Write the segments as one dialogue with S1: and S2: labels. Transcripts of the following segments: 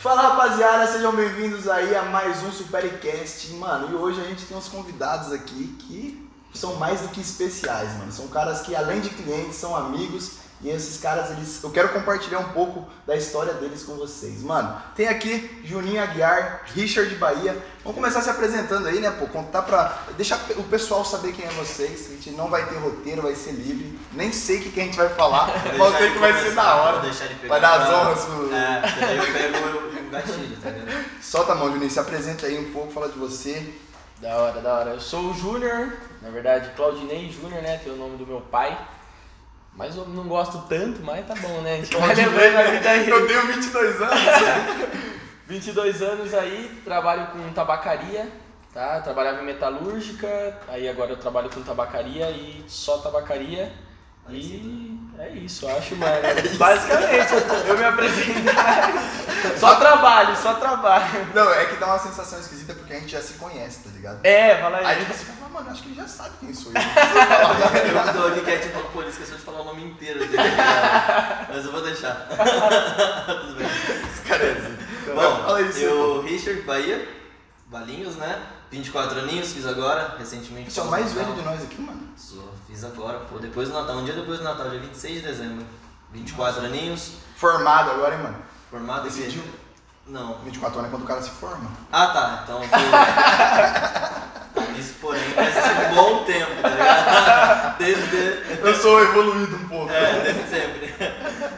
S1: Fala rapaziada, sejam bem-vindos aí a mais um Supercast, mano. E hoje a gente tem uns convidados aqui que são mais do que especiais, mano. São caras que além de clientes são amigos e esses caras eles eu quero compartilhar um pouco da história deles com vocês, mano. Tem aqui Juninho Aguiar, Richard Bahia. Vamos começar se apresentando aí, né, pô? Contar pra deixar o pessoal saber quem é vocês. A gente não vai ter roteiro, vai ser livre. Nem sei o que, que a gente vai falar, mas sei que vai ser da hora.
S2: Deixar ele pegar
S1: Vai dar as
S2: pra-
S1: honras pro-
S2: É, porque daí eu pego o gatilho, tá ligado?
S1: Solta a mão, Juninho. Se apresenta aí um pouco, fala de você.
S3: Da hora, da hora. Eu sou o Júnior, na verdade, Claudinei Júnior, né? Tem o nome do meu pai. Mas eu não gosto tanto, mas tá bom, né? A gente vai lembrando a vida aí.
S1: Eu tenho 22 anos.
S3: 22 anos aí, trabalho com tabacaria, tá? Trabalhava em metalúrgica, aí agora eu trabalho com tabacaria e só tabacaria. E é isso, eu acho, mano. Basicamente, eu me apresento. Só trabalho, só trabalho.
S1: Não, é que dá uma sensação esquisita porque a gente já se conhece, tá ligado?
S3: É, fala aí.
S1: Aí tipo, você fala, mano, acho que ele já sabe quem sou eu.
S2: Eu que tô aqui que é tipo, pô, ele esqueceu de falar o nome inteiro dele. tá ligado? Mas eu vou deixar. Tudo bem.
S1: Esse cara é zica. Vai,
S2: Bom,
S1: fala isso.
S2: eu, Richard Bahia, Balinhos, né? 24 aninhos, fiz agora, recentemente.
S1: Você é o mais velho de nós aqui, mano.
S2: Sou, fiz agora, pô, depois do Natal, um dia depois do Natal, dia 26 de dezembro. 24 aninhos,
S1: Formado agora, hein, mano.
S2: formado em quê?
S1: Decidiu?
S2: Não,
S1: 24 anos é quando o cara se forma.
S2: Ah tá, então vou. Isso porém faz um bom tempo, tá ligado? Desde,
S1: Eu sou evoluído um pouco.
S2: é, desde sempre.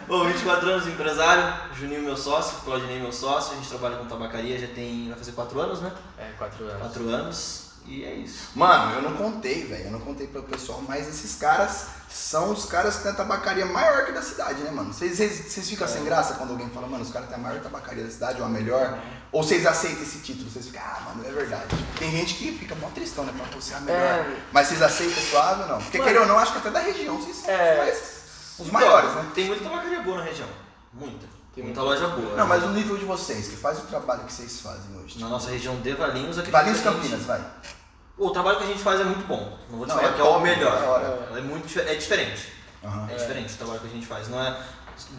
S2: Bom, 24 anos, empresário, Juninho meu sócio, Claudinei meu sócio, a gente trabalha com tabacaria já tem. vai fazer 4 anos, né?
S3: É, 4 anos.
S2: 4 anos e é isso.
S1: Mano, eu não contei, velho. Eu não contei pro pessoal, mas esses caras são os caras que têm a tabacaria maior que da cidade, né, mano? Vocês- Vocês vocês ficam
S3: É.
S1: sem graça quando alguém fala, mano, os caras têm a maior tabacaria da cidade ou a melhor? Ou vocês aceitam esse título? Vocês ficam, ah, mano, é verdade. Tem gente que fica mó tristão, né? Fala, pô, você é a melhor.
S3: É.
S1: Mas vocês aceitam suave ou não? Porque,
S3: Mano.
S1: querendo ou não, acho que até da região vocês são
S3: É.
S1: os, mais, os
S2: Então,
S1: maiores, né?
S2: Tem muita tabacaria boa na região. Muita.
S3: Tem
S2: muita loja
S3: Então.
S2: boa. né?
S1: Não, mas o nível de vocês, que faz o trabalho que vocês fazem hoje.
S2: Na nossa região de Valinhos, acredito
S1: Valinhos
S2: que a gente-
S1: Campinas, vai.
S2: O trabalho que a gente faz é muito bom. Não vou te
S1: Não,
S2: falar
S1: é
S2: que é o
S1: top,
S2: melhor.
S1: da hora.
S2: Ela É, muito, dife- é diferente.
S1: Aham.
S2: É diferente o trabalho que a gente faz. Não é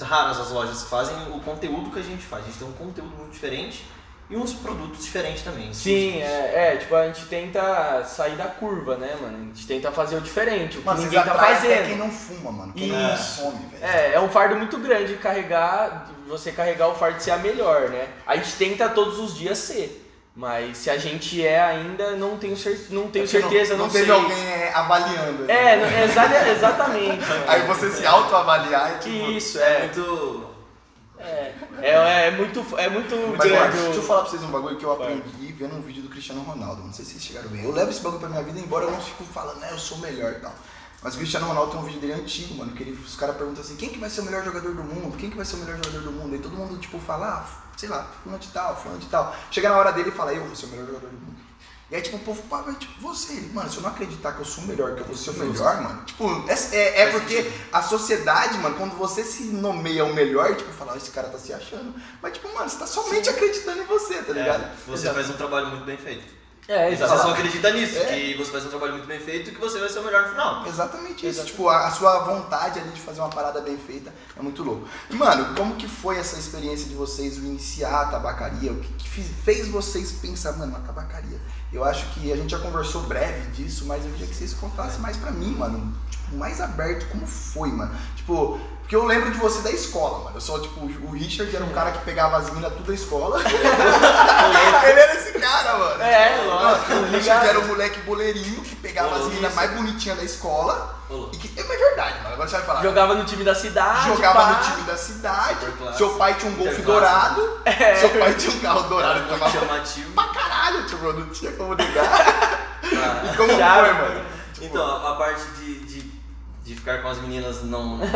S2: raras as lojas que fazem o conteúdo que a gente faz. A gente tem um conteúdo muito diferente e uns produtos diferentes também.
S3: Sim, é, é, tipo, a gente tenta sair da curva, né, mano? A gente tenta fazer o diferente, o que
S1: Mano, vocês
S3: ninguém tá
S1: atraem até
S3: fazendo.
S1: quem não fuma, mano. Quem não
S3: Isso.
S1: come, velho.
S3: É, é um fardo muito grande carregar, você carregar o fardo de ser a melhor, né? A gente tenta todos os dias ser, mas se a gente é ainda, não tenho, cer não
S1: É
S3: tenho certeza, não, sei.
S1: teve alguém é, avaliando. né?
S3: É, não- é exa- exatamente. mano.
S1: Aí você se autoavaliar e
S3: Que
S1: tipo...
S3: isso,
S2: É
S3: é.
S2: muito.
S3: É, é, é muito, é muito
S1: Mas, ó,
S3: grande.
S1: deixa eu falar pra vocês um bagulho que eu
S3: Vai.
S1: aprendi vendo um vídeo do Cristiano Ronaldo. Não sei se vocês chegaram bem. Eu levo esse bagulho pra minha vida, embora eu não fico falando, né, eu sou o melhor e tal. Mas o Cristiano Ronaldo tem um vídeo dele antigo, mano, que ele, os caras perguntam assim, quem que vai ser o melhor jogador do mundo? Quem que vai ser o melhor jogador do mundo? E todo mundo, tipo, fala, ah, sei lá, fulano de tal, fulano de tal. Chega na hora dele e fala, eu vou ser o melhor jogador do mundo. E aí, tipo, o povo, pá, mas, tipo, você, ele, mano, se eu não acreditar que eu sou o melhor, que eu vou ser o melhor, mano, tipo, é, é, é
S2: Faz
S1: porque a sociedade, mano, quando você se nomeia o melhor, tipo, fala, "Ah, esse cara tá se achando. Mas, tipo, mano, você tá somente acreditando em você, tá ligado?
S2: é, você faz um trabalho muito bem feito.
S3: É,
S2: Você
S3: exatamente.
S2: só acredita nisso,
S1: É.
S2: que você faz um trabalho muito bem feito e que você vai ser o melhor no final.
S1: Exatamente isso.
S3: Exatamente.
S1: Tipo, a, a sua vontade ali de fazer uma parada bem feita é muito louco. E, mano, como que foi essa experiência de vocês, o iniciar a tabacaria? O que, que fiz- fez vocês pensar, mano, uma tabacaria? Eu acho que a gente já conversou breve disso, mas eu queria que vocês contassem mais pra mim, mano. Tipo, mais aberto, como foi, mano? Tipo, porque eu lembro de você da escola, mano. Eu sou, tipo, o Richard era um cara que pegava as minas tudo da escola. Ele era esse cara, mano.
S3: É, lógico,
S1: Mano, O Richard
S3: ligado. é-
S1: era um moleque boleirinho que pegava
S2: Ô,
S1: as meninas
S2: isso.
S1: mais bonitinhas da escola.
S2: Ô, louco.
S1: E que, é mas é verdade, mano. Agora você vai falar.
S3: Jogava no time da cidade.
S1: Jogava
S3: pá.
S1: no time da cidade.
S2: Superclasse.
S1: Seu pai tinha um golfe
S2: Interclasse.
S1: dourado.
S3: É.
S1: Seu pai tinha um carro
S2: Cara,
S1: dourado que
S2: muito
S1: tava
S2: chamativo.
S1: pra caralho, tipo, não tinha como negar.
S2: cara.
S1: E como
S3: Já,
S1: foi,
S3: mano.
S1: mano? Tipo,
S2: Então, a a parte de, de, de ficar com as meninas não.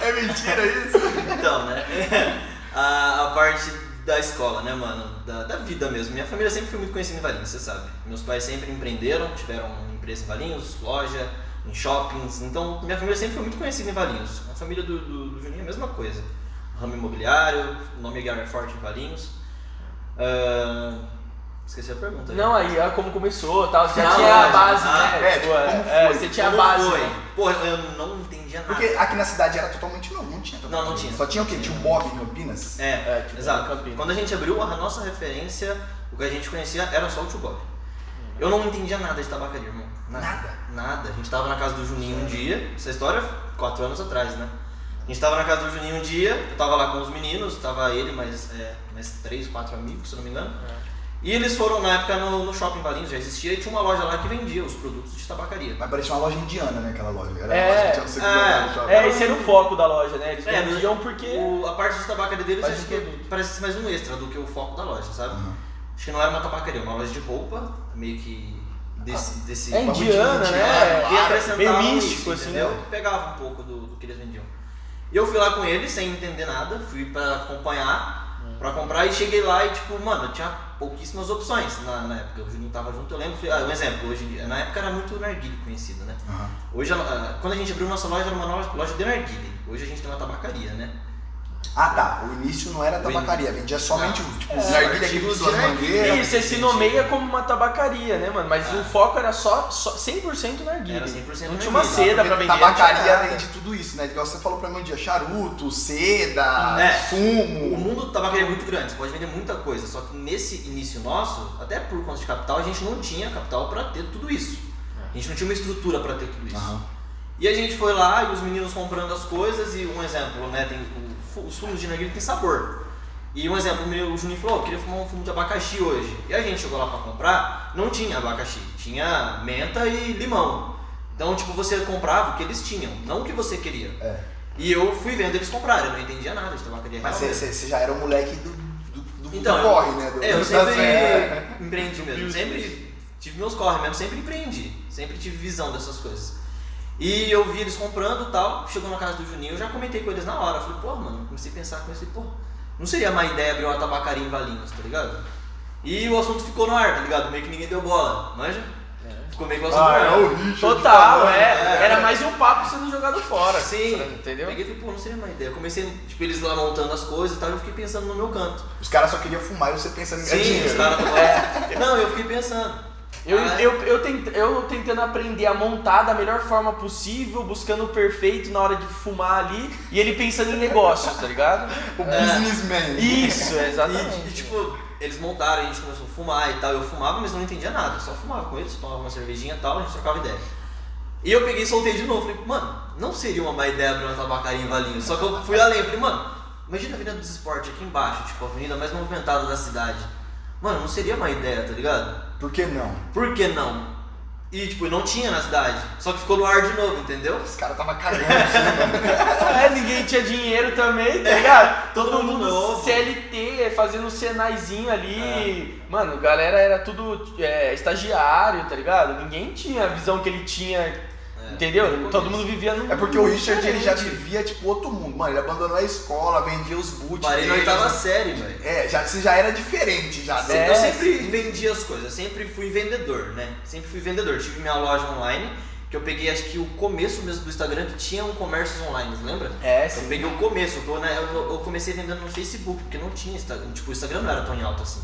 S1: É mentira isso?
S2: Então, né? A, a parte da escola, né, mano? Da, da vida mesmo. Minha família sempre foi muito conhecida em Valinhos, você sabe. Meus pais sempre empreenderam, tiveram empresa em Valinhos, loja, em shoppings. Então, minha família sempre foi muito conhecida em Valinhos. A família do, do, do Juninho é a mesma coisa. Ramo imobiliário, o nome é Gary Forte em Valinhos. Ah, Esqueci a pergunta.
S3: Não, aí ó, como começou tal, você já
S2: Não,
S3: tinha a
S2: lógico.
S3: base,
S2: Ah,
S3: né?
S1: é,
S3: tipo,
S1: como
S3: é,
S1: foi,
S3: você
S2: tinha
S3: tinha a base.
S2: Foi?
S3: né?
S2: Pô, eu não entendia nada.
S1: Porque aqui na cidade era totalmente novo, não tinha.
S2: Não, não tinha.
S1: Só tinha o quê? Tinha o Bob em Campinas?
S2: É,
S3: É, tipo,
S2: exato.
S3: Campinas.
S2: Quando a gente abriu a nossa referência, o que a gente conhecia era só o Tio Bob. Eu não entendia nada de tabacaria, irmão.
S1: Nada?
S2: Nada. A gente tava na casa do Juninho um dia, essa história é quatro anos atrás, né? A gente tava na casa do Juninho um dia, eu tava lá com os meninos, tava ele, mais, é, mais três, quatro amigos, se eu não me engano.
S3: É.
S2: E eles foram na época no, no shopping Valinhos, já existia, e tinha uma loja lá que vendia os produtos de tabacaria.
S1: Mas parecia uma loja indiana, né? Aquela loja. Era
S3: É,
S1: uma loja que tinha um segundo
S2: é,
S1: andar do shopping.
S3: É, esse era o foco da loja, né? Eles
S2: É,
S3: vendiam porque.
S2: O- a parte de tabacaria deles
S3: Parte
S2: acho
S3: do
S2: que
S3: produto.
S2: parece ser mais um extra do que o foco da loja, sabe?
S1: Uhum.
S2: Acho que não era uma tabacaria, uma loja de roupa, meio que desse. desse
S3: É indiana, né?
S2: que acrescentava
S3: Meio
S2: isso,
S3: místico, assim,
S2: entendeu?
S3: né?
S2: Pegava um pouco do, do que eles vendiam. E eu fui lá com eles, sem entender nada, fui pra acompanhar,
S3: Hum.
S2: pra comprar, e cheguei lá e, tipo, mano, eu tinha pouquíssimas opções na, na época. O Juninho tava junto, eu lembro. Fui, ah, um exemplo, hoje em dia. Na época era muito narguilho conhecido, né?
S1: Aham.
S2: Hoje, ah, quando a gente abriu nossa loja, era uma loja- loja de narguilho. Hoje a gente tem uma tabacaria, né?
S1: Ah, tá. O início não era
S2: O in-
S1: tabacaria, vendia somente o tipo, os
S2: É.
S1: narguilha que
S2: Artigos
S1: tinha
S2: de
S1: as mangueiras.
S3: E você se nomeia como uma tabacaria, né, mano? Mas o foco era só, só 100% na guia.
S2: Era 100%
S3: Não tinha
S2: narguilé.
S3: uma seda pra
S1: Porque
S3: vender.
S1: Tabacaria
S3: não tinha nada.
S1: vende tudo isso, né? Igual você falou pra mim um dia, charuto, seda,
S2: É. O
S1: fumo.
S2: mundo do tabacaria é muito grande, você pode vender muita coisa, só que nesse início nosso, até por conta de capital, a gente não tinha capital pra ter tudo isso. A gente não tinha uma estrutura pra ter tudo isso.
S1: É. Aham.
S2: E a gente foi lá e os meninos comprando as coisas e um exemplo, né, tem o fu- os fumos de narguilé tem sabor. E um exemplo, o menino- o Juninho falou, "Ô, eu queria fumar um fumo de abacaxi hoje. E a gente chegou lá pra comprar, não tinha abacaxi, tinha menta e limão. Então, tipo, você comprava o que eles tinham, não o que você queria.
S1: É.
S2: E eu fui vendo eles comprarem, eu não entendia nada de tabacaria.
S1: Mas
S2: real
S1: você-
S2: mesmo.
S1: você você já era um moleque do, do, do- do
S2: Então,
S1: corre, né? Do,
S2: É, eu
S1: das
S2: sempre
S1: é.
S2: empreendi mesmo, sempre tive meus corre mesmo, sempre empreendi, sempre tive visão dessas coisas. E eu vi eles comprando e tal, chegou na casa do Juninho, eu já comentei com eles na hora, eu falei, pô, mano, comecei a pensar, comecei, pô, não seria má ideia abrir uma tabacaria em Valinhos, tá ligado? E o assunto ficou no ar, tá ligado? Meio que ninguém deu bola, manja? Ficou meio que o assunto
S1: Ah,
S2: no
S1: é
S2: ar.
S1: o Richard.
S3: Total,
S1: falando.
S3: é. Era mais um papo sendo jogado fora. assim,
S2: Sim,
S3: Entendeu?
S2: Peguei e falei, pô, não seria má ideia. Eu comecei, tipo, eles lá montando as coisas e tal, e eu fiquei pensando no meu canto.
S1: Os caras só queriam fumar e você pensando em ganhar
S2: Sim, os
S1: dinheiro.
S2: caras tão- é. Não, eu fiquei pensando.
S3: Eu,
S2: Ah,
S3: eu, eu, tent- eu tentando aprender a montar da melhor forma possível, buscando o perfeito na hora de fumar ali, e ele pensando em negócios, tá ligado?
S1: O
S2: é.
S1: businessman.
S3: Isso,
S2: E,
S3: exatamente.
S2: e, tipo, eles montaram, a gente começou a fumar e tal. Eu fumava, mas não entendia nada. Eu só fumava com eles, tomava uma cervejinha e tal, a gente trocava ideia. E eu peguei e soltei de novo. Falei, mano, não seria uma má ideia abrir uma tabacaria em Valinhos. Só que eu fui além. Falei, mano, imagina a Avenida dos Esportes aqui embaixo, tipo, a avenida mais movimentada da cidade. Mano, não seria má ideia, tá ligado?
S1: Por que não?
S2: Por que não? E, tipo, não tinha na cidade. Só que ficou no ar de novo, entendeu?
S1: Os caras tava cagando. assim, né?
S3: É, ninguém tinha dinheiro também, tá ligado? Todo,
S2: Todo
S3: mundo
S2: novo.
S3: CLT, fazendo um Senaizinho ali. Mano, galera era tudo é, estagiário, tá ligado? Ninguém tinha a visão que ele tinha, entendeu? Todo mundo vivia no
S1: É porque o Richard ele já vivia tipo outro mundo. Mano, ele abandonou a escola, vendia os boots.
S2: Parei na
S1: dele.
S2: oitava série, velho.
S1: É, já, você já era diferente já.
S2: Assim,
S1: né?
S2: Eu sempre vendi as coisas, eu sempre fui vendedor, né? Sempre fui vendedor. Tive minha loja online, que eu peguei acho que o começo mesmo do Instagram, que tinha um comércios online, lembra?
S3: É,
S2: Eu
S3: sim.
S2: peguei o começo, eu, tô, né, eu, eu comecei vendendo no Facebook, porque não tinha Instagram, tipo, o Instagram não era tão em alta assim.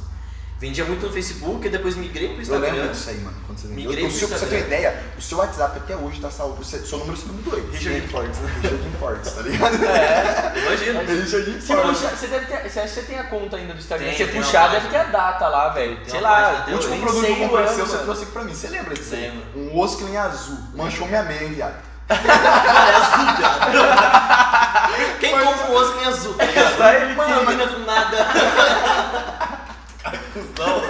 S2: Vendia muito no Facebook e depois migrei pro
S1: Eu
S2: Instagram.
S1: lembro disso aí, mano, quando você vendeu.
S2: Migrei
S1: o
S2: pro
S1: seu, pra você ter
S2: Instagram.
S1: ideia, o seu WhatsApp até hoje tá salvo. O seu, seu número é 52.
S2: Richard Imports, né? É.
S1: Richard Imports, tá ligado?
S2: Imagina.
S1: Richard
S3: é. Você,
S1: Imports.
S3: puxa, você deve ter. Você acha que você tem a conta ainda do Instagram?
S2: Tem,
S3: você
S2: tem uma
S3: puxar,
S2: página.
S3: deve ter a data lá, velho.
S2: Tem
S3: Sei
S2: uma página
S3: lá.
S2: até
S1: O último
S2: Eu é,
S1: produto que eu comprei seu, você
S3: mano.
S1: trouxe aqui pra mim. Você lembra disso aí?
S2: Lembro.
S1: Um Osklin azul. Manchou minha meia, hein, viado.
S2: é Quem compra um Oscar em azul? tá ligado?
S3: Vai, ele
S2: Mano, não combina com nada. Mano,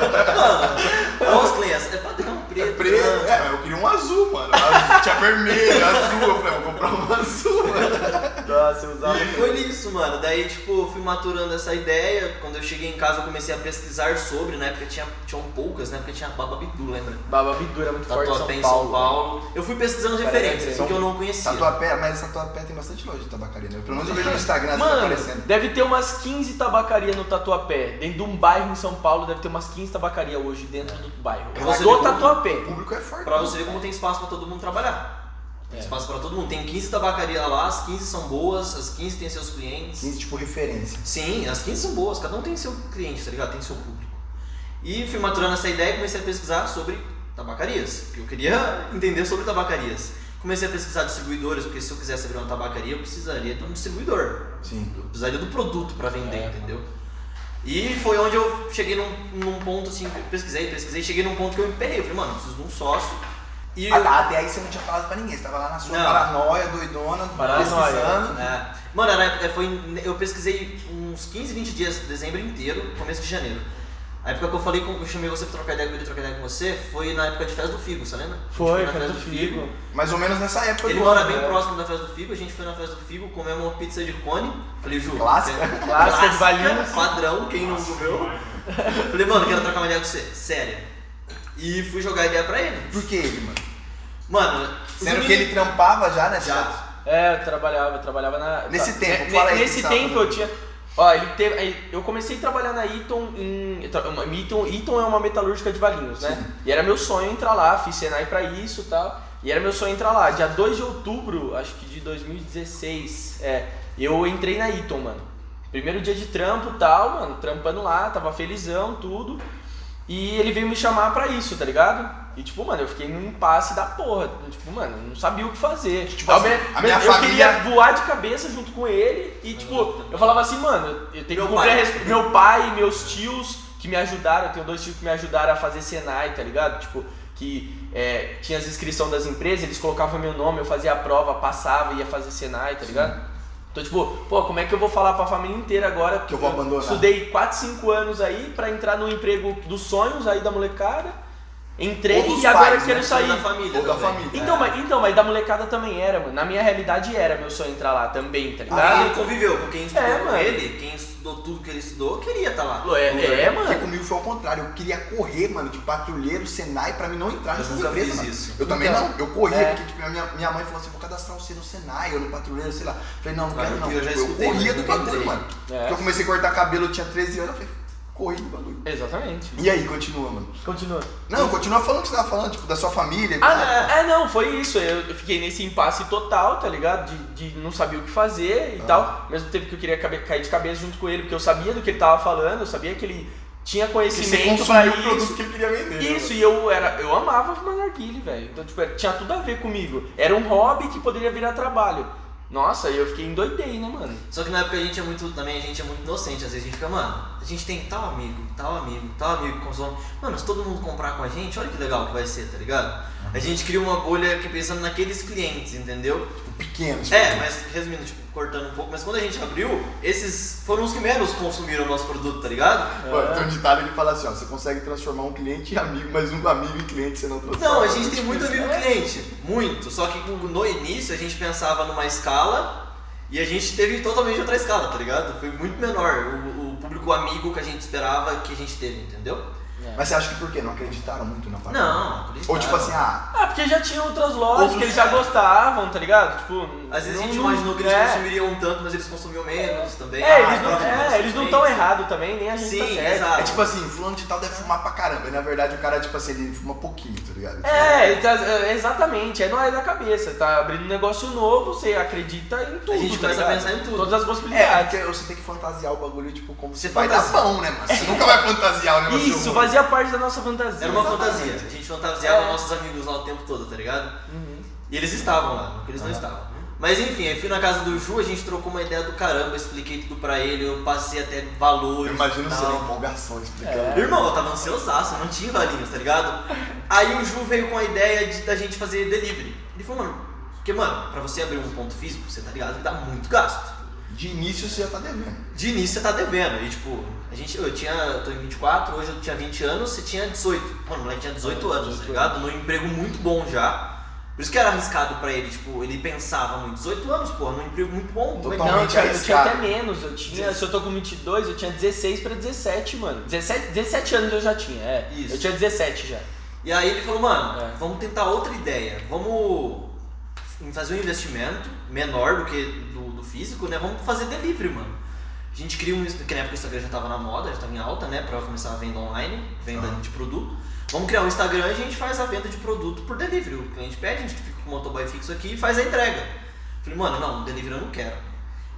S2: Oscar em azul é padrão preto.
S1: É preto.
S2: branco.
S1: É, mas eu queria um azul, mano. Azul, tinha vermelho, azul. Eu falei, eu vou comprar um azul, mano.
S3: Nossa, eu usava.
S2: E foi nisso, mano. Daí, tipo, eu fui maturando essa ideia. Quando eu cheguei em casa, eu comecei a pesquisar sobre. Na época tinha, tinham poucas, na época tinha Bababidu, lembra?
S3: Bababidu era muito forte em
S2: Tatuapé
S3: Tá São
S2: em São Paulo.
S3: Paulo.
S2: Eu fui pesquisando
S3: Pera,
S2: referências,
S3: São- tá
S2: porque eu não conhecia.
S1: Tatuapé, mas essa tatuapé tem bastante loja de tabacaria, né? Pelo menos eu vejo no Instagram, você tá
S3: Mano,
S1: aparecendo.
S3: deve ter umas 15 tabacarias no Tatuapé. Dentro de um bairro em São Paulo, deve ter umas 15 tabacarias hoje dentro do bairro.
S2: Pra você ver
S3: do
S2: como-
S3: Tatuapé.
S1: O público é forte.
S2: Pra você ver como tem espaço pra todo mundo trabalhar. Tem
S3: É.
S2: espaço pra todo mundo. Tem 15 tabacarias lá, as 15 são boas, as 15 têm seus clientes.
S1: Sim, tipo, referência.
S2: Sim, as 15 são boas, cada um tem seu cliente, tá ligado? Tem seu público. E fui maturando essa ideia e comecei a pesquisar sobre tabacarias, porque eu queria entender sobre tabacarias. Comecei a pesquisar distribuidores, porque se eu quisesse abrir uma tabacaria, eu precisaria de um distribuidor.
S1: Sim.
S2: Eu precisaria do produto para vender,
S3: É.
S2: entendeu? E foi onde eu cheguei num, num ponto assim, que eu pesquisei, pesquisei, cheguei num ponto que eu emperrei. Eu falei, mano, eu preciso de um sócio. E
S1: Ah, tá, até aí você não tinha falado pra ninguém, você tava lá na sua
S2: Não.
S1: paranoia, doidona,
S3: Paranoia.
S1: pesquisando.
S2: É. Mano, era, é, foi, eu pesquisei uns 15, 20 dias, dezembro inteiro, começo de janeiro. A época que eu falei, com, eu chamei você pra trocar ideia, que eu queria trocar ideia com você, foi na época de Festa do Figo, você lembra? A gente
S3: Foi,
S2: na
S3: foi do Figo.
S1: Mais ou menos nessa época
S2: Ele
S1: do
S2: mora
S1: ano,
S2: bem
S1: né?
S2: próximo da Festa do Figo, a gente foi na Festa do Figo, comemos uma pizza de cone. Falei, Ju,
S1: Clássica.
S2: quer-
S3: Clássica de Valinhos.
S2: Padrão, quem não comeu. Falei, mano, quero trocar uma ideia com você, séria. E fui jogar ideia pra ele.
S1: Por que ele, mano?
S2: Mano, os
S1: Sendo que
S2: meninos-
S1: ele trampava já, né?
S2: Já.
S3: É, eu trabalhava, eu trabalhava na.
S1: Nesse
S3: tá,
S1: tempo,
S3: ne-
S1: fala aí,
S3: Nesse
S1: Gustavo.
S3: tempo eu tinha. Ó, ele teve. ele- Eu comecei a trabalhar na Eaton em. eu tra- uma- Eaton, Eaton é uma metalúrgica de Valinhos, né? E era meu sonho entrar lá, fiz Senai pra isso e tal. E era meu sonho entrar lá. Dia 2 de outubro, acho que de 2016, é, eu entrei na Eaton, mano. Primeiro dia de trampo e tal, mano, trampando lá, tava felizão, tudo. E ele veio me chamar pra isso, tá ligado? E tipo, mano, eu fiquei num passe da porra. Tipo, mano, eu não sabia o que fazer.
S1: Tipo
S3: Ao
S1: assim,
S3: me-
S1: a minha
S3: eu
S1: família-
S3: queria voar de cabeça junto com ele e, tipo, eu falava assim, mano, eu tenho
S2: Meu
S3: que cumprir a
S2: pai.
S3: resp- Meu pai, meus tios que me ajudaram, eu tenho dois tios que me ajudaram a fazer Senai, tá ligado? Tipo, que é, tinha as inscrições das empresas, eles colocavam meu nome, eu fazia a prova, passava, ia fazer Senai, tá ligado? Então, tipo, pô, como é que eu vou falar pra família inteira agora?
S1: Que eu vou abandonar.
S3: Estudei 4, 5 anos aí pra entrar no emprego dos sonhos aí da molecada. Entrei
S1: Ou dos
S3: e agora
S1: pais,
S3: quero
S1: né?
S3: sair.
S2: Da família.
S1: Ou da
S2: também.
S1: família.
S3: Então, mas, então, mas da molecada também era, mano. Na minha realidade era meu sonho entrar lá também, tá
S2: Ah,
S3: ligado?
S2: ele conviveu com quem estudou
S3: É,
S2: com
S3: mano.
S2: ele, quem estudou tudo que ele estudou, queria estar lá.
S3: é, é,
S1: Porque
S3: mano.
S1: comigo foi ao contrário, eu queria correr, mano, de patrulheiro, Senai, pra mim não entrar
S2: Eu
S1: nessas
S2: nunca
S1: empresas,
S2: fiz
S1: mano.
S2: isso.
S1: Eu também
S3: Então,
S1: não, eu corria,
S3: é.
S1: porque tipo, a minha, minha mãe falou assim, vou cadastrar você no Senai ou no patrulheiro, sei lá. Falei, não, não
S2: Cara,
S1: quero não.
S2: eu já
S1: Tipo, eu
S2: escutei, né?
S1: corria
S2: mas
S1: do
S2: nunca
S1: bagulho,
S2: entrei.
S1: mano.
S3: É.
S1: Porque Eu comecei a cortar cabelo, eu tinha 13 anos, eu falei, corri do bagulho.
S3: Exatamente.
S1: E aí, continua, mano.
S3: Continua.
S1: Não, continua falando o que você tava falando, tipo, da sua família.
S3: Ah,
S1: né?
S3: não, é, não, foi isso. Eu eu fiquei nesse impasse total, tá ligado? De, de não saber o que fazer e
S1: Ah.
S3: tal. Ao Mesmo tempo que eu queria cabe- cair de cabeça junto com ele, porque eu sabia do que ele tava falando, eu sabia que ele tinha
S1: Que você
S3: conhecimento pra
S1: consumiu o
S3: isso.
S1: produto que ele queria vender. né,
S3: Isso, e eu era. Eu amava fumar narguile, velho. Então, tipo, era- tinha tudo a ver comigo. Era um hobby que poderia virar trabalho. Nossa, eu fiquei endoidei, né, mano?
S2: Só que na época a gente é muito, também a gente é muito inocente, às vezes a gente fica, mano, a gente tem tal amigo, tal amigo, tal amigo que consome. Mano, se todo mundo comprar com a gente, olha que legal que vai ser, tá ligado? A gente cria uma bolha que pensando naqueles clientes, entendeu?
S1: Tipo, pequeno. tipo,
S2: É, mas resumindo, tipo, cortando um pouco, mas quando a gente abriu, esses foram os que menos consumiram o nosso produto, tá ligado?
S3: É.
S1: Pô, tem um ditado que fala assim, ó, você consegue transformar um cliente em amigo, mas um amigo em cliente você não transforma.
S2: Não, a gente tem muito amigo
S3: é
S2: cliente, muito. Só que no início a gente pensava numa escala e a gente teve totalmente outra escala, tá ligado? Foi muito menor o, o público amigo que a gente esperava que a gente teve, entendeu?
S1: Mas você acha que por quê? Não acreditaram muito
S3: Tá.
S1: na parada?
S2: Não, acreditava.
S1: Ou tipo assim, ah,
S3: Ah, porque já tinha outras lojas
S1: Outros-
S3: que eles já gostavam, tá ligado? Tipo,
S2: Às vezes a
S3: não-
S2: gente
S3: não-
S2: imaginou que eles
S3: é.
S2: consumiriam um tanto, mas eles consumiam menos também.
S3: É,
S2: Ah,
S3: eles não,
S2: próximo,
S3: é,
S2: próximo
S3: eles não
S2: mês.
S3: estão errados também, nem a gente tá
S2: Sim,
S3: certo.
S2: exato.
S1: é tipo assim, fulano de tal deve fumar pra caramba. E na verdade o cara, tipo assim, ele fuma pouquinho, tá ligado?
S3: É, exa- é, exatamente, é nóis da cabeça, tá abrindo um negócio novo, você acredita em tudo,
S2: A gente
S3: tá
S2: começa a
S3: ligado?
S2: pensar em tudo.
S3: Todas as
S1: É,
S3: possibilidades.
S1: porque você tem que fantasiar o bagulho, tipo, como
S2: Você
S1: se vai dar
S2: fantasia.
S1: pão, né, mano? Você nunca vai fantasiar
S2: É,
S1: o negócio. um
S3: Isso,
S1: ruim.
S3: fazia parte da nossa fantasia.
S2: Era uma
S3: Exatamente.
S2: fantasia. A gente fantasiava
S3: É.
S2: nossos amigos lá o tempo todo, tá ligado?
S3: Uhum.
S2: E eles estavam lá, porque eles não
S1: Aham.
S2: estavam. Mas enfim, eu fui na casa do Ju, a gente trocou uma ideia do caramba, eu expliquei tudo pra ele, eu passei até valores.
S1: Eu imagino
S2: e
S1: você
S2: tal.
S1: na empolgação explicando.
S3: É.
S2: Irmão, eu tava ansiosaço, eu não tinha valinhos, tá ligado? Aí o Ju veio com a ideia de, da gente fazer delivery. Ele falou, mano, porque mano, pra você abrir um ponto físico, você tá ligado que dá muito gasto.
S1: De início você já tá devendo.
S2: De início você tá devendo. E tipo, a gente, eu tinha, eu tô em 24, hoje eu tinha 20 anos, você tinha 18. Mano, o moleque tinha 18 anos, tá
S3: 18
S2: ligado? Num emprego muito bom já. Por isso que era arriscado pra ele, tipo, ele pensava muito. 18 anos, porra, num emprego muito bom.
S1: Total.
S2: tá
S3: Não, eu
S1: Totalmente
S3: tinha, eu tinha
S1: arriscado.
S3: até menos, eu tinha, se eu tô com 22, eu tinha 16 pra 17, mano. 17, 17 anos eu já tinha, é.
S2: Isso.
S3: Eu tinha 17 já.
S2: E aí ele falou, mano,
S3: É.
S2: vamos tentar outra ideia. Vamos fazer um investimento menor do que do, do físico, né? Vamos fazer delivery, mano. A gente cria um. Que na época o Instagram já tava na moda, já tava em alta, né? Pra começar a venda online, venda
S1: Aham.
S2: de produto. Vamos criar um Instagram e a gente faz a venda de produto por delivery. O cliente pede, a gente fica com o motoboy fixo aqui e faz a entrega. Falei, mano, não, delivery eu não quero.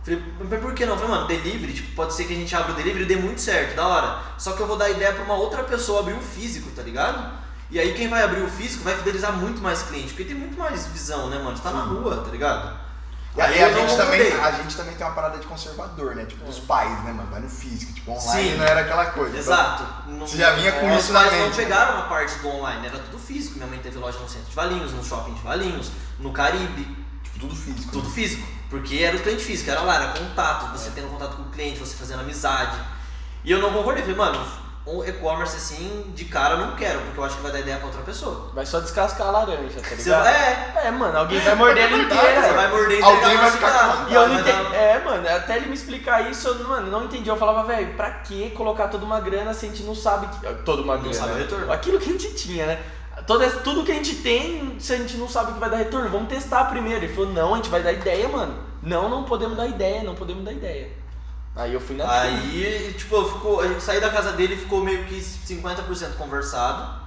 S2: Falei, mas por que não? Falei, mano, delivery, tipo, pode ser que a gente abra o delivery e dê muito certo, da hora. Só que eu vou dar ideia pra uma outra pessoa abrir o físico, tá ligado? E aí quem vai abrir o físico vai fidelizar muito mais cliente, porque tem muito mais visão, né, mano? Você tá na rua, tá ligado?
S4: E aí,
S2: eu
S4: a, gente
S2: não
S4: também, tá-
S2: mudei.
S4: a gente também tem uma parada de conservador, né? Tipo, dos pais, né, mano? Vai no físico, tipo, online
S2: Sim. né?
S4: não era aquela coisa.
S2: Exato. Não-
S4: Você já vinha com
S2: meus
S4: isso na
S2: pais não
S4: mente, né?
S2: pegaram a parte do online, era tudo físico. Minha mãe teve loja no centro de Valinhos, no shopping de Valinhos, no Caribe,
S4: Tipo, tudo físico.
S2: tudo físico. Porque era o cliente físico, era lá, era contato, você tendo contato com o cliente, você fazendo amizade. E eu não concordei, falei, mano, um e-commerce assim, de cara eu não quero, porque eu acho que vai dar ideia pra outra pessoa.
S3: Vai só descascar a laranja, tá
S2: Você
S3: ligado?
S2: vai, é,
S3: É, mano, alguém vai morder ela inteira. é.
S2: você vai morder e
S4: Alguém
S2: entregar
S4: vai
S2: na
S4: ficar
S2: cidade.
S4: com-
S3: E eu
S2: Vai
S3: não
S2: dar-
S3: entendi. É, mano, até ele me explicar isso, eu, mano, não entendi. Eu falava, velho, pra que colocar toda uma grana se a gente não sabe que. Toda uma
S2: Não
S3: grana.
S2: sabe o retorno.
S3: Aquilo que a gente tinha, né? Todo, esse- tudo que a gente tem, se a gente não sabe que vai dar retorno, vamos testar primeiro. Ele falou, não, a gente vai dar ideia, mano. Não, não podemos dar ideia, não podemos dar ideia. Aí eu fui na
S2: Aí, tipo, ficou, eu saí da casa dele e ficou meio que 50% conversado.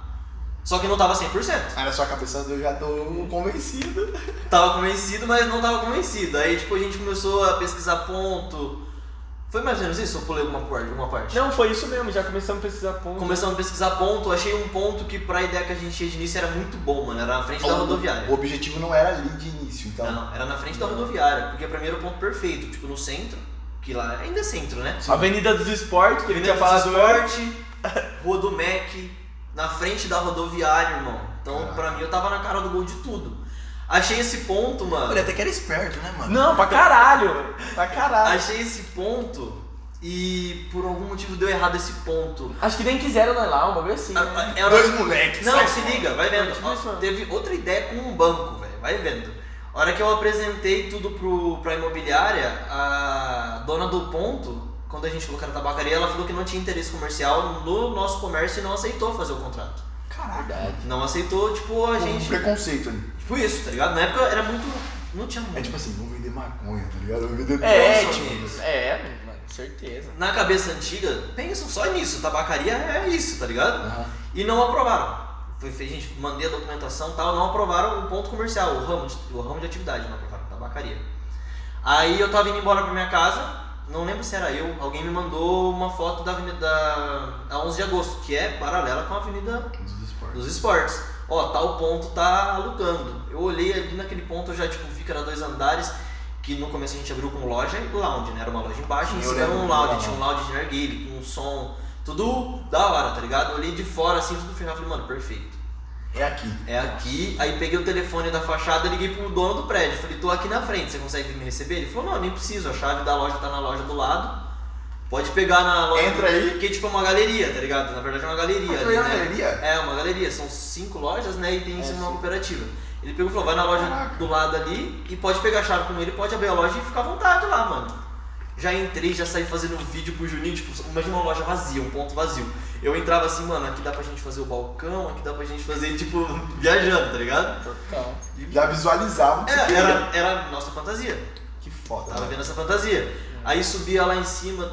S2: Só que não tava 100%.
S4: Aí na sua cabeça eu já tô convencido.
S2: Tava convencido, mas não tava convencido. Aí, tipo, a gente começou a pesquisar ponto. Foi mais ou menos isso? Ou pulei alguma parte? Alguma parte?
S3: Não, foi isso mesmo, já começamos a precisar ponto.
S2: Começamos a pesquisar ponto, achei um ponto que pra ideia que a gente tinha de início era muito bom, mano. Era na frente da
S4: O
S2: É rodoviária.
S4: objetivo não era ali de início, então.
S2: Não, era na frente da rodoviária, porque pra mim era o ponto perfeito, tipo, no centro, que lá ainda é centro, né?
S3: Avenida dos Esportes, que ele tinha
S2: Avenida do
S3: falado
S2: Esporte, Rua do Mac, na frente da rodoviária, irmão. Então,
S4: Caraca.
S2: pra mim, eu tava na cara do gol de tudo. Achei esse ponto, mano.
S4: até que era esperto, né, mano?
S3: Não, pra caralho, pra caralho.
S2: Achei esse ponto e por algum motivo deu errado esse ponto.
S3: Acho que nem quiseram nós lá, um bagulho assim.
S2: A-
S3: né?
S2: a- era- um
S4: Dois moleques.
S2: Não,
S4: sai
S2: se
S4: fora.
S2: liga, vai vendo.
S3: Tipo isso,
S2: Ó,
S3: mano.
S2: teve outra ideia com um banco, velho. Vai vendo. A hora que eu apresentei tudo pro, pra imobiliária, a dona do ponto, quando a gente falou que era tabacaria, ela falou que não tinha interesse comercial no nosso comércio e não aceitou fazer o contrato.
S4: Caraca.
S3: Verdade.
S2: Não aceitou, tipo, a
S4: Um
S2: gente.
S4: preconceito ali.
S2: Tipo isso, tá ligado? Na época era muito. Não tinha muito.
S4: É tipo assim, vou vender maconha, tá ligado? Vou vender
S3: É,
S2: Não são eles.
S3: tipo, é, mano, certeza.
S2: Na cabeça antiga, pensam só nisso, tabacaria é isso, tá ligado?
S4: Aham.
S2: E não aprovaram. Foi, fe- a gente mandei a documentação e tal, não aprovaram o ponto comercial, o ramo, de, o ramo de atividade, não aprovaram, tabacaria. Aí eu tava indo embora pra minha casa, não lembro se era eu, alguém me mandou uma foto da avenida da, da 11 de agosto, que é paralela com a avenida
S4: Dos esportes.
S2: dos esportes. Ó, tal ponto tá alugando. Eu olhei ali naquele ponto, eu já tipo, vi que era dois andares, que no começo a gente abriu com loja e lounge, né? Era uma loja embaixo, em
S4: Sim, eu
S2: cima era um
S4: lembro do
S2: lounge,
S4: lounge.
S2: tinha um lounge de narguile, com um som, tudo da hora, tá ligado? Eu olhei de fora assim, tudo fechado, falei, mano, perfeito.
S4: É aqui.
S2: É aqui, aí peguei o telefone da fachada, liguei pro dono do prédio, falei, tô aqui na frente, você consegue me receber? Ele falou, não, nem preciso, a chave da loja tá na loja do lado. Pode pegar na loja.
S4: Entra aí.
S2: Porque tipo é uma galeria, tá ligado? Na verdade é uma galeria.
S4: Mas
S2: ali,
S4: na
S2: né?
S4: galeria?
S2: É, uma galeria, são cinco lojas, né? E tem
S3: É,
S2: isso uma
S3: sim.
S2: cooperativa. Ele pegou e falou: vai na loja
S4: Caraca.
S2: do lado ali e pode pegar a chave com ele, pode abrir a loja e ficar à vontade lá, mano. Já entrei, já saí fazendo um vídeo pro Juninho, tipo, imagina uma loja vazia, um ponto vazio. Eu entrava assim, mano, aqui dá pra gente fazer o balcão, aqui dá pra gente fazer, tipo, viajando, tá ligado?
S3: Total.
S4: Já visualizava o que você
S2: É,
S4: queria.
S2: era, era a nossa fantasia.
S4: Que foda.
S2: Tava
S4: né?
S2: vendo essa fantasia. Aí subia lá em cima,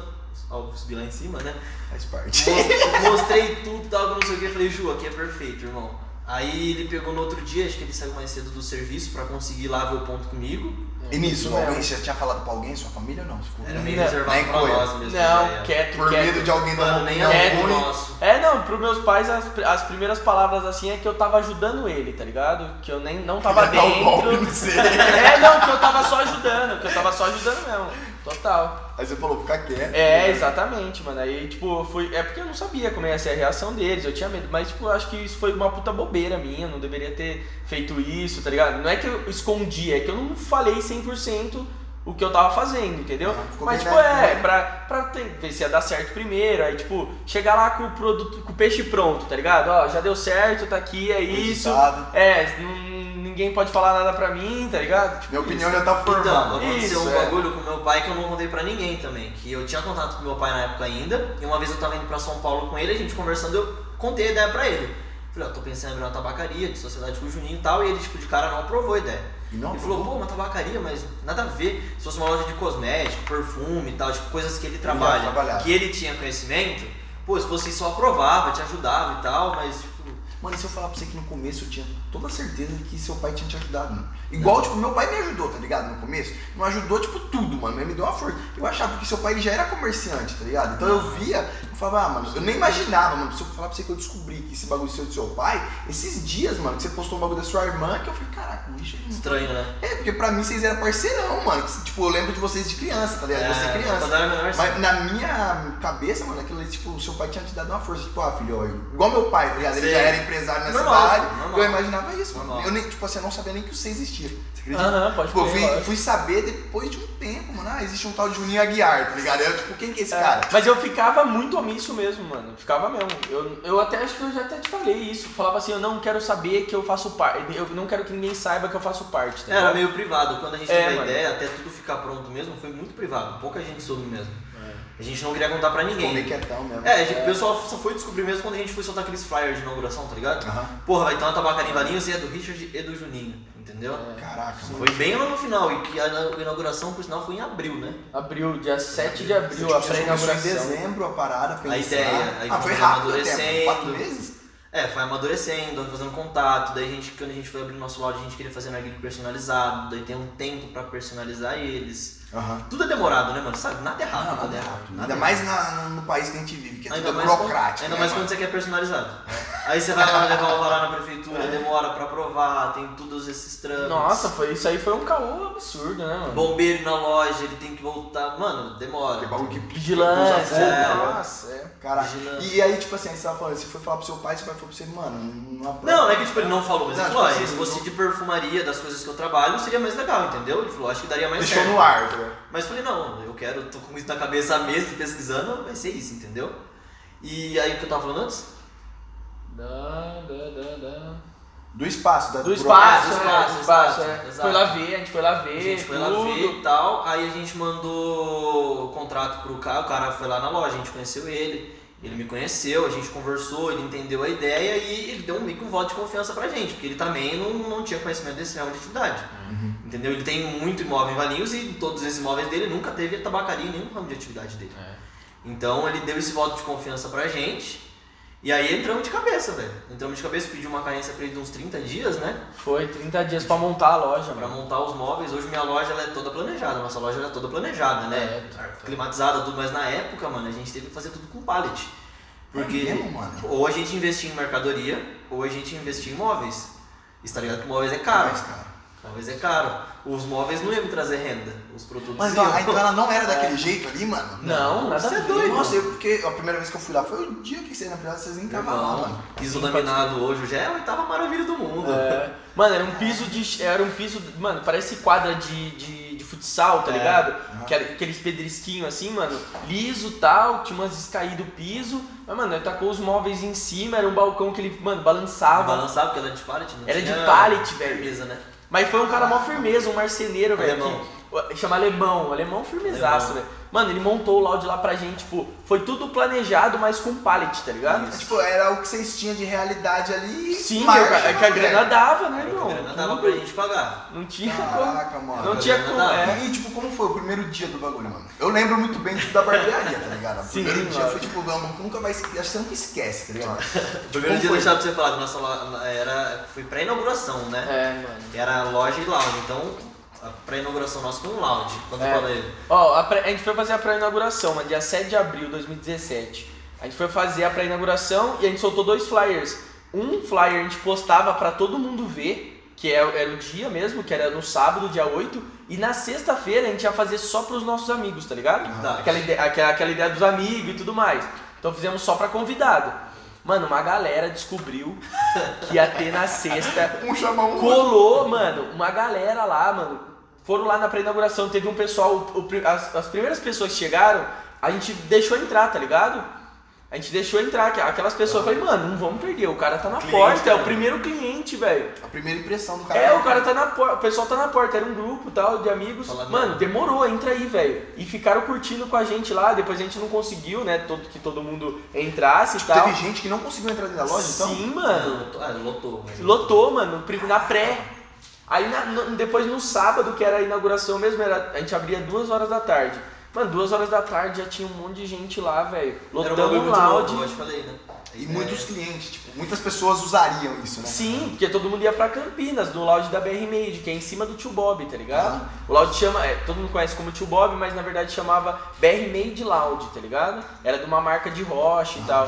S2: ó, subi lá em cima, né?
S4: Faz parte.
S2: Mos- Mostrei tudo, tal, que não sei o que. Falei, Ju, aqui é perfeito, irmão. Aí ele pegou no outro dia, acho que ele saiu mais cedo do serviço pra conseguir lá ver o ponto comigo.
S4: E nisso,
S3: Não.
S4: alguém, você já tinha falado pra alguém, sua família ou não? Você ficou
S2: Era
S4: com
S2: meio
S4: medo?
S2: reservado
S4: Nem
S2: pra
S4: foi.
S2: nós mesmo.
S3: Não, é
S2: né?
S3: quieto,
S4: é, Por
S3: quieto.
S4: medo de alguém dar
S2: Mano,
S4: um
S2: nem
S4: dar um
S2: é
S3: é
S4: ruim.
S2: nosso.
S3: É, não, pros meus pais, as, as primeiras palavras assim é que eu tava ajudando ele, tá ligado? Que eu nem não tava
S4: Dar um golpe
S3: dentro.
S4: no ser.
S3: É, não, que eu tava só ajudando, que eu tava só ajudando mesmo. Total.
S4: Aí você falou, fica quieto.
S3: É, exatamente, mano. Aí, tipo, eu fui. É porque eu não sabia como ia ser a reação deles, eu tinha medo. Mas, tipo, eu acho que isso foi uma puta bobeira minha, eu não deveria ter feito isso, tá ligado? Não é que eu escondi, é que eu não falei 100% o que eu tava fazendo, entendeu?
S4: Ah, ficou
S3: Mas,
S4: bem
S3: tipo,
S4: na-
S3: é, pra, pra ter- ver se ia dar certo primeiro, aí, tipo, chegar lá com o produto, com o peixe pronto, tá ligado? Ó, já deu certo, tá aqui, é isso.
S4: Editado.
S3: É, não- ninguém pode falar nada pra mim, tá ligado? Tipo,
S4: Minha opinião já tá
S2: Então,
S4: formada.
S2: aconteceu
S3: Isso,
S2: um
S3: é.
S2: bagulho com meu pai que eu não contei pra ninguém também. Que eu tinha contato com meu pai na época ainda. E uma vez eu tava indo pra São Paulo com ele, a gente conversando, eu contei a ideia pra ele. Falei, ó, tô pensando em abrir uma tabacaria de sociedade com o Juninho e tal. E ele, tipo, de cara não aprovou a ideia.
S4: E não
S2: ele falou, pô, uma tabacaria, mas nada a ver. Se fosse uma loja de cosmético, perfume e tal, tipo, coisas que ele trabalha,
S4: trabalhava.
S2: que ele tinha conhecimento, pô, se você só aprovava, te ajudava e tal, mas, tipo,
S1: Mano, e se eu falar pra você que no começo eu tinha toda certeza que seu pai tinha te ajudado, mano. Igual, tipo, meu pai me ajudou, tá ligado? No começo. Não ajudou, tipo, tudo, mano. Mas me deu uma força. Eu achava que seu pai ele já era comerciante, tá ligado? Então
S2: Uhum.
S1: eu via, eu falava, ah, mano, eu nem imaginava, mano. Se eu falar pra você que eu descobri que esse bagulho seu do seu pai, esses dias, mano, que você postou um bagulho da sua irmã, que eu falei, caraca, o bicho ele não
S2: Estranho, né?
S1: é, porque pra mim vocês eram parceirão, mano. Que, Tipo, eu lembro de vocês de criança, tá ligado?
S2: É,
S1: Você criança.
S2: Quando eu era menor, assim. sim.
S1: Mas na minha cabeça, mano, aquilo ali, tipo, o seu pai tinha te dado uma força, tipo, ah, filho, ó, igual meu pai, tá ligado? Ele
S2: Sim.
S1: já era empresário na
S2: Normal,
S1: cidade.
S2: normal.
S1: Eu imaginava isso, mano.
S2: Normal.
S1: Eu nem, tipo assim, eu não sabia nem que você existia. Você
S4: é
S1: acredita?
S3: Aham, pode
S1: Tipo, eu
S3: crer,
S1: fui,
S3: lógico.
S1: fui saber depois de um tempo, mano. Ah, existe um tal de Juninho Aguiar, tá ligado? Eu, tipo, quem que é esse
S3: É,
S1: cara?
S3: Mas eu ficava muito omisso mesmo, mano. Ficava mesmo. Eu, eu até acho que eu já até te falei isso. Falava assim, eu não quero saber que eu faço parte. Eu não quero que ninguém saiba que eu faço parte. Tá
S2: Era
S3: ligado?
S2: meio privado. Quando a gente
S3: É,
S2: teve a
S3: mano.
S2: ideia, até tudo ficar pronto mesmo, foi muito privado. Pouca gente soube mesmo. A gente não queria contar pra
S1: Ficou meio
S2: ninguém.
S1: quietão mesmo.
S2: É, a gente- o pessoal só foi descobrir mesmo quando a gente foi soltar aqueles flyers de inauguração, tá ligado?
S1: Aham.
S2: Porra, vai ter uma tabacaria em Valinhos e é do Richard e do Juninho, entendeu?
S1: Caraca, mano.
S2: Foi bem lá no final, e que a inauguração, por sinal, foi em abril, né?
S3: Abril, dia 7 de
S1: Você,
S3: abril,
S1: tipo, já
S3: a
S1: começou em
S3: pré-inauguração.
S1: dezembro a parada, pensar.
S2: ideia, aí
S1: ah, foi
S2: foi
S1: rápido o tempo,
S2: amadurecendo.
S1: quatro meses?
S2: É, foi amadurecendo, fazendo contato, daí a gente, quando a gente foi abrir o nosso loja, a gente queria fazer narguilho personalizado, daí tem um tempo pra personalizar eles.
S1: Aham.
S2: Tudo é demorado, né, mano? Sabe? Nada é
S1: Não,
S2: rápido, nada é rápido.
S1: Ainda mais na- na- no país que a gente vive, que é
S2: Ainda
S1: tudo
S2: mais, quando,
S1: burocrático.
S2: ainda
S1: né, mano?
S2: mais
S1: É.
S2: quando você quer personalizado. Aí você vai lá levar o alvará na prefeitura, demora pra aprovar, tem todos esses trâmites.
S3: Nossa, foi, isso aí foi um caô absurdo, né, mano?
S2: Bombeiro na loja, ele tem que voltar. Mano, demora.
S1: Que é bagulho que
S3: Vigilância,
S1: usa fogo,
S2: é.
S3: nossa, é.
S1: Caralho.
S2: Vigilância.
S1: E aí, tipo assim, você tava falando, você foi falar pro seu pai, seu pai falou pra você, mano, não aprova.
S2: Não, não é que tipo, ele não falou, mas
S1: Não,
S2: ele falou,
S1: tipo
S2: "Ah,
S1: assim,
S2: se fosse
S1: não-
S2: de perfumaria, das coisas que eu trabalho, seria mais legal, entendeu? Ele falou, acho que daria mais
S1: Deixou
S2: certo.
S1: no ar, tá ligado?
S2: Mas eu falei, não, eu quero, tô com isso na cabeça há meses, pesquisando, vai ser isso, entendeu? E aí o que eu tava falando antes?
S3: Da, da, da, da.
S1: Do espaço, da
S3: Do
S2: espaço,
S3: espaço,
S2: espaço,
S3: né? Do espaço,
S2: exato,
S3: é.
S2: exato.
S3: Foi lá ver, a gente foi lá ver.
S2: A gente foi lá
S3: tudo.
S2: ver e tal, aí a gente mandou o contrato pro cara, o cara foi lá na loja, a gente conheceu ele, ele me conheceu, a gente conversou, ele entendeu a ideia e ele deu um meio que um voto de confiança pra gente, porque ele também não, não tinha conhecimento desse ramo de atividade.
S1: Uhum.
S2: Entendeu? Ele tem muito imóvel em Valinhos e todos esses imóveis dele nunca teve tabacaria em nenhum ramo de atividade dele.
S3: É.
S2: Então ele deu esse voto de confiança pra gente. E aí entramos de cabeça, velho. Entramos de cabeça, pediu uma carência pra ele de uns 30 dias, né?
S3: Foi 30 dias pra montar a loja,
S2: Pra
S1: Ah.
S3: mano.
S2: montar os móveis. Hoje minha loja ela é toda planejada, nossa loja ela é toda planejada, né?
S3: É, tá.
S2: Climatizada, tudo, mas na época, mano, a gente teve que fazer tudo com pallet. Porque
S1: É mesmo, mano?
S2: ou a gente investia em mercadoria, ou a gente investia em móveis. Isso tá ligado que móveis é caro.
S1: Mas, cara.
S2: Móveis é caro. Os móveis não iam me trazer renda. Os produtos
S1: Mas
S2: iam.
S1: então,
S3: tá
S1: ah, então ela não era daquele jeito ali, mano?
S3: Não, nada
S2: Você é
S3: a ver,
S2: doido.
S3: mano.
S1: Nossa, eu, porque a primeira vez que eu fui lá foi o dia que você na privada, vocês
S3: Tá
S1: nem estavam lá,
S2: Irmão,
S1: mano.
S2: piso laminado hoje já é a oitava maravilha do mundo.
S3: É. Mano, era um piso de. Era um piso. Mano, parece quadra de, de, de futsal, tá ligado? Que era aqueles pedrisquinhos assim, mano, liso tal, tinha umas descaídas do piso. Mas, mano, ele tacou os móveis em cima, era um balcão que ele, mano, balançava.
S2: Balançava porque era de pallet, não
S3: Era de
S2: tinha
S3: pallet, velho.
S2: Firmeza, né?
S3: Mas foi um cara mó firmeza, um marceneiro, velho.
S2: Alemão.
S3: que- Chama alemão, alemão firmezaço,
S2: Alemão.
S3: velho. Mano, ele montou o laude lá pra gente, tipo, foi tudo planejado, mas com pallet, tá ligado?
S1: Tipo, era o que vocês tinham de realidade ali.
S3: Sim,
S1: marcha,
S3: eu- é que a
S1: mano,
S3: grana
S1: velho.
S3: dava, né,
S2: Era
S3: irmão?
S2: o que dava pra gente pagar.
S3: Não tinha como.
S1: Caraca, mano.
S3: Não tinha como, é.
S1: E tipo, como foi o primeiro dia do bagulho, mano? Eu lembro muito bem tipo, da barbearia, tá ligado? O
S3: Sim,
S1: primeiro dia
S3: mano.
S1: foi tipo, mano, nunca vai esquecer. Acho que você nunca esquece, tá ligado?
S2: O primeiro
S1: Como
S2: dia
S1: foi?
S2: deixar pra você falar que nossa loja era, foi pré-inauguração, né?
S3: É, mano.
S2: Era loja e lounge, então a pré-inauguração nossa foi um lounge. Quando
S3: É.
S2: fala aí.
S3: Ó, a, pré- a gente foi fazer a pré-inauguração, mano, dia 7 de abril de 2017. A gente foi fazer a pré-inauguração e a gente soltou dois flyers. Um flyer a gente postava pra todo mundo ver, que é- era o dia mesmo, que era no sábado, dia 8. E na sexta-feira a gente ia fazer só pros nossos amigos, tá ligado?
S2: Tá.
S3: Aquela, ideia, aquela, aquela ideia dos amigos e tudo mais. Então fizemos só pra convidado. Mano, uma galera descobriu que ia ter na sexta
S1: Um chama um.
S3: Colou, mano, uma galera lá, mano. Foram lá na pré-inauguração, teve um pessoal, o- o pri- as, as primeiras pessoas que chegaram, a gente deixou entrar, tá ligado? A gente deixou entrar, que- aquelas pessoas, eu falei, mano, não vamos perder, o cara tá na
S2: Cliente,
S3: porta, é
S2: né?
S3: o primeiro cliente, velho.
S1: A primeira impressão do cara. um
S3: É, o cara tá na porta, o pessoal tá na porta, era um grupo tal, de amigos.
S2: Fala,
S3: Mano, demorou, entra aí, velho. E ficaram curtindo com a gente lá, depois a gente não conseguiu, né, todo, que todo mundo entrasse e tal.
S1: Tipo, Teve gente que não conseguiu entrar dentro da loja, então?
S3: Sim, mano.
S2: Lotou- ah, lotou. mas-
S3: Lotou, mano, pri- na pré. Aí na- no- depois no sábado, que era a inauguração mesmo, era, a gente abria duas horas da tarde. Mano, duas horas da tarde já tinha um monte de gente lá, velho.
S2: Era um
S3: Lotando
S2: bagulho
S3: um
S2: muito louco,
S3: loud.
S2: igual eu te falei, né?
S4: E
S3: É.
S4: muitos clientes, tipo, muitas pessoas usariam isso, né?
S1: Tá,
S3: Sim, porque todo mundo ia pra Campinas, do lounge da BR Made, que é em cima do Tio Bob, tá ligado? O lounge chama, é, todo mundo conhece como Tio Bob, mas na verdade chamava BR Made Lounge, tá ligado? Era de uma marca de rocha e tal.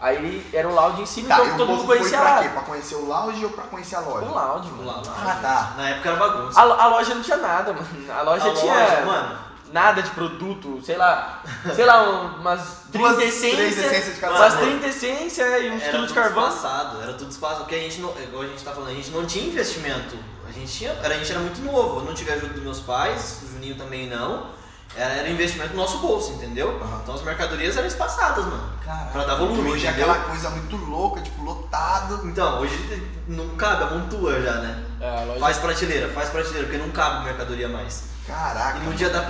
S3: Aí era um lounge em cima,
S4: Tá, e
S3: então
S4: o
S3: todo
S4: povo
S3: mundo
S4: foi
S3: conhecia
S4: pra
S3: lá.
S4: quê? Pra conhecer o lounge ou pra conhecer a loja?
S3: Um lounge, mano.
S2: Lá, lá,
S4: Ah, tá.
S2: Na época era bagunça.
S3: A, lo- a loja não tinha nada, mano. A loja
S2: A
S3: tinha
S2: loja, mano.
S3: nada de produto, sei lá, sei lá, um- umas 30
S4: Duas, três
S3: essências,
S4: essências de cada
S3: umas
S4: sabor.
S3: 30 essências e uns
S2: Era
S3: quilos
S2: tudo
S3: de carvão.
S2: espaçado, era tudo espaçado, porque a gente não, igual a gente tá falando, a gente não tinha investimento. A gente, tinha, era, a gente era muito novo, eu não tive ajuda dos meus pais, o Juninho também não. Era, era investimento no nosso bolso, entendeu?
S4: Aham.
S2: Então as mercadorias eram espaçadas, mano.
S4: Caraca,
S2: pra dar volume,
S4: hoje é
S2: entendeu?
S4: aquela coisa muito louca, tipo, lotado.
S2: Então, hoje não cabe, amontoa já, né?
S3: É, a loja
S2: Faz prateleira, faz prateleira, porque não cabe mercadoria mais.
S4: Caraca.
S2: E no dia da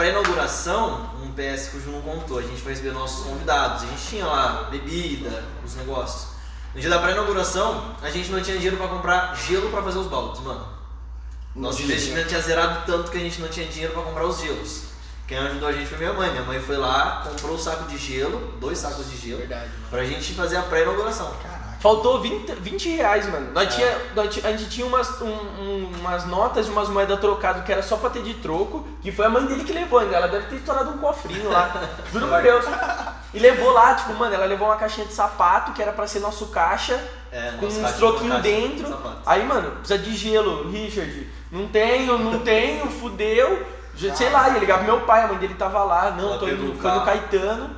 S2: pré-inauguração, um PS que o Ju não contou, a gente foi receber nossos convidados, a gente tinha lá bebida, os negócios. No dia da pré-inauguração, a gente não tinha dinheiro pra comprar gelo pra fazer os baldes, mano.
S4: Não
S2: Nosso
S4: tinha.
S2: investimento tinha zerado tanto que a gente não tinha dinheiro pra comprar os gelos. Quem ajudou a gente foi minha mãe. Minha mãe foi lá, comprou um saco de gelo, dois sacos de
S3: é
S2: gelo,
S3: verdade, mano.
S2: pra gente fazer a pré-inauguração.
S4: Caraca.
S3: Faltou 20, 20 reais, mano.
S4: É.
S3: Nós tinha, nós ti- a gente tinha umas, um- um- umas notas de umas moedas trocadas que era só pra ter de troco, que foi a mãe dele que levou ainda. Ela deve ter estourado um cofrinho lá. Juro por Deus. E levou lá, tipo, mano, ela levou uma caixinha de sapato que era pra ser nosso caixa,
S2: É,
S3: com
S2: nossa
S3: uns
S2: caixa-
S3: troquinhos
S2: caixa de
S3: dentro.
S2: sapato.
S3: Aí, mano, precisa de gelo, Richard. Não tenho, não tenho, fudeu. Já- Sei lá, ia ligar pro meu pai, a mãe dele tava lá. Não,
S2: Ela
S3: tô
S2: pegou
S3: indo,
S2: o
S3: foi no
S2: carro.
S3: Caetano.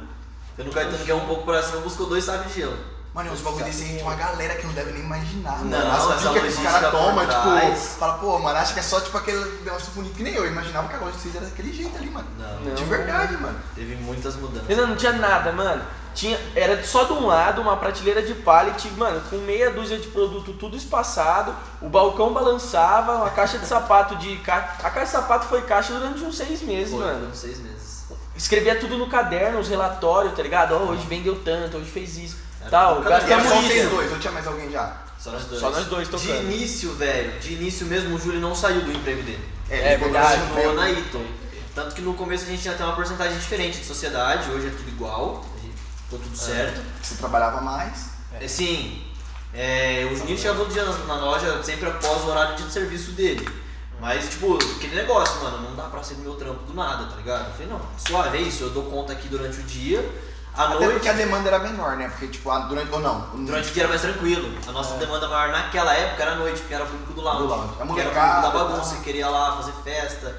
S2: Eu no Caetano, que é um pouco pra cima, buscou dois sacos de gelo.
S4: Mano, é uns bagulho desse aí tem uma galera que não deve nem imaginar,
S2: Não,
S4: mano. As
S2: essa
S4: picas que os
S2: logística
S4: caras
S2: por
S4: tomam, tipo,
S2: trás.
S4: fala, pô, mano, acha que é só tipo aquele negócio bonito que nem eu. Imaginava que a loja de vocês era daquele jeito ali, mano.
S2: Não,
S3: Não.
S4: De verdade, mano.
S2: teve muitas mudanças.
S3: Renan, não tinha nada, mano. Tinha, era só de um lado uma prateleira de pallet, mano, com meia dúzia de produto tudo espaçado, o balcão balançava, uma caixa de sapato de ca... A caixa de sapato foi caixa durante uns seis meses,
S2: Foi,
S3: mano.
S2: foram seis meses.
S3: Escrevia tudo no caderno, os relatórios, tá ligado? Ó, hoje vendeu tanto, hoje fez isso,
S2: Era um
S3: tal,
S2: tudo no
S4: E era
S3: gastamos
S2: caderno.
S4: só
S2: é isso.
S4: vocês dois, eu tinha mais alguém já.
S2: Só nós dois.
S3: Só nós dois
S2: De
S3: tocando.
S2: início, velho, de início mesmo, o Júlio não saiu do emprego dele.
S3: É
S4: eles botaram
S3: verdade,
S4: esse
S2: Continuou
S4: um tempo.
S2: na Eton. Tanto que no começo a gente já tem uma porcentagem diferente de sociedade, hoje é tudo igual, a gente- ficou
S3: É.
S2: tudo certo.
S4: Você trabalhava mais.
S2: É. Assim, é, o Juninho chegava todo dia na, na loja, sempre após o horário de serviço dele. Mas, tipo, aquele negócio, mano, não dá pra ser do meu trampo do nada, tá ligado? Eu falei, não, suave, é isso, eu dou conta aqui durante o dia, à
S4: Até
S2: noite.
S4: porque a demanda era menor, né? Porque, tipo, a- durante. Ou não.
S2: Durante o dia era mais tranquilo. A nossa demanda maior naquela época era à noite, porque era público do lounge.
S4: É. Do lounge. A
S2: que era
S4: molecada,
S2: público da bagunça,
S4: tá.
S2: que queria lá fazer festa.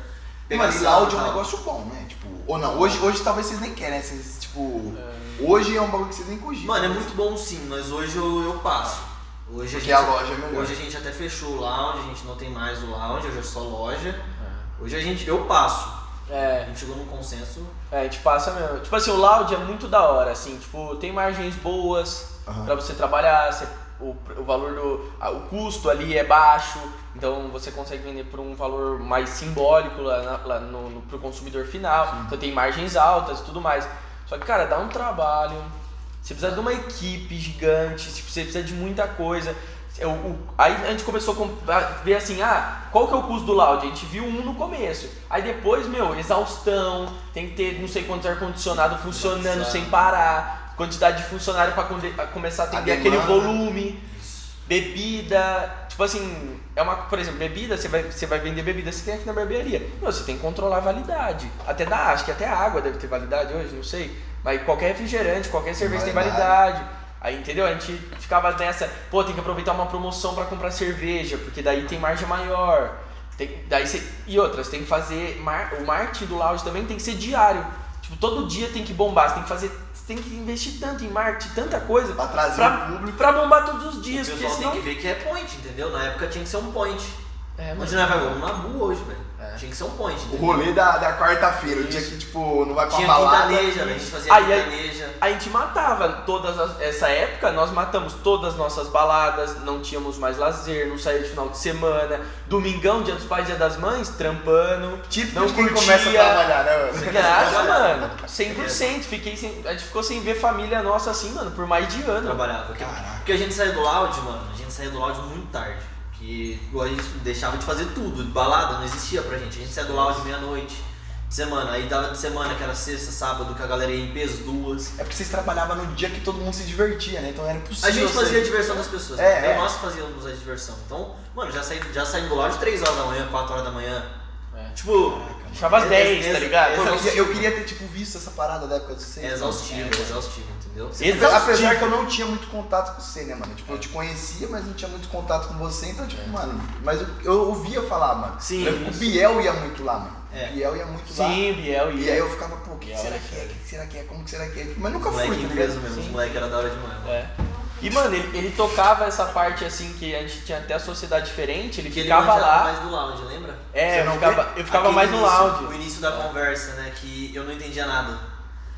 S2: pegar
S4: Mas áudio é um negócio bom, né? Tipo, ou não, hoje, hoje talvez vocês nem querem, né? Vocês, tipo, hoje é um bagulho que vocês nem cogitam.
S2: Mano, é muito bom sim, mas hoje eu, eu passo. Hoje a,
S4: Porque
S2: gente,
S4: a loja é melhor.
S2: hoje a gente até fechou o lounge, a gente não tem mais o lounge, hoje é só loja.
S4: É.
S2: Hoje a gente, eu passo. A
S3: É,
S2: gente chegou num consenso.
S3: é, a gente passa mesmo. Tipo assim, o loud é muito da hora, assim, tipo, tem margens boas
S4: Aham.
S3: pra você trabalhar, você- o, o valor do. a- o custo ali é baixo, então você consegue vender por um valor mais simbólico lá, na, lá no, no, pro consumidor final. Então tem margens altas e tudo mais. Só que, cara, dá um trabalho. Você precisa de uma equipe gigante, tipo, você precisa de muita coisa. É, o- o- aí a gente começou a com- a ver assim, ah, qual que é o custo do loud? A gente viu um no começo. Aí depois, meu, exaustão, tem que ter não sei quantos ar-condicionado funcionando
S2: Exato.
S3: sem parar, quantidade de funcionário pra conde- a começar a atender aquele
S4: demanda.
S3: volume, bebida, tipo assim, é uma, por exemplo, bebida, você vai, você vai vender bebida, você tem aqui na barbearia. Meu, você tem que controlar a validade. Até da, acho que até a água deve ter validade hoje, não sei. Mas qualquer refrigerante, qualquer cerveja tem
S4: validade.
S3: validade verdade. Aí, entendeu? A gente ficava nessa, pô, tem que aproveitar uma promoção pra comprar cerveja, porque daí tem margem maior. Tem- daí cê- e outras, tem que fazer. mar- o marketing do lounge também tem que ser diário. Tipo, todo dia tem que bombar, você tem que fazer. Você tem que investir tanto em marketing, tanta coisa,
S4: Pra trazer um
S3: pra,
S4: o público.
S3: pra bombar todos os
S2: O
S3: dias, porque
S2: pessoal
S3: senão.
S2: tem que ver que é point, entendeu? Na época tinha que ser um point.
S3: É,
S2: Mas
S3: mano.
S2: não vai vamos na rua hoje, velho.
S3: É.
S2: Tinha que ser um point.
S4: O
S2: entendeu?
S4: rolê da, da quarta-feira, o dia que, tipo, não vai pra
S2: Tinha
S4: balada.
S2: quintaneja, né? a gente fazia
S3: Aí, aí-
S2: quintaneja.
S3: A gente matava todas as- essa época, nós matamos todas as nossas baladas, não tínhamos mais lazer, não saía de final de semana, domingão, dia dos pais, dia das mães, trampando.
S4: Tipo,
S3: Não
S4: de quem
S3: curtia.
S4: começa a trabalhar, né? mano?
S3: Nada, mano. 100%. Fiquei sem, a gente ficou sem ver família nossa assim, mano, por mais de
S2: Eu
S3: ano.
S2: trabalhava. Porque,
S4: Caraca.
S2: porque a gente saiu do loud, mano, a gente saiu do loud muito tarde. Que igual a gente deixava de fazer tudo, balada não existia pra gente. A gente saía do loud meia-noite, de semana. Aí dava de semana, que era sexta, sábado, que a galera ia em peso, duas.
S1: É porque vocês trabalhavam no dia que todo mundo se divertia, né? Então era impossível.
S2: A gente
S1: você-
S2: fazia a diversão das pessoas.
S1: É,
S2: né?
S1: é.
S2: Eu, nós fazíamos a diversão. Então, mano, já saí, já saí do loja 3 horas da manhã, 4 horas da manhã.
S3: É.
S2: Tipo,
S3: Fechava às
S2: É,
S3: 10,
S2: é,
S3: tá ligado?
S1: Pô,
S2: é,
S1: eu, queria, eu queria ter, tipo, visto essa parada da época de vocês.
S2: é
S1: mano.
S2: exaustivo, é exaustivo, entendeu?
S3: Sim.
S1: Apesar- Apesar
S3: Exaustivo.
S1: que eu não tinha muito contato com você, né, mano? Tipo, eu te conhecia, mas não tinha muito contato com você, então, tipo, mano. Mas eu, eu ouvia falar, mano.
S2: É. Sim,
S1: Eu lembro que o
S2: isso.
S1: Biel ia muito lá, mano.
S2: É.
S1: O Biel ia muito lá.
S3: Sim, Biel
S1: E aí eu ficava, pô, o que
S3: Biel
S1: será
S3: era
S1: que é? O
S3: foda.
S1: que será que é? Como que será que é? Mas nunca fui,
S2: Moleque
S1: tá
S2: em
S1: ligado?
S2: peso mesmo, os
S3: Sim.
S2: moleque era da hora demais. mano.
S3: É. E, mano, ele, ele tocava essa parte assim que a gente tinha até a sociedade diferente, ele
S2: Que ele
S3: ficava
S2: manjava
S3: lá.
S2: mais do lounge, lembra?
S1: Você
S3: É, eu
S1: não
S3: ficava, eu ficava
S2: Aquele
S3: mais no É.
S2: início- O
S3: áudio.
S2: início da conversa, né? Que eu não entendia nada.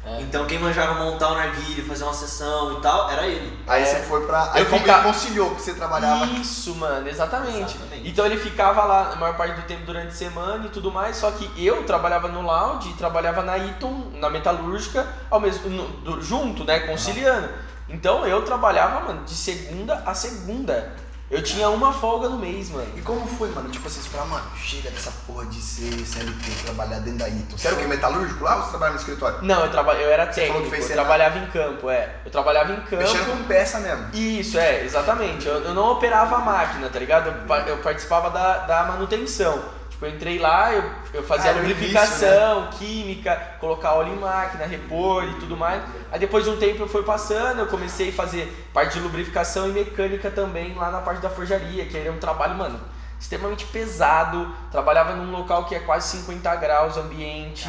S3: É.
S2: Então quem manjava montar o narguilho, fazer uma sessão e tal, era ele.
S1: Aí
S3: É.
S1: você foi pra. Aí
S3: Eu
S1: como
S3: fica-
S1: ele conciliou que você trabalhava.
S3: Isso, mano, exatamente.
S2: Exatamente.
S3: Então ele ficava lá a maior parte do tempo durante a semana e tudo mais, só que eu trabalhava no Loud e trabalhava na Iton, na metalúrgica, ao mesmo no- do- junto, né, conciliando. Então eu trabalhava, mano, de segunda a segunda. Eu tinha uma folga no mês, mano.
S1: E como foi, mano? Tipo, vocês falaram, mano, chega dessa porra de ser CLT, trabalhar dentro da Ito. Você era o quê? Metalúrgico lá ou você trabalhava no escritório?
S3: Não, eu, traba... eu era
S1: falou que
S3: técnico,
S1: fez
S3: eu
S1: cenário.
S3: trabalhava em campo, é. Eu trabalhava em campo.
S1: Mexendo com peça mesmo.
S3: Isso, é, exatamente. Eu, eu não operava a máquina, tá ligado? Eu, pa- eu participava da, da manutenção. Tipo, eu entrei lá, eu, eu
S1: Ah,
S3: fazia
S1: era o início,
S3: lubrificação, química, colocar óleo em máquina, repor e tudo mais. Aí depois de um tempo eu fui passando, eu comecei a fazer parte de lubrificação e mecânica também lá na parte da forjaria, que era um trabalho, mano, extremamente pesado. Trabalhava num local que é quase 50 graus ambiente.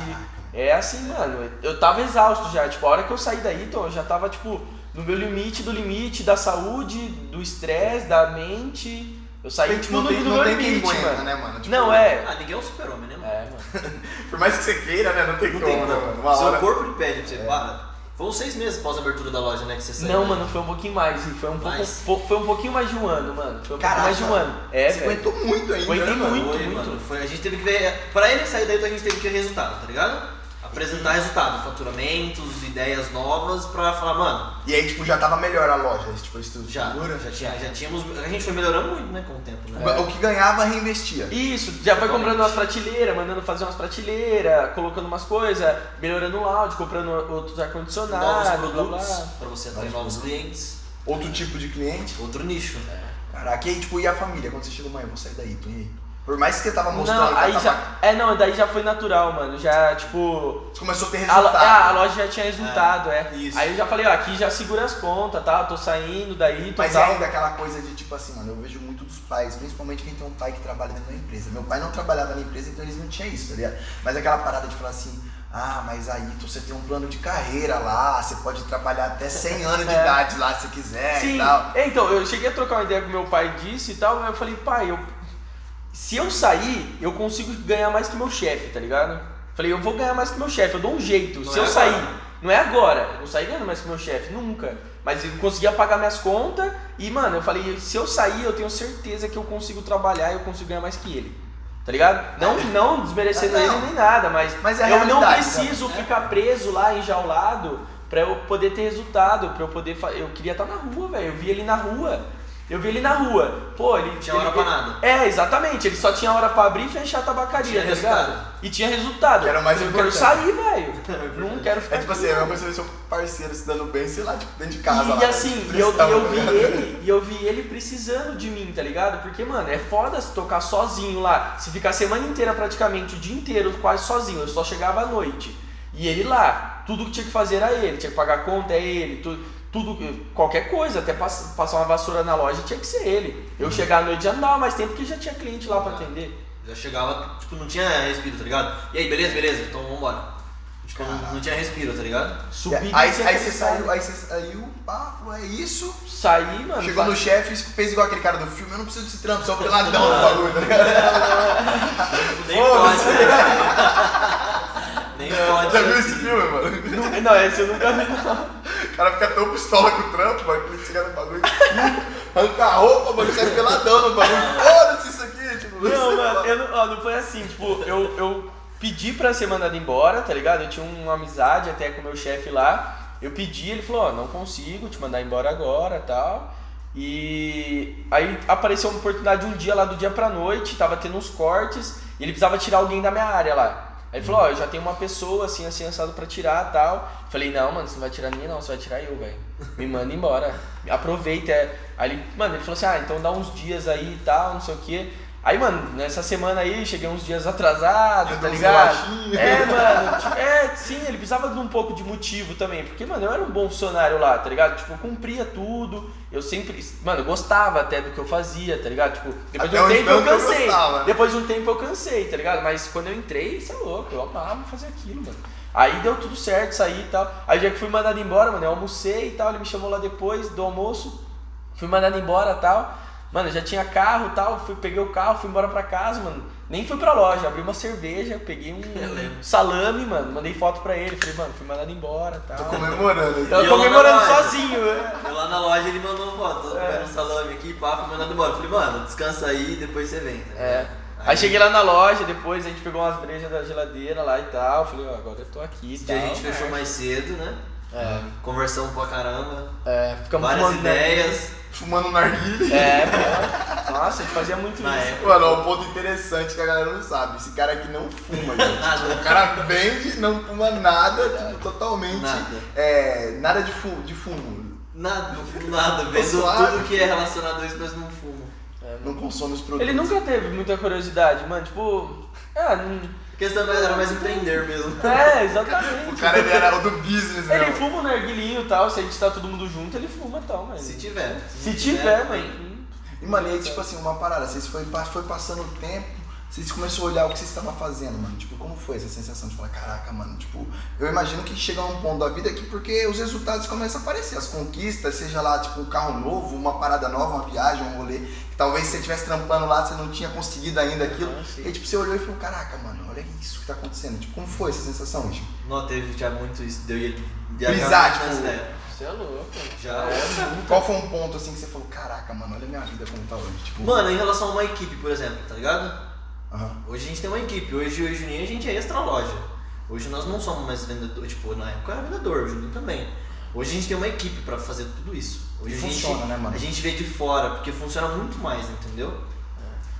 S3: É assim, mano, eu tava exausto já, tipo, a hora que eu saí daí, então, eu já tava, tipo, no meu limite do limite da saúde, do estresse, da mente. Eu saí,
S1: Tem,
S3: tipo,
S1: tipo,
S3: no,
S1: não tem,
S3: do
S1: não
S3: meu
S1: tem quem
S3: limite,
S1: aguenta,
S3: mano.
S1: né, mano? Tipo,
S3: Não, é.
S2: Ah, ninguém é um super-homem, né, mano?
S3: É, mano.
S1: Por mais que você queira, né?
S3: É.
S1: Não tem
S2: Não
S1: como,
S2: tem
S1: né, mano?
S2: como.
S1: Uma
S2: Seu
S1: hora.
S2: corpo lhe pede pra você, para. Foram seis meses após a abertura da loja, né? Que você saiu.
S3: Não,
S2: né?
S3: mano, foi um pouquinho mais, sim. Foi um, pouco,
S2: Mais?
S3: pou- foi um pouquinho mais de um ano, mano. Foi um pouquinho
S1: Caraca,
S3: mais de um ano. É,
S1: você
S3: velho.
S1: aguentou muito ainda.
S3: Aguentei
S1: né, mano?
S3: muito.
S2: Foi, mano. Foi, a gente teve que ver. Pra ele sair daí, a gente teve que ver resultado, tá ligado? Apresentar resultado, faturamentos, ideias novas pra falar, mano,
S1: E aí, tipo, já tava melhor a loja, tipo, a estrutura.
S2: já, já, tinha, já tínhamos. A gente foi melhorando muito, né, com o tempo, né?
S3: É.
S1: O que ganhava, reinvestia.
S3: Isso, já foi
S2: Totalmente.
S3: comprando
S1: um.
S3: umas prateleiras, mandando fazer umas prateleiras, colocando umas coisas, melhorando o áudio, comprando outros
S2: Novos
S3: ar-condicionado, blá blá.
S2: produtos, pra você atrair novos clientes,
S1: Outro tipo de cliente.
S2: outro nicho.
S1: Caraca, e aí, tipo, e a família? Quando você chegou, mãe, eu vou sair daí, tu e aí? Por mais que você tava mostrando
S3: Não,
S1: que
S3: aí
S1: ela tava-
S3: já. É, não, daí já foi natural, mano. Já, tipo,
S1: Você começou a ter
S3: A, lo-
S1: resultado.
S3: é, a loja já tinha resultado, é.
S2: isso.
S3: Aí eu já falei, ó, aqui já segura as contas, tá? Eu tô saindo daí, tô
S1: Mas é
S3: tal.
S1: ainda aquela coisa de tipo assim, mano, eu vejo muito dos pais, principalmente quem tem um pai que trabalha dentro da empresa. Meu pai não trabalhava na empresa, então eles não tinham isso, tá ligado? Mas aquela parada de falar assim, ah, mas aí tu- você tem um plano de carreira lá, você pode trabalhar até 100 anos de
S3: É.
S1: idade lá se quiser
S3: Sim.
S1: né, e tal.
S3: É, então, eu cheguei a trocar uma ideia com meu pai disso e tal, mas eu falei, pai, eu... se eu sair, eu consigo ganhar mais que meu chefe, tá ligado? Falei, eu vou ganhar mais que meu chefe, eu dou um jeito.
S2: Não
S3: se
S2: é
S3: eu
S2: agora.
S3: sair, não é agora, eu não saí ganhando mais que meu chefe, nunca. Mas eu conseguia pagar minhas contas e, mano, eu falei, se eu sair, eu tenho certeza que eu consigo trabalhar e eu consigo ganhar mais que ele. Tá ligado? Não, não desmerecendo
S1: Não.
S3: ele nem nada, mas
S1: Mas é a
S3: eu não
S1: realidade,
S3: preciso ficar preso lá, enjaulado, pra eu poder ter resultado, pra eu poder. fa- Eu queria estar na rua, velho. Eu vi ele na rua. Eu vi ele na rua. Pô, ele.
S2: Não tinha hora
S3: ele-
S2: pra nada.
S3: É, exatamente. Ele só tinha hora pra abrir e fechar a tabacaria,
S2: Tinha
S3: tá
S2: resultado.
S3: ligado? E tinha resultado.
S1: Que era o mais
S3: eu quero
S1: importante.
S3: sair, velho. Não quero ficar.
S1: É tipo
S3: aqui.
S1: assim, é uma coisa ver seu parceiro se dando bem, sei lá, tipo, dentro de casa.
S3: E,
S1: lá,
S3: assim,
S1: né?
S3: e eu,
S1: Tristão,
S3: e eu vi
S1: né?
S3: ele, e eu vi ele precisando de mim, tá ligado? Porque, mano, é foda se tocar sozinho lá. Se ficar a semana inteira praticamente, o dia inteiro, quase sozinho. Eu só chegava à noite. E ele lá, tudo que tinha que fazer era ele, tinha que pagar a conta, é ele, tudo. Tudo, qualquer coisa, até pass- passar uma vassoura na loja tinha que ser ele. Eu chegar à noite já não dava mais tempo porque já tinha cliente lá pra atender.
S2: Já chegava, tipo, não tinha respiro, tá ligado? E aí, beleza, beleza, então vambora. Tipo, não, não tinha respiro, tá ligado?
S1: É,
S3: Subir
S1: Aí,
S3: de
S1: aí você
S3: sempre-
S1: saiu, aí você saiu, pá, falou, é isso.
S3: Saí, mano.
S1: Chegou
S3: fa-
S1: no chefe e fez igual aquele cara do filme, eu não preciso desse trampo, só peladão no bagulho, tá ligado?
S2: Nem
S1: Foda-se.
S2: pode, né? Nem pode.
S1: Já viu
S2: né?
S1: esse filme, mano?
S3: Não, esse eu nunca vi, não.
S1: O cara fica tão pistola com o trampo, mano, que ele chega no bagulho, arranca a roupa, mano, sai peladão no bagulho. Foda-se isso aqui, tipo,
S3: Não, mano, eu não, ó, não foi assim, tipo, eu, eu pedi pra ser mandado embora, tá ligado? Eu tinha uma amizade até com o meu chefe lá. Eu pedi, ele falou, ó, não consigo te mandar embora agora tal. E aí apareceu uma oportunidade um dia lá do dia pra noite, tava tendo uns cortes, e ele precisava tirar alguém da minha área lá. Aí ele falou, ó, eu já tenho uma pessoa assim, assim, assado pra tirar tal. Falei, não, mano, você não vai tirar minha não, você vai tirar eu, velho. Me manda embora. Aproveita. é. Aí ele, mano, ele falou assim, ah, então dá uns dias aí e tal, não sei o quê. Aí, mano, nessa semana aí, cheguei uns dias atrasado,
S1: Eu
S3: tá
S1: dou uns
S3: ligado?
S1: lanchinhos.
S3: É, mano, tipo, é, sim, ele precisava de um pouco de motivo também, porque, mano, eu era um bom funcionário lá, tá ligado? Tipo, eu cumpria tudo, eu sempre, mano, eu gostava até do que eu fazia, tá ligado? Tipo, depois
S1: Até
S3: de um
S1: onde-
S3: tempo eu
S1: onde eu
S3: cansei,
S1: gostava.
S3: depois de um tempo eu cansei, tá ligado? Mas quando eu entrei, você é louco, eu amava fazer aquilo, mano. Aí deu tudo certo, saí e tal. Aí já que fui mandado embora, mano, eu almocei e tal, ele me chamou lá depois do almoço, fui mandado embora e tal. Mano, eu já tinha carro e tal, fui, peguei o carro, fui embora pra casa, mano. Nem fui pra loja, abri uma cerveja, peguei um
S2: Eu lembro.
S3: salame, mano, mandei foto pra ele, falei, mano, fui mandado embora e
S1: Tô
S3: tal.
S1: comemorando aqui.
S3: Tava
S2: E eu lá na
S3: comemorando
S2: loja.
S3: sozinho, né?
S2: Eu lá na loja ele mandou foto, tô comendo um salame aqui, papo, mandando embora. Eu Falei, mano, descansa aí, depois você vem. tá
S3: É.
S2: ligado?
S3: Aí cheguei lá na loja, depois a gente pegou umas brejas da geladeira lá e tal. Falei, ó, agora eu tô aqui. e
S2: Esse dia a
S3: tal,
S2: gente
S3: né?
S2: fechou mais cedo, né? É. Conversamos pra caramba,
S3: É, ficamos
S2: várias
S3: fumando, né?
S2: ideias.
S1: Fumando um narguilha.
S3: É, pô. Nossa, a gente fazia muito
S2: Na
S3: isso.
S2: época.
S1: Mano, é um ponto interessante que a galera não sabe. Esse cara aqui não fuma, gente. O cara vende, não fuma nada, tipo, totalmente.
S2: Nada.
S1: É, nada de fumo. De fumo.
S2: Nada, não fumo nada, vendo
S1: suave.
S2: tudo que é relacionado a isso, mas não fumo.
S1: Não consome os produtos.
S3: Ele nunca teve muita curiosidade, mano. Tipo. É, não-
S2: A questão mais- era mais empreender mesmo.
S3: é exatamente.
S1: O cara ele era o do business, né?
S3: Ele fuma um narguilinho e tal. Se a gente tá todo mundo junto, ele fuma então, e tal, mas.
S2: Se tiver.
S3: Se
S2: não tem.
S3: tiver, mano.
S1: E, mano, e aí, tipo assim, uma parada, vocês foi, pa- foi passando o tempo, vocês começaram a olhar o que vocês estavam fazendo, mano. Tipo, como foi essa sensação de falar, caraca, mano, tipo, eu imagino que chega um ponto da vida aqui porque os resultados começam a aparecer, as conquistas, seja lá, tipo, um carro novo, uma parada nova, uma viagem, um rolê, que talvez se você estivesse trampando lá, você não tinha conseguido ainda aquilo.
S3: Ah, sim.
S1: e aí, tipo, você olhou e falou, caraca, mano, olha isso que tá acontecendo. Tipo, como foi essa sensação, tipo?
S2: Não, teve já muito isso, deu e ele.
S1: Brisar,
S2: já-
S1: tipo-
S2: é,
S3: Você é louco.
S2: Já.
S1: Qual foi um ponto, assim, que você falou, caraca, mano, olha a minha vida como tá hoje,
S3: é.
S1: tipo...
S2: Mano, em relação a uma equipe, por exemplo, tá ligado?
S1: aham.
S2: Hoje a gente tem uma equipe, hoje eu e o Juninho a gente é extra loja. Hoje nós não somos mais vendedor, tipo, na época era vendedor, o Juninho também. Hoje a gente tem uma equipe pra fazer tudo isso. Hoje a gente-
S1: Funciona, né, mano?
S2: A gente vê de fora, porque funciona muito mais, entendeu?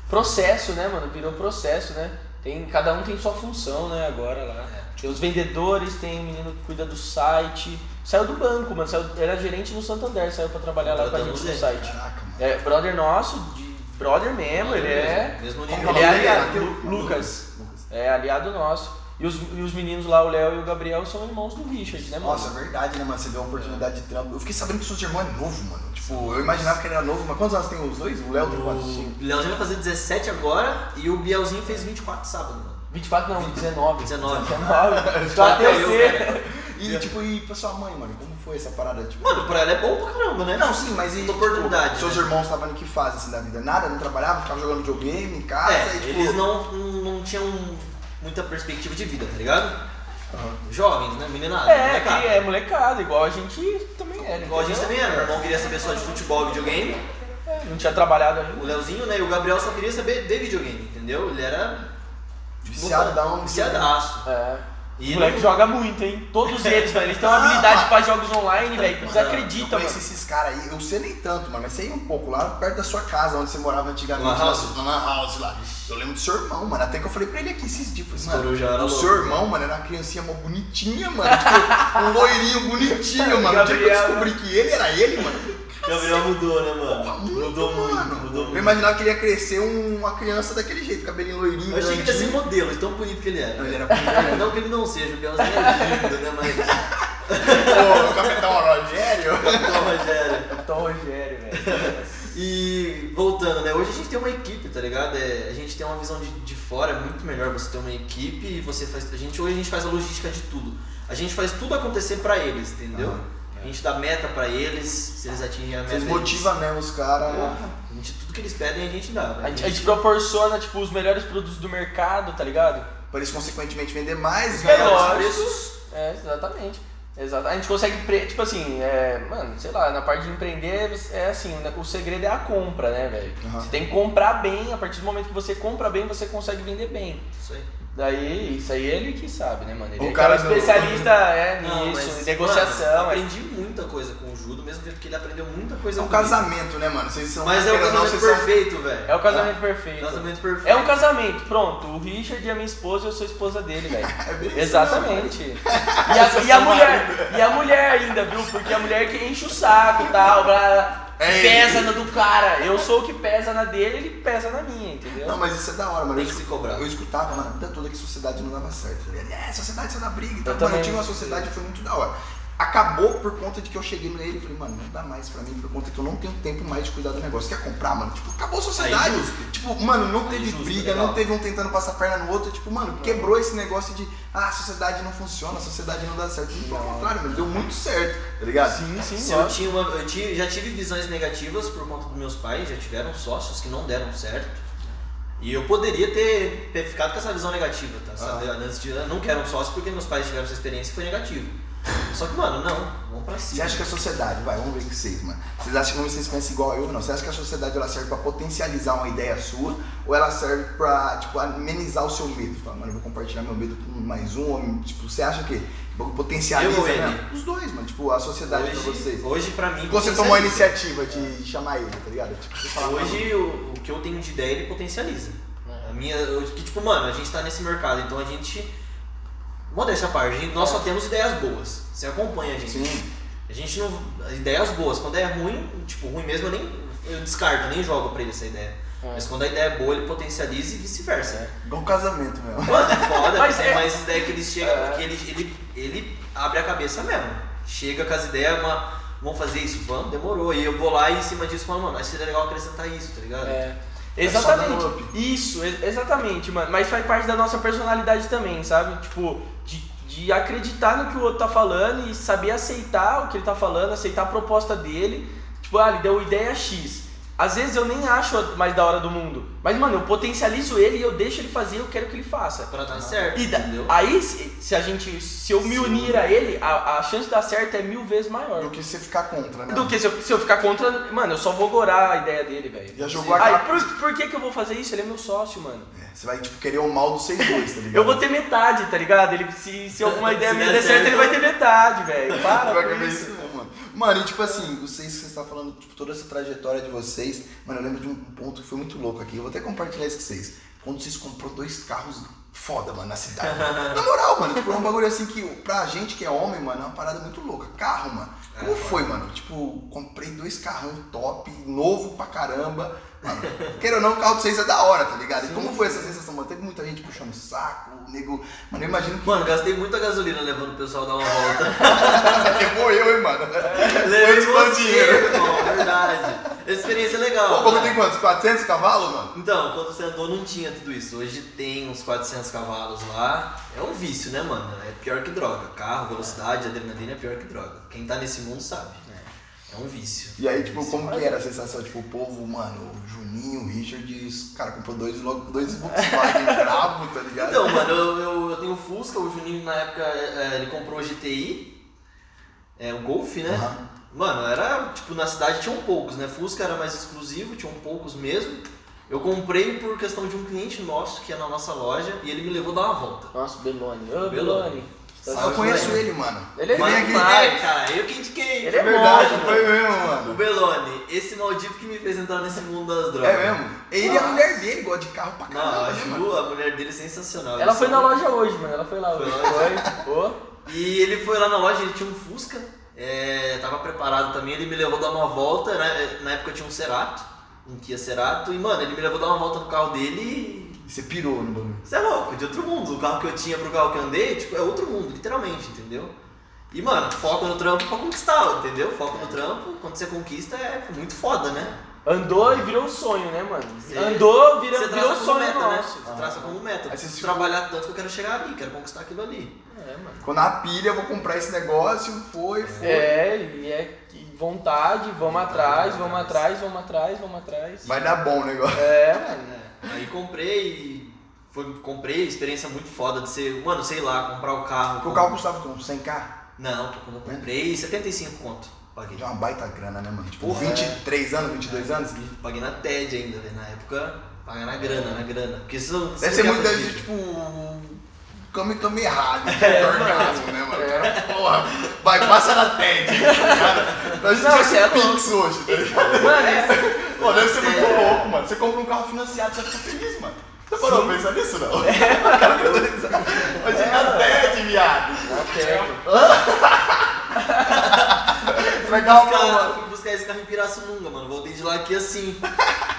S3: Processo, né, mano? Virou processo, né? Tem, cada um tem sua função, né, agora lá.
S2: É.
S3: Tem os vendedores, tem o menino que cuida do site. Saiu do banco, mano. Saiu, era gerente no Santander, saiu pra trabalhar lá com a gente no
S2: Contratamos
S3: site.
S1: Caraca, mano.
S3: É, brother nosso, de brother mesmo, ele é.
S2: Mesmo
S1: Como
S2: nível.
S1: que
S3: Ele
S1: o
S3: é
S1: nome dele?
S3: aliado,
S1: Mateus?
S3: Lu- Lucas.
S1: Lucas.
S3: É aliado nosso. E os, e os meninos lá, o Léo e o Gabriel, são irmãos do Richard, né, mano?
S1: Nossa, é verdade, né, mano? Você deu uma oportunidade de trampo. Eu fiquei sabendo que o seu irmão é novo, mano. Tipo, eu imaginava que ele era novo, mas quantos anos tem os dois? O Léo tem quatro, cinco.
S2: O Leozinho vai fazer 17 agora e o Bielzinho fez 24 sábado, mano.
S3: 24 não, 19.
S2: 19.
S3: 19. Só
S2: Até
S3: até né?
S2: eu,
S3: você.
S1: E, tipo, e pra sua mãe, mano? Como foi essa parada? Tipo,
S2: Mano, pra ela é bom pra caramba, né?
S1: não, sim, mas e.
S2: Muita oportunidade,
S1: Tipo, seus
S2: né?
S1: irmãos estavam em que fase assim da vida? Nada, não trabalhavam, ficavam jogando videogame em casa
S2: É,
S1: e, tipo.
S2: eles não, não tinham muita perspectiva de vida, tá ligado?
S1: Aham.
S2: Jovens, né? Meninada.
S3: É,
S2: molecada.
S3: que é molecada, igual a gente também era.
S2: Igual a gente
S3: entendeu?
S2: também era. Meu irmão queria saber só de futebol e videogame.
S3: É, Não tinha trabalhado ainda.
S2: O Leozinho, né? E o Gabriel só queria saber de videogame, entendeu? Ele era.
S1: Viciadão,
S2: Viciadaço.
S3: É.
S2: E
S3: o moleque
S2: não-
S3: joga muito, hein? Todos eles, velho. Eles têm uma habilidade pra jogos online, velho. que
S1: Ah. Eu
S3: Desacredita, mano.
S1: conheci esses caras aí, eu sei nem tanto, mano, mas sei um pouco, lá perto da sua casa, onde você morava antigamente,
S2: Lan house?
S1: na- na Lan House lá. Eu lembro do seu irmão, mano, até que eu falei pra ele aqui esses dias, falei, mano,
S2: Coruja era
S1: o
S2: Tá louco.
S1: seu irmão, mano, era uma criancinha mó bonitinha, mano, tipo, um loirinho
S2: Tá
S1: bonitinho, mano, o dia que eu
S3: Gabriel.
S1: descobri que ele era ele, mano, eu falei,
S2: Gabriel mudou, né, mano?
S1: muito,
S2: Mudou
S1: mano.
S2: muito, mudou
S1: Eu
S2: muito.
S1: imaginava que ele ia crescer um- uma criança daquele jeito, cabelinho loirinho,
S2: Eu achei que ele ia ser
S1: grandinho.
S2: modelo, de tão bonito que ele era.
S1: Não, ele era né?
S2: É, Não que ele não seja, o Bielzinho é lindo, né, mas.
S1: Pô, o capitão um Rogério.
S2: Capitão Rogério.
S3: Capitão Rogério, velho.
S2: E voltando, né? Hoje a gente tem uma equipe, tá ligado? É, a gente tem uma visão de, de fora, é muito melhor você ter uma equipe e você faz. A gente, hoje a gente faz a logística de tudo. A gente faz tudo acontecer pra eles, entendeu?
S3: Ah, é.
S2: A gente dá meta pra eles, se eles atingem a meta.
S1: Vocês
S2: eles-
S1: motivam, né, os caras.
S2: A gente, tudo que eles pedem a gente dá. né?
S3: A gente, a gente proporciona, tipo, os melhores produtos do mercado, tá ligado?
S1: Pra eles, consequentemente, vender mais,
S3: É
S1: ganhar mais
S3: lógico.
S1: preços.
S3: É, exatamente. Exato. A gente consegue, pre- tipo assim, é, mano, sei lá, na parte de empreender é assim, né, o segredo é a compra, né, velho?
S1: Aham.
S3: Você tem que comprar bem, a partir do momento que você compra bem, você consegue vender bem.
S2: Isso aí.
S3: Daí, isso aí ele que sabe, né, mano? Ele
S1: O
S3: é
S1: cara
S3: cara
S1: do-
S3: especialista é, nisso,
S2: Não, mas,
S3: em negociação.
S2: mano,
S3: é.
S2: aprendi muita coisa com o Ju, do mesmo jeito que ele aprendeu muita coisa
S1: É um
S2: comigo.
S1: casamento, né, mano? Vocês são
S2: Mas é um
S1: querendo ou não,
S2: casamento
S1: vocês são-
S2: perfeito, velho.
S3: É o casamento perfeito.
S2: Casamento perfeito.
S3: É um casamento, pronto. O Richard é minha esposa e eu sou esposa dele, velho.
S1: É bem isso,
S3: Exatamente. E a, e a mulher, e a mulher ainda, viu? Porque a mulher que enche o saco e tal, blá, blá,
S1: Ei.
S3: pesa na do cara. Eu sou o que pesa na dele, ele pesa na minha, entendeu?
S1: Não, mas isso é da hora, mano.
S2: Tem
S1: Eu,
S2: que se
S1: escu-
S2: cobrar.
S1: eu escutava, mano, a vida toda que sociedade não dava certo. tá ligado? É, sociedade só dá briga e tal.
S3: Eu
S1: Mano, eu
S3: também.
S1: tive uma sociedade que foi muito da hora. Acabou por conta de que eu cheguei nele e falei, mano, não dá mais pra mim, por conta que eu não tenho tempo mais de cuidar do negócio. Quer comprar, mano? Tipo, acabou a sociedade.
S2: Aí, justo.
S1: tipo, mano, não teve
S2: justo, tá
S1: briga,
S2: legal.
S1: não teve um tentando passar a perna no outro. Tipo, mano, quebrou esse negócio de, ah, a sociedade não funciona, a sociedade não dá certo. Pelo contrário, mano, deu muito certo, tá ligado?
S3: Sim,
S2: Se
S3: sim,
S2: eu,
S3: lógico.
S2: tinha uma, eu ti- já tive visões negativas por conta dos meus pais, já tiveram sócios que não deram certo. E eu poderia ter, ter ficado com essa visão negativa, tá?
S1: Ah.
S2: Sabe? Antes de, eu não quero um sócio porque meus pais tiveram essa experiência e foi negativo. Só que, mano, não, vamos pra
S1: Você
S2: cima.
S1: acha que a sociedade, vai, vamos ver que vocês, mano. Vocês acham que vocês pensam igual eu, não? Você acha que a sociedade ela serve pra potencializar uma ideia sua ou ela serve pra, tipo, amenizar o seu medo? Fala, mano, eu vou compartilhar meu medo com mais um homem. Tipo, você acha que potencializa
S2: Eu ou ele?
S1: né? Os dois, mano. Tipo, a sociedade pra vocês.
S2: hoje, hoje, pra mim.
S1: Você tomou a
S2: potencializa.
S1: iniciativa de chamar ele, tá ligado? Tipo, você fala, mano, É.
S2: Hoje o, o que eu tenho de ideia ele potencializa. A minha, eu- que tipo, mano, a gente tá nesse mercado, então a gente. Modéstia à parte, a gente- nós só temos ideias boas. Você acompanha a gente.
S1: É. Sim.
S2: A gente não. Ideias boas. Quando é ruim, tipo, ruim mesmo, eu nem. Eu descarto, nem jogo pra ele essa ideia.
S3: É.
S2: Mas quando a ideia é boa, ele potencializa e vice-versa.
S1: igual um casamento mesmo.
S2: Mano, é foda, mas
S3: Mas
S2: é
S3: é-
S2: mais ideia que ele chega,
S3: É.
S2: porque ele, ele, ele abre a cabeça mesmo. Chega com as ideias, uma, vamos fazer isso, vamos, demorou. E eu vou lá e em cima disso falo, mano, acho que seria legal acrescentar isso, tá ligado?
S3: É.
S1: É só dar um
S3: Exatamente.
S1: up.
S3: Isso, ex- exatamente, mano. Mas faz parte da nossa personalidade também, sabe? Tipo, de, de acreditar no que o outro tá falando e saber aceitar o que ele tá falando, aceitar a proposta dele. Tipo, ah, ele deu ideia X. Às vezes eu nem acho a mais da hora do mundo. Mas, mano, eu potencializo ele e eu deixo ele fazer, eu quero que ele faça.
S2: Pra dar certo,
S3: E da-
S2: entendeu?
S3: aí, se, se a gente. Se eu me
S2: Sim.
S3: unir a ele, a, a chance de dar certo é mil vezes
S1: Do
S3: maior.
S1: que você ficar contra, né?
S3: Do que se eu, se eu ficar contra. Mano, eu só vou gorar a ideia dele, velho.
S1: Já jogou a
S3: Ai,
S1: cara.
S3: por, por que, que eu vou fazer isso? Ele é meu sócio, mano.
S1: Você vai, tipo, querer o mal dos seis dois, tá ligado?
S3: Eu vou ter metade, tá ligado? Ele, se, se alguma ideia
S2: Se
S3: minha
S2: der
S3: der certo,
S2: certo.
S3: ele vai ter metade, velho. Para.
S1: Pior
S3: com
S1: que é bem
S3: isso.
S1: isso mesmo, mano. Mano, e tipo assim, vocês que você está falando, tipo, toda essa trajetória de vocês, mano, eu lembro de um ponto que foi muito louco aqui. Eu vou até compartilhar isso com vocês. Quando vocês comprou dois carros foda, mano, na cidade. mano. Na moral, mano, tipo, é um bagulho assim que pra gente que é homem, mano, é uma parada muito louca. Carro, mano. Como
S2: É,
S1: foi, mano? Tipo, comprei dois carrão top, novo pra caramba. Mano, queira ou não, o carro de vocês é da hora, tá ligado? E como foi essa sensação, mano? Teve muita gente puxando o saco, o nego. Mano, eu imagino
S2: Mano, gastei muita gasolina levando o pessoal dar uma volta.
S1: que levou eu, hein, mano?
S2: Levei
S1: Foi expandindo.
S2: você, irmão, verdade. Experiência legal. né?
S1: O bagulho tem quantos? 400 cavalos, mano?
S2: Então, quando você andou não tinha tudo isso. Hoje tem uns 400 cavalos lá. É um vício, né, mano? É pior que droga. Carro, velocidade, adrenalina é pior que droga. Quem tá nesse mundo sabe. É um vício.
S1: E aí, tipo, como que era a sensação? Tipo, o povo, mano, o Juninho, o Richard, os cara comprou dois, logo, dois Volkswagen brabo, tá ligado?
S2: Então, mano, eu, eu, eu tenho o Fusca, o Juninho na época é, é, ele comprou o GTI, é, o Golf, né?
S1: Aham.
S2: Mano, era, tipo, na cidade tinham poucos, né? Fusca era mais exclusivo, tinham poucos mesmo. Eu comprei por questão de um cliente nosso que é na nossa loja e ele me levou dar uma volta.
S3: Nossa, Belone. Ô, tá
S2: Belone.
S3: Belone.
S1: Ah, eu conheço ele, mano.
S3: Ele é
S1: Vem
S2: Mas,
S1: aqui.
S2: mas, cara, eu que indiquei.
S3: Ele é
S1: Verdade,
S3: bom,
S1: foi mesmo,
S2: O
S1: mano.
S2: Belone, esse maldito que me fez entrar nesse mundo das drogas.
S1: É mesmo? Ele e a mulher dele gosta de carro pra
S2: Não,
S1: caramba,
S2: a
S1: né, mano?
S2: Ju, a mulher dele é sensacional.
S3: Ela
S2: Eles
S3: foi na
S2: são-
S3: loja hoje, mano. Ela foi lá
S2: Foi
S3: hoje.
S2: lá
S3: Foi. Ô.
S2: E ele foi lá na loja, ele tinha um Fusca, é, tava preparado também, ele me levou dar uma volta, né? na época tinha um Cerato, um Kia Cerato, e mano, ele me levou dar uma volta no carro dele e...
S1: Você pirou no bagulho.
S2: Você é louco, de outro mundo, o carro que eu tinha pro carro que eu andei, tipo, é outro mundo, literalmente, entendeu? E mano, foco no trampo pra conquistar, entendeu? Foco no trampo, quando você conquista é muito foda, né?
S3: Andou e virou um sonho, né, mano?
S2: Você-
S3: Andou, vira,
S2: você
S3: virou
S2: traça como
S3: sonho
S2: meta, né?
S3: nosso.
S2: Você traça como meta,
S1: Aí
S2: preciso
S1: você-
S2: trabalhar tanto que eu quero chegar ali, quero conquistar aquilo ali.
S3: É, mano.
S1: Quando a pilha, eu vou comprar esse negócio, foi, foi.
S3: É, e é que vontade, vamos atrás, vamos atrás, vamos atrás, vamos atrás.
S1: Vai dar bom o negócio.
S3: É, mano.
S2: Aí comprei e foi, comprei, experiência muito foda de ser, mano, sei lá, comprar o carro.
S1: O carro custava tipo, com 100k?
S2: Não, quando eu comprei, 75 conto. Paguei.
S1: Já é uma baita grana, né, mano? Tipo,
S2: Porra,
S1: 23 anos, 22 anos?
S2: Paguei na TED ainda, né? Na época, pagar na grana, na grana. Porque isso não.
S1: Deve ser muito, deve ser, tipo, Kami Kami errado.
S3: É,
S1: orgasmo, né, mano? Cara, porra, vai, passa na TED. Cara, pra gente não,
S3: Não, você é louco.
S1: Pix hoje, tá ligado?
S3: Mano, é-
S1: Pô, deve ser muito
S2: É.
S1: louco, mano. Você compra um carro financiado, você fica feliz, mano. Você parou pra pensar nisso, não? O cara tá pensando. Hoje é na TED, viado.
S3: até-
S1: Vai dar uma
S2: Cara, fui buscar esse carro em Pirassununga, mano. Voltei de lá aqui assim.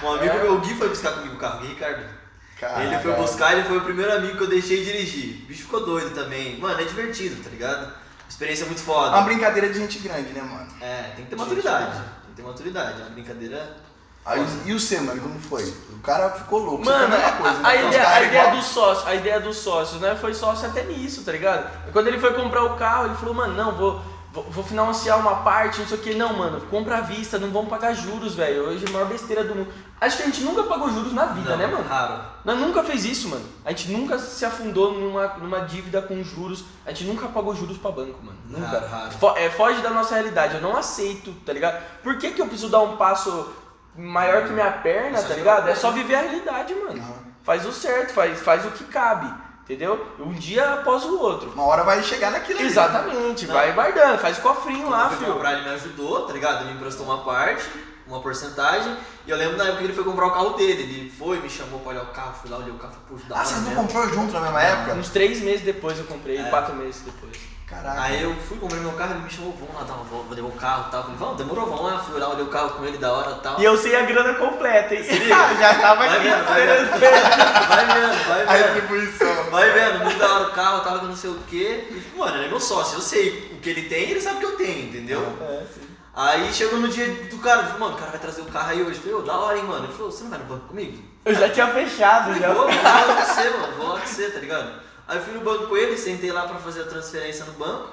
S2: Um amigo
S3: É.
S2: meu, o Gui, foi buscar comigo o carro, Gui Ricardo.
S1: Ah, Cara,
S2: ele foi buscar, ele foi o primeiro amigo que eu deixei dirigir. O bicho ficou doido também. Mano, é divertido, tá ligado? Experiência muito
S1: É
S2: foda.
S1: uma brincadeira de gente grande, né, mano?
S2: É, tem que ter maturidade. Tem que ter maturidade. É uma brincadeira.
S1: Aí, e o C, mano, como foi? O cara ficou louco. você
S3: Mano,
S1: foi mesma coisa,
S3: a-
S1: né?
S3: a,
S1: Os
S3: ideia,
S1: caras
S3: a ideia
S1: igual-
S3: do sócio, a ideia do sócio, né? Foi sócio até nisso, tá ligado? Quando ele foi comprar o carro, ele falou, mano, não, vou, vou, vou financiar uma parte, não sei o que. Não, mano, compra à vista, não vamos pagar juros, velho. Hoje é a maior besteira do mundo. Acho que a gente nunca pagou juros na vida,
S2: Não,
S3: né, mano?
S2: Raro.
S3: Nós nunca fez isso, mano. A gente nunca se afundou numa, numa dívida com juros. A gente nunca pagou juros pra banco, mano. Nunca.
S2: Raro, raro.
S3: Fo- é, foge da nossa realidade. Eu não aceito, tá ligado? Por que, que eu preciso dar um passo maior que minha perna,
S2: Isso
S3: tá
S2: é
S3: ligado?
S2: uma
S3: É só viver a realidade, mano.
S1: Uhum.
S3: Faz o certo, faz, faz o que cabe, entendeu? Um dia após o outro.
S1: Uma hora vai chegar naquilo ali.
S3: Exatamente,
S2: Não.
S3: vai guardando, faz o cofrinho
S2: Quando
S3: lá,
S2: eu fui
S3: filho.
S2: comprar, ele me ajudou, tá ligado? Ele me emprestou uma parte, uma porcentagem. E eu lembro na época que ele foi comprar o carro dele. Ele foi, me chamou pra olhar o carro, fui lá, olhei o carro, falei, puxa, da
S1: Ah,
S2: hora né?"
S1: vocês não
S2: mesmo.
S1: comprou junto na mesma época?
S3: Uns três meses depois eu comprei,
S2: É.
S3: quatro meses depois.
S1: Caraca.
S2: Aí eu fui, comprei meu carro, ele me chamou, vamos lá dar uma volta, vou levar o carro e tal. Falei, vamos, demorou, vamos lá. Fui lá, olhei o carro com ele da hora e tal.
S3: E eu sei a grana completa, hein?
S1: Já tava
S2: Vai
S1: aqui.
S2: vendo, vai vendo. Vai vendo, vai
S1: A
S3: é.
S2: vendo.
S1: retribuição.
S2: Vai vendo, muito da hora o carro, tava com não sei o quê. E, mano, ele é meu sócio, eu sei o que ele tem, ele sabe o que eu tenho, entendeu?
S3: É, sim.
S2: Aí chegou no dia do cara, eu falei, mano, o cara vai trazer o carro aí hoje. Eu falei, ô, da hora, hein, mano. Ele falou, você não vai no banco comigo?
S3: Eu já tinha fechado,
S2: Falei,
S3: já.
S2: vou, vou lá com você, mano, vou lá com você, tá ligado? Aí eu fui no banco com ele, sentei lá pra fazer a transferência no banco.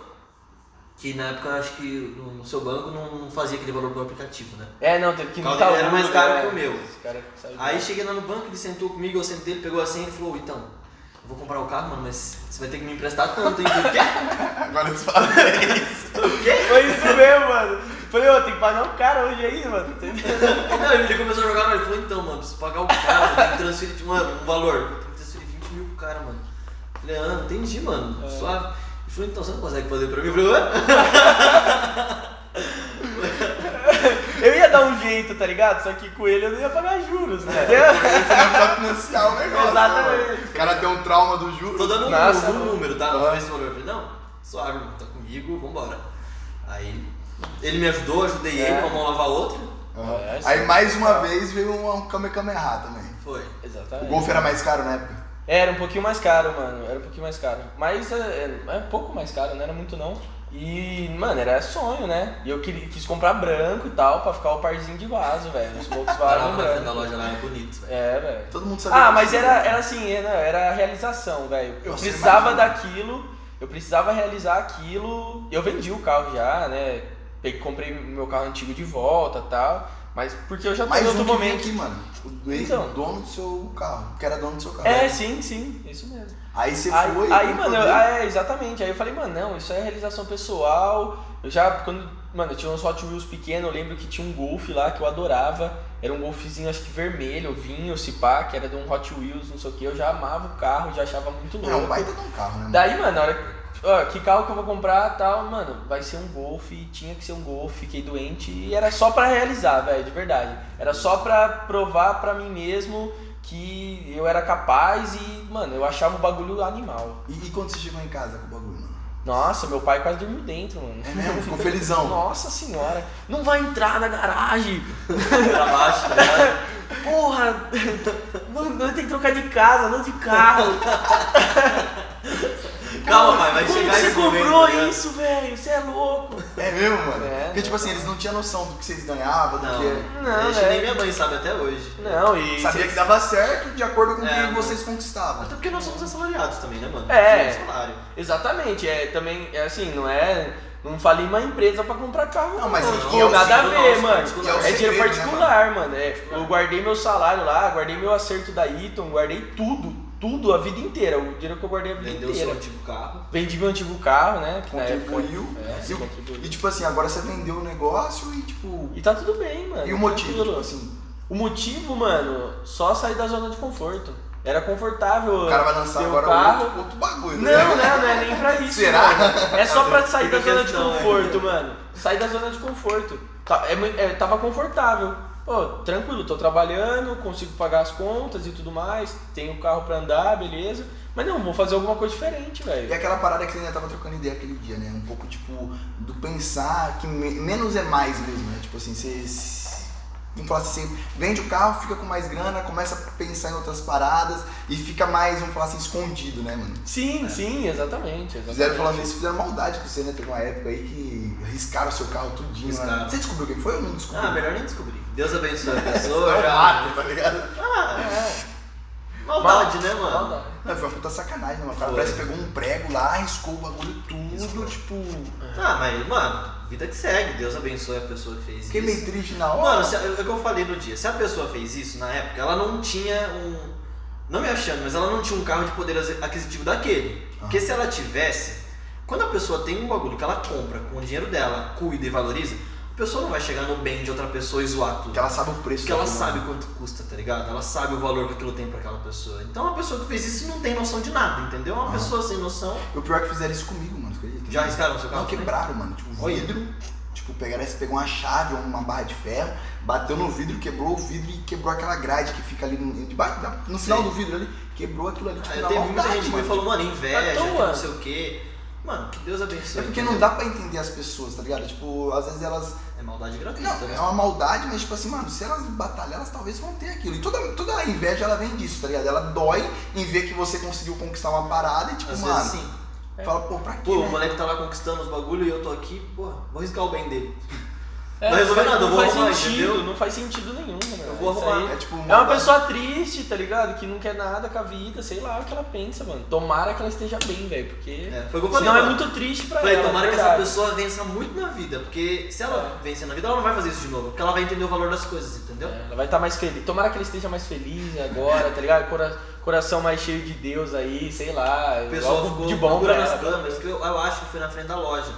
S2: Que na época eu acho que no, no seu banco não, não fazia aquele valor do aplicativo, né?
S3: É, não, teve
S2: O
S3: que imitar
S2: carro
S3: o
S2: dele era
S3: Lula,
S2: mais caro
S3: né?
S2: que o meu.
S3: Esse cara que saiu de-
S2: Aí cheguei lá no banco, ele sentou comigo, eu sentei, ele pegou assim e falou, então, eu vou comprar o carro, mano, mas você vai ter que me emprestar tanto, hein? Eu falei, "O
S1: Agora eles falam. né?
S3: Foi isso mesmo, mano. Falei, ô, tem que pagar o cara hoje aí, mano. Entendeu?
S2: quê? Não, ele começou a jogar, ele falou, então, mano, preciso pagar o carro, tem que transferir, mano, um valor. Eu tenho que transferir 20 mil pro cara, mano. Eu falei, ah, entendi, mano,
S3: É.
S2: suave. Ele falou, então, você não consegue fazer pra mim? Eu falei, "Hã?"
S3: Eu ia dar um jeito, tá ligado? Só que com ele eu não ia pagar juros, né?
S1: Você vai precisar financiar o negócio.
S3: Exatamente.
S1: né, mano? O cara tem um trauma do juro.
S2: tô dando um,
S3: Nossa,
S2: um
S3: não.
S2: número, tá? Não foi esse valor. Eu falei, não, suave, mano, tá comigo, vambora. Aí, ele me ajudou, ajudei
S3: É.
S2: ele, uma mão lavar a outra,
S1: Aham.
S3: É, sim.
S1: Aí mais uma vez veio um, um Kame Kame errar também.
S2: foi.
S1: O
S3: Exatamente.
S1: Golf era mais caro na época.
S3: Era um pouquinho mais caro, mano. Era um pouquinho mais caro. Mas é, é, é um pouco mais caro, não era muito não. E, mano, era sonho, né? E eu queria, quis comprar branco e tal, pra ficar o parzinho de vaso, velho. Os Volkswagen
S2: Parava na frente da
S3: branco.
S2: loja lá, é bonito, velho.
S3: É, velho.
S1: Todo mundo sabia.
S3: Ah,
S1: que
S3: mas
S1: você-
S3: era, era assim, era, era a realização, velho. Eu
S1: Nossa,
S3: precisava
S1: imagina.
S3: daquilo, eu precisava realizar aquilo. Eu vendi o carro já, né? Peguei, comprei meu carro antigo de volta e tal. Mas porque eu já tô
S1: Mais
S3: em
S1: um
S3: outro
S1: que momento.
S3: momento.
S1: aqui, mano. O do-
S3: Então.
S1: o dono do seu carro. Que era dono do seu carro.
S3: É, sim, sim, isso mesmo.
S1: Aí tá você
S3: Aí,
S1: foi.
S3: aí,
S1: foi
S3: mano, eu-
S1: poder-
S3: é, exatamente. Aí eu falei, mano, não, isso é realização pessoal. Eu já, quando, mano, eu tinha uns Hot Wheels pequeno, eu lembro que tinha um Golf lá que eu adorava. Era um Golfzinho, acho que vermelho, vinho, se pá, que era de um Hot Wheels, não sei o que. Eu já amava o carro, já achava muito louco.
S1: É um baita de um carro, né? mano?
S3: Daí, mano, na hora que, ó, que carro que eu vou comprar tal, mano, vai ser um Golf, e tinha que ser um Golf, fiquei doente e era só pra realizar, velho, de verdade. Era só pra provar pra mim mesmo que eu era capaz e, mano, eu achava o bagulho animal.
S1: E, e quando você chegou em casa com o bagulho, mano?
S3: Nossa, meu pai quase dormiu dentro, mano.
S1: É mesmo? Ficou felizão.
S3: Nossa senhora, não vai entrar na garagem.
S2: Pra baixo, tá ligado?
S3: Porra, mano, tem que trocar de casa, não de carro.
S2: Calma, pai, vai
S3: Como
S2: chegar
S3: que você
S2: esse momento,
S3: comprou
S2: tá ligado?
S3: isso, velho? Você é louco.
S1: É mesmo, mano?
S3: É,
S1: Porque, tipo assim, eles não tinham noção do que vocês ganhavam, do
S2: Não,
S1: que.
S3: Não,
S2: Acho que
S3: é.
S2: nem minha mãe sabe até hoje.
S3: Não, e
S1: Sabia que dava certo de acordo com o
S2: É,
S1: que
S2: mano.
S1: vocês conquistavam.
S2: Até porque nós somos assalariados também, né, mano?
S3: É.
S2: Somos salário.
S3: Exatamente, é também, é assim, não é. Não falei uma empresa pra comprar carro,
S1: Não, mas é que
S3: Pô,
S1: é o
S3: nada a
S2: segredo
S3: ver,
S2: nosso,
S3: mano.
S2: particular.
S1: E é o
S3: É, dinheiro
S1: segredo, né,
S3: particular, mano. É, eu guardei meu salário lá, guardei meu acerto da Eaton, guardei tudo, tudo, a vida inteira. O dinheiro que eu guardei a vida
S2: Vendeu o seu
S3: inteira.
S2: antigo carro.
S3: Vendi meu antigo carro, né? Que na época.
S1: Contribuiu.
S3: É,
S1: e, o-
S3: contribuiu.
S1: e, tipo assim, agora você vendeu o negócio e, tipo.
S3: E tá tudo bem, mano.
S1: E o motivo,
S3: Tranquilo.
S1: tipo assim.
S3: O motivo, mano, só sair da zona de conforto. Era confortável.
S1: O cara vai lançar
S3: ter um
S1: agora
S3: carro.
S1: outro, outro bagulho. né?
S3: Não, não, não é nem pra isso.
S1: Será?
S3: mano. É só pra sair da
S2: Fica a
S3: zona de
S2: questão, né?
S3: conforto, mano. Sair da zona de conforto. Tá- é mui- é, tava confortável. Pô, tranquilo, tô trabalhando, consigo pagar as contas e tudo mais, tenho carro pra andar, beleza. Mas não, vou fazer alguma coisa diferente,
S1: E
S3: velho.
S1: aquela parada que você ainda tava trocando ideia aquele dia, né? Um pouco, tipo, do pensar que me- menos é mais mesmo, né? Tipo assim, você... se- Vamos falar assim, você vende o carro, fica com mais grana, começa a pensar em outras paradas e fica mais, vamos falar assim, escondido, né, mano?
S3: Sim, sim, exatamente. exatamente.
S1: Fizeram
S2: assim,
S1: falando isso, fizeram maldade com você, né? Teve uma época aí que riscaram o seu carro tudinho, né?
S2: Riscaram.
S1: Você descobriu quem foi ou não descobriu?
S2: Ah, melhor nem descobrir. Deus abençoe a
S1: Foi
S2: pessoa.
S1: um
S2: já...
S1: mato, tá ligado?
S3: É,
S2: Maldade, né, mano?
S3: maldade.
S1: Não, foi uma puta sacanagem, né? O cara
S2: Foi.
S1: parece que pegou um prego lá, riscou o bagulho tudo,
S2: Riscou.
S1: tipo...
S2: Ah, mas, mano, vida que segue. Deus abençoe a pessoa que fez
S1: Fiquei meio
S2: isso.
S1: triste na hora.
S2: Mano, se, é o que eu falei no dia. Se a pessoa fez isso na época, ela não tinha um. Não me achando, mas ela não tinha um carro de poder aquisitivo daquele.
S1: Ah.
S2: Porque se ela tivesse, quando a pessoa tem um bagulho que ela compra com o dinheiro dela, cuida e valoriza, a pessoa não vai chegar no bem de outra pessoa e zoar tudo.
S1: Porque ela sabe o preço.
S2: Porque ela
S1: daquilo,
S2: sabe quanto custa, tá ligado? Ela sabe o valor que aquilo tem pra aquela pessoa. Então uma pessoa que fez isso não tem noção de nada, entendeu? É Uma
S1: Ah.
S2: pessoa sem noção.
S1: O pior é que fizeram isso comigo, mano. você acredita?
S2: Já arriscaram o seu carro?
S1: Não, quebraram, mano. Tipo,
S2: Olha.
S1: vidro. Tipo, pegaram, esse- pegou uma chave ou uma barra de ferro, bateu no vidro, quebrou o vidro e quebrou aquela grade que fica ali no, debaixo da- no final
S2: Sei.
S1: do vidro ali. Quebrou aquilo ali, tipo,
S2: Aí
S1: na
S2: teve muita
S1: maldade,
S2: gente que me
S1: mano. Tá
S2: falou, mano, inveja,
S3: Então,
S2: que não
S3: mano.
S2: sei o quê. Mano, que Deus abençoe.
S1: É porque não dá pra entender as pessoas, tá ligado? Tipo, às vezes elas.
S2: É maldade gratuita,
S1: Não, é
S2: né?
S1: uma maldade, mas tipo assim, mano, se elas batalhar, elas talvez vão ter aquilo. E toda, toda a inveja ela vem disso, tá ligado? Ela dói em ver que você conseguiu conquistar uma parada e tipo,
S2: Às
S1: mano,
S2: vezes sim.
S1: fala, pô, pra quê?
S2: Pô,
S1: né?
S2: o moleque tá lá conquistando os bagulho e eu tô aqui, pô, vou riscar o bem dele.
S3: É,
S2: Não resolveu
S3: faz-
S2: nada, eu vou
S3: Não
S2: arrumar,
S3: faz sentido,
S2: entendeu?
S3: não faz sentido nenhum, mano.
S2: Eu vou
S3: Isso
S2: arrumar.
S3: aí-
S1: É tipo
S3: É uma
S1: maldade.
S3: pessoa triste, tá ligado? Que não quer nada com a vida, sei lá o que ela pensa, mano. Tomara que ela esteja bem, velho, porque
S2: É, foi o que eu falei.
S3: senão é
S2: mano.
S3: muito triste pra
S2: Falei,
S3: ela.
S2: tomara
S3: é
S2: que essa
S3: verdade.
S2: pessoa vença muito na vida, porque se ela vencer na vida, ela não vai fazer isso de novo, porque ela vai entender o valor das coisas, entendeu?
S3: É, Ela vai estar mais feliz. Tomara que ela esteja mais feliz agora, tá ligado? Cora- coração mais cheio de Deus aí, sei lá.
S2: O pessoal
S3: É algo
S2: ficou
S3: de bom pra
S2: procurando as
S3: ela.
S2: câmeras, que eu, eu acho que foi na frente da loja.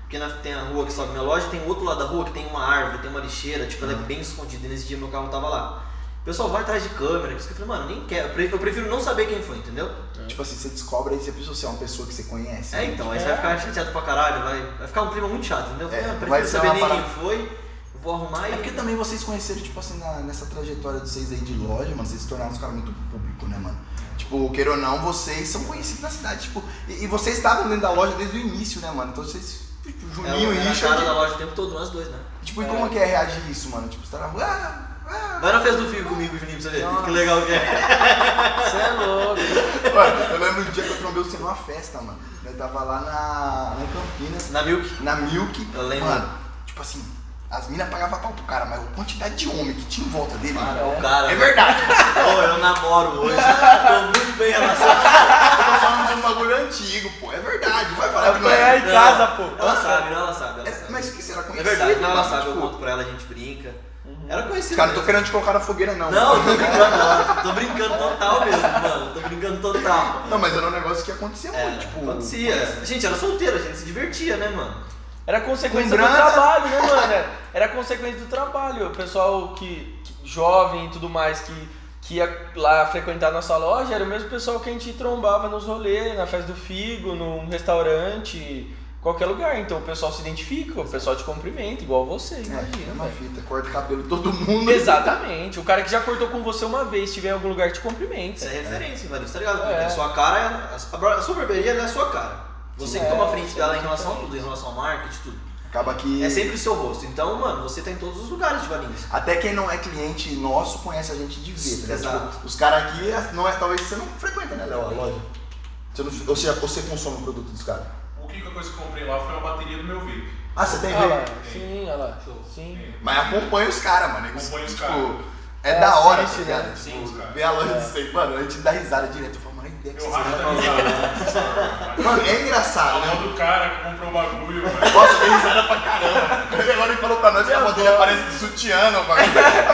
S2: Porque na- tem a rua que sobe minha loja, tem o outro lado da rua que tem uma árvore, tem uma lixeira, tipo,
S3: Ah.
S2: ela é bem escondida. E nesse dia meu carro tava lá. O pessoal vai atrás de câmera, que isso que eu falei, mano, nem quero. Eu pre- Eu prefiro não saber quem foi, entendeu?
S1: Tipo assim, você descobre aí se a pessoa se é uma pessoa que você conhece.
S2: É,
S1: né?
S2: então, aí você vai ficar chateado pra caralho, vai, vai ficar um clima muito chato, entendeu? Eu falei,
S1: É,
S2: ah, eu
S1: vai
S2: prefiro
S1: ser
S2: saber
S1: uma
S2: nem
S1: parada-
S2: quem foi, eu vou arrumar
S1: É
S2: e.
S1: porque também vocês conheceram, tipo assim, na- nessa trajetória de vocês aí de loja, mano, vocês se tornaram uns caras muito público, né, mano? Tipo, queira ou não, vocês são conhecidos na cidade, tipo, e, e vocês estavam dentro da loja desde o início, né, mano? Então vocês, tipo, Juninho
S2: Ela
S1: e
S2: era a cara da
S1: Richard,
S2: loja é o tempo todo, nós dois, né?
S1: tipo, e como é que é reagir isso, mano? Tipo, você tá na rua, ah, ah.
S2: Vai na festa do filho comigo, Juninho, pra você ver.
S3: Nossa.
S2: Que legal que é.
S3: Você é louco.
S1: Mano, eu lembro do dia que eu trombei você numa festa, mano, eu tava lá na, lá em Campinas,
S2: Na Milk.
S1: na Milk.
S2: Eu lembro.
S1: Mano, tipo assim, as minas pagavam pau pro cara, mas a quantidade de homem que tinha em volta dele.
S2: Cara,
S1: mano,
S2: o cara.
S1: é verdade.
S2: Pô, eu namoro hoje. Tô muito bem relacionado.
S1: Eu tô falando de um bagulho antigo, pô. É verdade. Vai falar que não
S3: É
S1: é.
S3: em casa, pô.
S2: Ela sabe, não, ela sabe. Ela
S1: É,
S2: sabe.
S1: Mas que será
S2: É
S1: conhecido?
S2: verdade, não, ela
S1: mano,
S2: sabe. Eu
S1: tipo,
S2: conto pra ela, a gente brinca. Era conhecida.
S1: Cara, eu tô
S2: mesmo.
S1: querendo te colocar na fogueira, não.
S2: Não, eu tô brincando, não. Tô brincando total mesmo, mano. Tô brincando total.
S1: Não, mas era um negócio que acontecia
S2: É,
S1: muito. Tipo,
S2: acontecia. A gente era solteiro, a gente se divertia, né, mano?
S3: Era consequência
S1: Com
S3: do
S1: grana.
S3: trabalho, né, mano? Era- Era consequência do trabalho. O pessoal que, que- jovem e tudo mais que, que ia lá frequentar nossa loja era o mesmo pessoal que a gente trombava nos rolês, na festa do figo, num restaurante, qualquer lugar. Então o pessoal se identifica, o pessoal te cumprimenta, igual você,
S1: É, é
S3: imagina.
S1: uma
S3: velho.
S1: fita, corta o cabelo de todo mundo.
S3: Exatamente. O cara que já cortou com você uma vez, estiver em algum lugar, te cumprimenta.
S2: Isso é referência, velho. Tá ligado?
S3: É.
S2: Porque a sua cara, é a sua- a sua barbearia ela é a sua cara. Você que
S3: É,
S2: toma a frente
S3: isso é
S2: dela em
S3: muito
S2: relação a
S3: diferente.
S2: tudo, em relação ao marketing, tudo.
S1: Acaba que.
S2: É sempre o seu rosto. Então, mano, você tá em todos os lugares de Valinhos.
S1: Até quem não é cliente nosso conhece a gente de ver, tá ligado?
S2: Exato.
S1: Tipo, os caras aqui, não é, talvez você não frequenta, né, Léo, a loja. Você não, ou seja, você consome o produto dos caras.
S5: A única coisa que eu comprei lá foi uma bateria do meu vape.
S1: Ah, você tem
S3: Olha
S1: ver?
S3: lá, sim, olha lá. Sim.
S1: Mas acompanha os caras, mano. Eles,
S5: Acompanha os
S1: tipo,
S5: caras.
S1: É,
S3: É,
S1: da hora,
S3: assiste,
S1: tá ligado?
S3: né?
S5: Sim, os caras.
S1: Ver a
S3: É.
S1: loja de vocês, mano, a gente dá risada direto. Eu falo, mano, ideia que
S5: Eu
S1: vocês
S5: racho
S1: vão
S5: da risada.
S1: Mano, é engraçado, né?
S5: Falando do cara que comprou o bagulho, mano.
S1: Nossa, dei risada pra caramba. Ele agora ele falou pra nós que a moto dele aparece de sutiã, não, mano.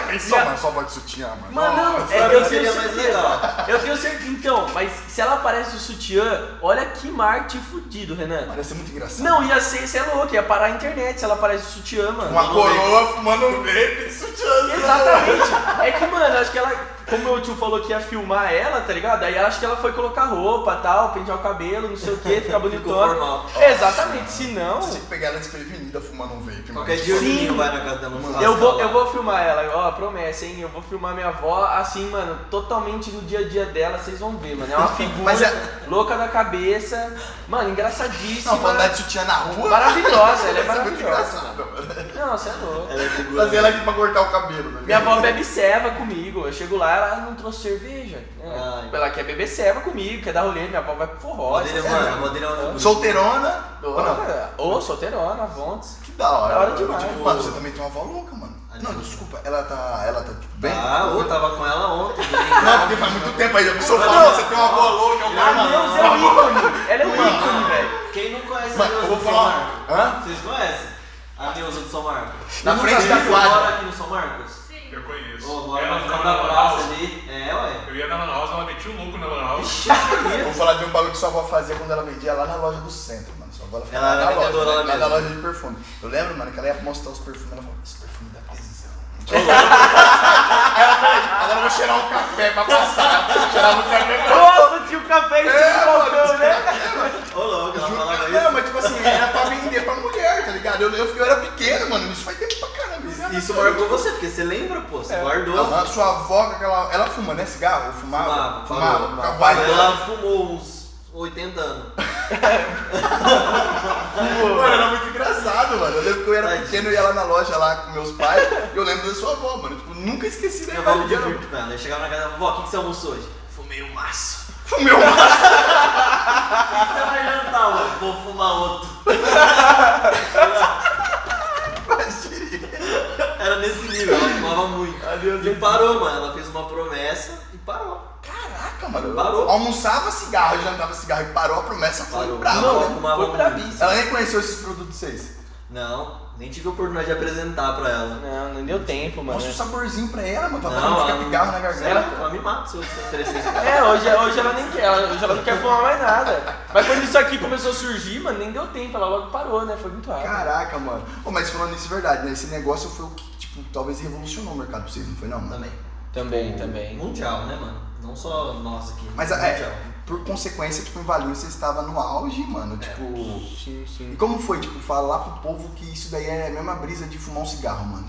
S1: Pensou, mano, só pode de sutiã, mano.
S3: Mano, não,
S1: Nossa.
S3: é,
S2: Pra
S3: eu
S2: mim
S3: tenho
S2: seria mais
S3: certeza.
S2: legal.
S3: Eu tenho certeza. Então, mas se ela aparece no sutiã, olha que marketing fudido, Renan.
S1: Mano, ia ser muito engraçado.
S3: Não, ia ser, você é louco, ia parar a internet se ela aparece no sutiã, mano.
S1: Uma coroa fumando um vape de sutiã.
S3: Exatamente. É que, mano, acho que ela como meu tio falou que ia filmar ela, tá ligado? Aí acho que ela foi colocar roupa tal, pentear o cabelo, não sei o que, ficar
S2: Ficou
S3: bonitona.
S2: formal.
S3: Exatamente, se não.
S1: Você tinha que pegar ela desprevenida fumando um vape, mano.
S2: Qualquer dia o
S3: Sim.
S2: Juninho vai na casa da mãe.
S3: Eu vou, eu vou filmar ela, ó, promessa, hein? Eu vou filmar minha avó assim, mano, totalmente no dia a dia dela, vocês vão ver, mano. É uma figura
S1: Mas é-
S3: louca da cabeça, mano, engraçadíssima.
S1: Não, pra andar de sutiã na rua.
S3: Maravilhosa, ela é
S1: Isso muito
S3: maravilhosa.
S1: engraçado, mano.
S3: Não, você é louco.
S2: Ela é figura.
S1: Fazer ela aqui pra cortar o cabelo, né?
S3: Minha avó bebe ceva comigo. Eu chego lá, ela não trouxe cerveja. É,
S2: Ai.
S3: Ela quer beber ceva comigo, quer dar rolê, minha avó vai pro forró.
S2: Modelo é
S3: essas
S2: uma-
S3: coisas.
S2: modelo é uma figura.
S1: Solteirona. Ou não?
S3: Ah, Ô, solteirona, avontes.
S1: Que da hora.
S3: Da hora
S1: mano.
S3: demais.
S1: Tipo, mano, você também tem uma avó louca, mano.
S2: Ah,
S1: Não,
S2: não.
S1: desculpa. Ela tá. Ela tá tipo, bem?
S2: Ah, eu tava com ela ontem.
S1: Não, porque faz muito tempo aí. A pessoa
S2: Ah,
S1: fala, "Não, você tem uma avó louca, é um
S3: Ah,
S1: cara
S3: meu
S1: maluco."
S3: Deus, é um ícone. Ela é um ícone, velho.
S2: Quem não conhece a
S1: Mano,
S2: Neuza
S1: eu vou
S2: do São
S1: falar.
S2: Marcos?
S1: Hã?
S2: Vocês conhecem? A Neuza do São Marcos.
S1: Na
S2: Nunca
S1: frente da
S2: viu?
S1: quadra.
S2: Mora aqui no São Marcos?
S5: Eu conheço.
S2: Ou mora
S5: ela
S2: na
S5: ficava
S2: na
S5: na Lan
S2: praça
S5: House.
S2: ali? É, ué.
S5: Eu ia na Lan House, ela metia o louco na Lan House.
S2: Ixi, eu
S1: Eu Vou falar de um bagulho que sua avó fazia quando ela vendia lá na loja do centro, mano. Sua avó ela ficava
S2: Ela era
S1: lá na loja,
S2: vendedora
S1: né?
S2: lá
S1: lá na
S2: mesmo.
S1: loja de perfume. Eu lembro, mano, que ela ia mostrar os perfumes, ela falava, esse perfume dá tesão. Aí ela falou, ela vou cheirar um café pra passar. Cheirava um café pra
S3: Nossa, tinha um café em cima
S1: É,
S3: do balcão, né?
S2: Ô, louco, ela falava
S1: Não,
S2: isso.
S1: mas tipo assim, era pra vender pra mulher, tá ligado? Eu, eu, eu era pequeno, mano, isso faz tempo pra caramba. isso.
S2: Isso marcou você, porque você lembra, pô. Você guardou.
S1: A sua avó, com aquela, ela fuma, né? Cigarro? Fumava? Fumava.
S2: Fumava, fumava,
S1: fumava.
S2: fumava.
S1: Capaz dela.
S2: Ela fumou uns 80 anos.
S1: Mano, era muito engraçado, mano. Eu lembro que eu era
S2: Tadinho.
S1: pequeno, eu ia lá na loja lá com meus pais, e eu lembro da sua avó, mano. Tipo, nunca esqueci da
S2: Eu
S1: avó.
S2: vou me divertir com ela. Eu chegava na casa dela, vó, o que que você almoçou hoje? Fumei um maço.
S1: Fumeu uma.
S2: O que você vai jantar hoje? Vou fumar outro. Era nesse nível, ela fumava muito.
S3: Adeus,
S2: E parou, mano. Ela fez uma promessa e parou.
S1: Caraca, mano. eu
S2: Parou.
S1: Almoçava cigarro, jantava cigarro e parou a promessa, foi
S2: Parou.
S1: brava.
S2: Não,
S1: né?
S2: ela fumava
S3: foi
S2: muito.
S3: brabíssimo.
S1: Ela nem conheceu esses produtos seis.
S2: Não, nem tive a oportunidade de apresentar pra ela. né?
S3: Não, não deu tempo, mano.
S1: Mostra o saborzinho pra ela, mano. Pra ela
S2: é. Não,
S1: não
S2: ela
S1: Tá ficar pigarro na garganta.
S2: Ela, ela me mata se eu oferecer isso.
S3: É, hoje, hoje ela nem quer, ela- hoje ela não quer fumar mais nada. Mas quando isso aqui começou a surgir, mano, nem deu tempo, ela logo parou, né? Foi muito rápido.
S1: Caraca, mano. Ô, mas falando isso é verdade, né? Esse negócio foi o que, tipo, talvez revolucionou o mercado pra vocês, não foi não, mano?
S2: Também. tipo,
S3: também, também.
S2: Mundial, né, mano? Não só nós aqui.
S1: Mas
S2: mundial.
S1: é, por consequência, tipo, em Valinhos você estava no auge,
S3: É.
S1: mano. Tipo.
S3: Sim,
S1: E
S3: sim.
S1: como foi, tipo, falar pro povo que isso daí é a mesma brisa de fumar um cigarro, mano?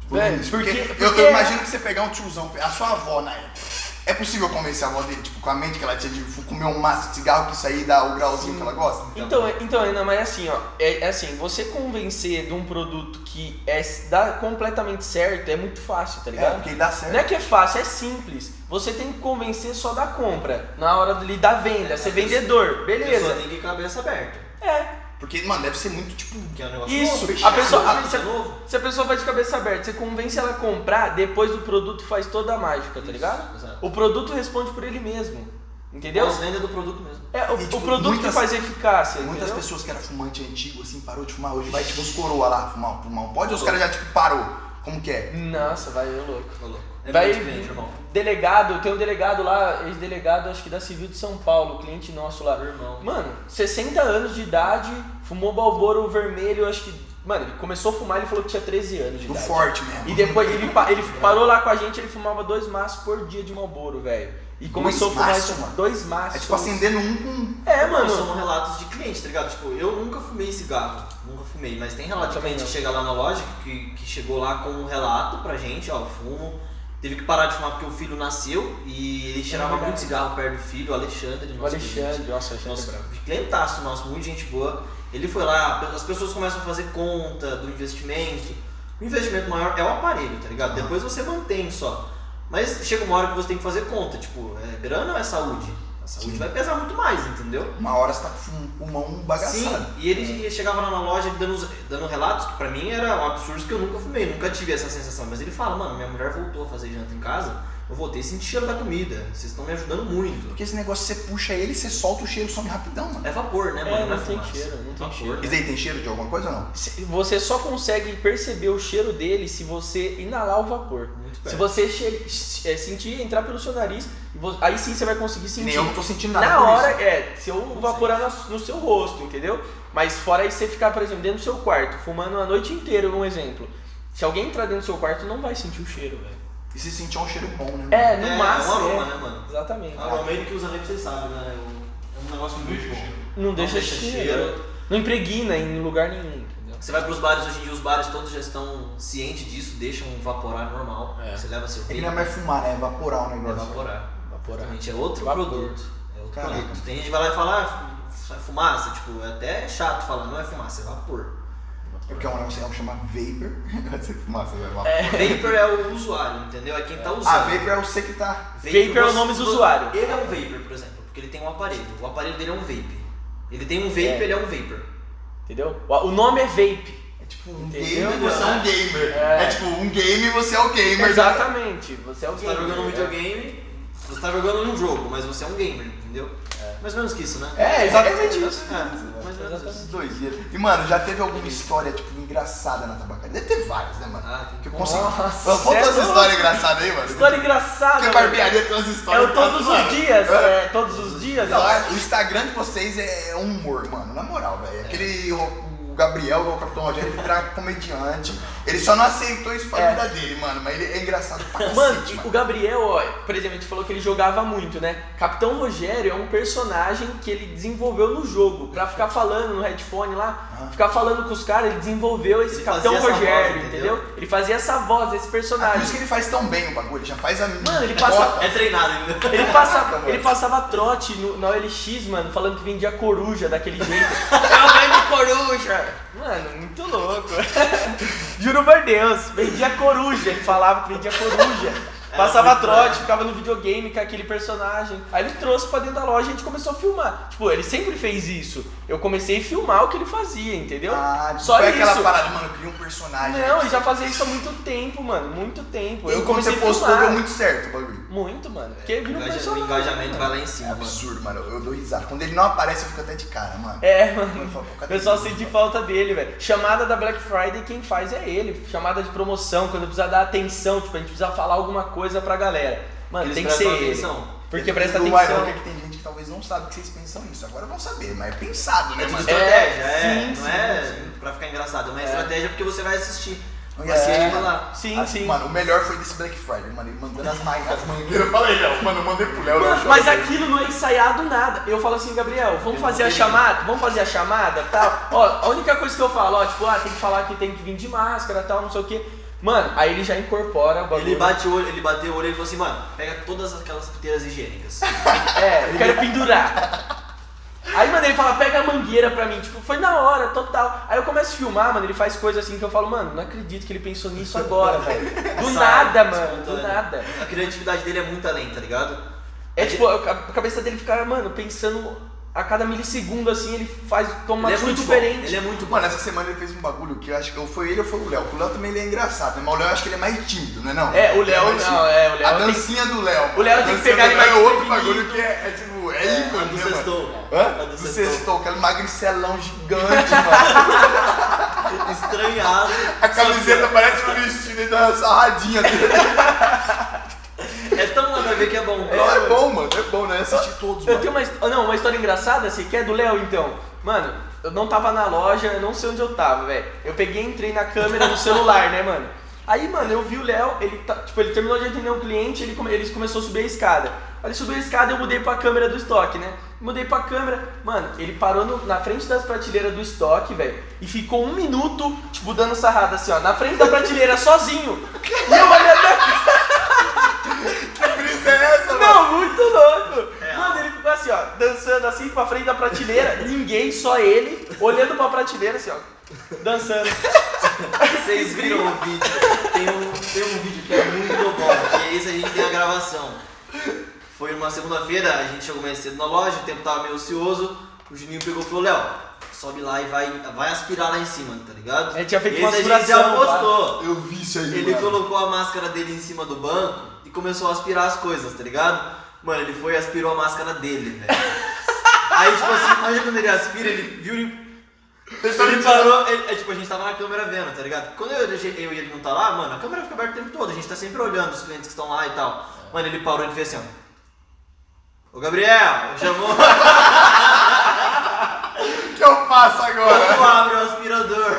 S1: Tipo,
S3: Velho,
S1: isso,
S3: porque-
S1: Eu,
S3: porque- é-
S1: eu imagino que você pegar um tiozão, a sua avó na época. É possível convencer a avó dele, tipo, com a mente que ela tinha de fu- comer um maço de cigarro que isso aí dá o grauzinho que ela gosta?
S3: Então, é- então, Ana, mas assim, ó, é, é assim, você convencer de um produto que é s- dá completamente certo é muito fácil,
S1: É,
S3: tá ligado?
S1: porque dá certo.
S3: Não é que é fácil, é simples. Você tem que convencer só da compra, na hora dele da venda,
S2: É,
S3: ser
S2: a pessoa-
S3: vendedor,
S2: A pessoa
S3: beleza.
S2: tem que ir com a cabeça aberta.
S3: É,
S1: Porque, mano, deve ser muito, tipo.
S2: Que é um negócio
S3: isso.
S2: novo.
S3: A pessoa,
S2: Isso é novo.
S3: Se a pessoa vai de cabeça aberta, você convence ela a comprar, depois o produto faz toda a mágica, tá ligado?
S2: Exato.
S3: O produto responde por ele mesmo, entendeu?
S2: venda do produto mesmo.
S3: É o,
S1: E, tipo,
S3: o produto
S1: muitas-
S3: que faz a eficácia,
S1: Muitas
S3: entendeu?
S1: pessoas que eram fumante antigo, assim, parou de fumar hoje. Vai, tipo, os coroa lá fumar, fumar um pode ou os caras já, tipo, parou? Como que é?
S3: Nossa, vai, eu louco.
S2: Ô, louco. É
S3: Vai-
S2: muito cliente, irmão.
S3: Delegado, tem um delegado lá, ex-delegado, acho que da Civil de São Paulo, cliente nosso lá.
S2: Meu irmão.
S3: Mano, 60 anos de idade, fumou balboro vermelho, acho que. Mano, ele começou a fumar, ele falou que tinha 13 anos de
S1: Do
S3: idade.
S1: forte mesmo.
S3: E depois ele, pa- ele parou lá com a gente, ele fumava dois maços por dia de Malboro, velho. E começou a fumar
S1: maços,
S3: isso,
S1: mano?
S3: dois maços.
S1: É tipo acendendo um com.
S3: É,
S2: Mano,
S3: mano.
S2: são relatos de clientes, tá ligado? Tipo, eu nunca fumei cigarro, nunca fumei, mas tem relato de
S3: Eu também
S2: cliente que
S3: não.
S2: chega lá na loja, que, que chegou lá com um relato pra gente, ó, eu fumo. Teve que parar de fumar porque o filho nasceu e ele cheirava
S3: É verdade.
S2: muito cigarro perto do filho, o Alexandre.
S3: O
S2: nosso cliente.
S3: Alexandre, nossa, Alexandre.
S2: Nossa,
S3: é brabo.
S2: clientaço nosso, muito gente boa. Ele foi lá, as pessoas começam a fazer conta do investimento. O investimento maior é o aparelho, tá ligado? Depois você mantém só. Mas chega uma hora que você tem que fazer conta, tipo, é grana ou é saúde? A saúde
S1: Sim.
S2: vai pesar muito mais, entendeu?
S1: Uma hora você tá com um pulmão bagaçado.
S2: Sim, e ele, ele chegava lá na loja dando, os- dando relatos que pra mim era um absurdo que eu nunca fumei, nunca tive essa sensação. Mas ele fala, mano, minha mulher voltou a fazer janta em casa, eu voltei a sentir cheiro da comida, vocês estão me ajudando muito.
S1: Porque esse negócio você puxa ele, você solta o cheiro, some rapidão, mano.
S2: É vapor, né, mano?
S3: É, não
S2: é
S3: tem
S2: fumaça.
S3: cheiro, não tem
S2: Vapor,
S3: cheiro.
S2: né?
S1: Isso daí tem cheiro de alguma coisa ou não?
S3: Se- Você só consegue perceber o cheiro dele se você inalar o vapor.
S2: Muito
S3: Se
S2: perto.
S3: você che- é, sentir entrar pelo seu nariz, e vo- aí sim você vai conseguir
S1: Que
S3: sentir.
S1: nem eu não tô sentindo nada.
S3: Na
S1: por
S3: hora,
S1: isso.
S3: é, se eu vaporar no, no seu rosto, entendeu? Mas fora aí você ficar, por exemplo, dentro do seu quarto, fumando a noite inteira, um exemplo. Se alguém entrar dentro do seu quarto, não vai sentir o cheiro, velho.
S1: E se sentir um cheiro bom, né?
S3: É, no
S2: É,
S3: máximo.
S2: é um aroma,
S3: é.
S2: né, mano?
S3: Exatamente.
S2: O aroma ele que usa leite, vocês sabem, né? É um- é um negócio muito bom.
S3: não deixa,
S2: deixa
S3: cheiro.
S2: cheiro.
S3: Não impregna em lugar nenhum, entendeu?
S2: Você vai pros bares hoje em dia, os bares todos já estão cientes disso, deixam evaporar normal.
S3: É.
S2: Você leva seu
S1: Ele
S2: filho,
S1: não é mais fumar, né? Evaporar o
S2: vai
S1: negócio.
S2: evaporar.
S3: Evaporar.
S2: Gente, é outro
S3: Vapor.
S2: produto. É outro
S1: Caraca.
S2: produto. Tem gente que vai lá e fala, ah, f- f- fumaça, tipo, é até chato falar, não é fumaça, é vapor.
S1: É porque é um negócio que chama vapor. Agora você fumar, você vai evaporar.
S2: Vapor é o usuário, entendeu? É quem tá usando.
S1: Ah, vapor é você que tá.
S3: Vapor é o nome do
S2: você-
S3: usuário.
S2: Ele é um vapor, por exemplo, porque ele tem um aparelho. O aparelho dele é um vape. Ele tem um vape,
S3: É.
S2: ele é um vapor.
S3: Entendeu? O o nome é vape.
S1: É tipo um
S3: Entendeu?
S1: game e você é um gamer.
S3: É.
S1: É. tipo um game e você é o gamer.
S3: Exatamente. Você é o
S2: Você tá jogando um
S3: gamer, né?
S2: videogame, você tá jogando um jogo, mas você é um gamer, entendeu? Mais ou menos que isso, né?
S1: É, exatamente isso.
S2: É, mais ou menos
S3: Exatamente.
S2: isso.
S1: Dois dias. E, mano, já teve alguma história, tipo, engraçada na tabacaria? Deve ter várias, né, mano?
S2: Ah, tem
S1: que eu consigo.
S3: Nossa,
S1: Conta
S3: é
S1: umas
S3: louco.
S1: histórias engraçadas aí, mano.
S3: História engraçada.
S1: Porque
S3: mano.
S1: barbearia tem umas
S3: É
S1: histórias.
S3: o todos os
S1: mano.
S3: dias. É todos os dias.
S1: Não,
S3: ó.
S1: é, o Instagram de vocês é um humor, mano. Na moral, velho. Aquele. O Gabriel, o Capitão Rogério, ele virar comediante. Ele só não aceitou isso pra
S3: É.
S1: vida dele, mano. Mas ele é engraçado pra cacete,
S3: Mano, tipo,
S1: mano.
S3: o Gabriel, ó, por exemplo, a gente falou que ele jogava muito, né? Capitão Rogério é um personagem que ele desenvolveu no jogo. Pra ficar falando no headphone lá,
S1: Ah.
S3: ficar falando com os caras, ele desenvolveu esse
S2: Ele
S3: Capitão
S2: fazia essa
S3: Rogério,
S2: voz,
S3: entendeu?
S2: entendeu?
S3: Ele fazia essa voz, esse
S1: Ah, por
S3: personagem.
S1: isso que ele faz tão bem o bagulho. Ele já faz a.
S3: Mano, ele passa-
S1: cota.
S2: É treinado, entendeu?
S3: Ele passava,
S1: mano.
S3: ele passava trote no, na OLX, mano, falando que vendia coruja daquele jeito. Eu vendo coruja! Mano, muito louco. Juro por Deus, vendia coruja. Ele falava que vendia coruja. Passava
S2: muito
S3: trote, ficava no videogame com aquele personagem. Aí ele trouxe pra dentro da loja e a gente começou a filmar. Tipo, ele sempre fez isso. Eu comecei a filmar o que ele fazia, entendeu?
S1: Ah,
S3: Só
S1: foi aquela
S3: isso.
S1: parada, mano, cria um personagem.
S3: Não, ele já fazia isso há muito tempo, mano. Muito tempo. Eu
S1: Enquanto
S3: comecei a
S1: você postou,
S3: filmar.
S1: deu
S3: Muito...
S1: muito certo o bagulho.
S3: mano. Porque
S2: O
S3: vira um
S2: engaja- o
S3: personagem.
S2: engajamento
S3: mano.
S2: vai lá em
S1: É
S2: cima, mano.
S1: absurdo, mano. Eu dou risada. Quando ele não aparece, eu fico até de cara, mano.
S3: É, mano.
S1: Eu falo, pô,
S3: O
S1: cadê
S3: pessoal
S1: ele?
S3: sente falta dele, velho. Chamada da Black Friday, quem faz é ele. Chamada de promoção, quando precisa dar atenção, tipo, a gente precisa falar alguma coisa pra galera. Mano,
S2: Eles
S3: tem que ser
S2: prestam
S3: ele.
S2: atenção.
S3: Porque presta
S1: Do
S3: atenção.
S1: Iron, que tem gente que talvez não sabe que vocês pensam isso. Agora vão saber, mas é pensado, né?
S2: É uma
S1: Tudo
S2: estratégia, é.
S3: sim,
S2: não
S3: sim,
S2: é pra ficar engraçado, é uma estratégia porque você vai assistir.
S1: Não
S2: E
S1: ia ser,
S2: assiste
S1: mano.
S2: lá.
S3: Sim,
S1: Assim,
S3: sim.
S1: Mano, o melhor foi desse Black Friday, mano. Ele mandando as mangas, as mangueiras. Fala aí, Léo. Mano, eu mandei pro Léo. Léo
S3: Mano,
S1: chora.
S3: mas aquilo não é ensaiado nada. Eu falo assim, Gabriel, vamos
S2: Eu
S3: fazer a
S2: não sei.
S3: chamada? Vamos fazer a chamada tal? Ó, a única coisa que eu falo, ó, tipo, ah, tem que falar que tem que vir de máscara tal, não sei o quê. Mano, aí ele já incorpora o bagulho.
S2: Ele bate o olho, ele bateu o olho e falou assim, mano, pega todas aquelas piteiras higiênicas.
S3: É, eu quero pendurar. Aí, mano, ele fala, pega a mangueira pra mim. Tipo, foi na hora, total. Aí eu começo a filmar, mano, ele faz coisa assim que eu falo, mano, não acredito que ele pensou nisso agora, velho. Do
S2: Sai,
S3: nada, mano, do
S2: espontâneo.
S3: nada.
S2: A criatividade dele é muito além, tá ligado?
S3: É tipo, a a cabeça dele fica, mano, pensando a cada milissegundo assim, ele faz, toma uma
S2: ele é
S3: atitude
S2: muito
S3: diferente.
S2: Bom. Ele é muito bom.
S1: Mano, essa semana ele fez um bagulho que eu acho que ou foi ele ou foi o Léo. O Léo também ele é engraçado, né? Mas o Léo eu acho que ele é mais tímido, não é não?
S3: É, o
S1: Ele
S3: Léo
S1: mais
S3: não, é, o Léo
S1: A
S3: tem-
S1: dancinha do Léo. mano.
S3: O Léo
S1: A
S3: tem que
S1: dancinha
S3: pegar
S1: do
S3: ele
S1: Léo
S3: mais
S1: É outro
S3: prevenido.
S1: bagulho que é, é tipo, é,
S2: É, a
S1: ícone,
S2: do
S1: né, mano?
S2: sextou.
S1: Hã?
S2: A do
S1: Do
S2: sextou.
S1: sextou, aquele magricelão gigante, mano.
S2: Estranhado.
S1: A camiseta parece um vestido, então é uma sarradinha.
S2: É tão nada a ver que é bom.
S1: Não, é bom, mano. É bom, né? Assistir todos,
S3: Eu
S1: mano.
S3: tenho uma, his- não, uma história engraçada, você quer do Léo então? Mano, eu não tava na loja, eu não sei onde eu tava, velho. Eu peguei e entrei na câmera no celular, né, mano? Aí, mano, eu vi o Léo, ele tá- tipo, ele terminou de atender um cliente, ele, come- eles começou a subir a escada. Aí ele subiu a escada, eu mudei pra câmera do estoque, né? Mudei pra câmera, mano, ele parou no- na frente das prateleiras do estoque, velho, e ficou um minuto, tipo, dando sarrada assim, ó, na frente da prateleira, sozinho. E eu olhando pra
S1: Que brisa é essa, mano?
S3: não, muito louco!
S2: É.
S3: Mano, ele ficou assim, ó, dançando assim pra frente da prateleira, ninguém, só ele, olhando pra prateleira assim, ó, dançando.
S2: Vocês viram o vídeo? Tem um, tem um vídeo que é muito bom, que é esse a gente tem a gravação. Foi numa segunda-feira, a gente chegou mais cedo na loja, o tempo tava meio ocioso, o Juninho pegou e falou, Léo, sobe lá e vai, vai aspirar lá em cima, tá ligado?
S3: Ele tinha feito
S2: Esse
S3: uma
S2: a gente já
S3: aspiração,
S2: postou.
S1: Eu vi isso aí,
S2: Ele
S1: mano.
S2: colocou a máscara dele em cima do banco e começou a aspirar as coisas, tá ligado? Mano, ele foi e aspirou a máscara dele, velho. Aí, tipo assim, imagina quando ele aspira, ele viu ele ele parou, ele- é, tipo, a gente tava na câmera vendo, tá ligado? Quando eu, eu e ele não tá lá, mano, a câmera fica aberta o tempo todo, a gente tá sempre olhando os clientes que estão lá e tal. Mano, ele parou e fez assim, ó. Ô Gabriel, chamou,
S1: O que eu faço agora?
S2: abre o aspirador.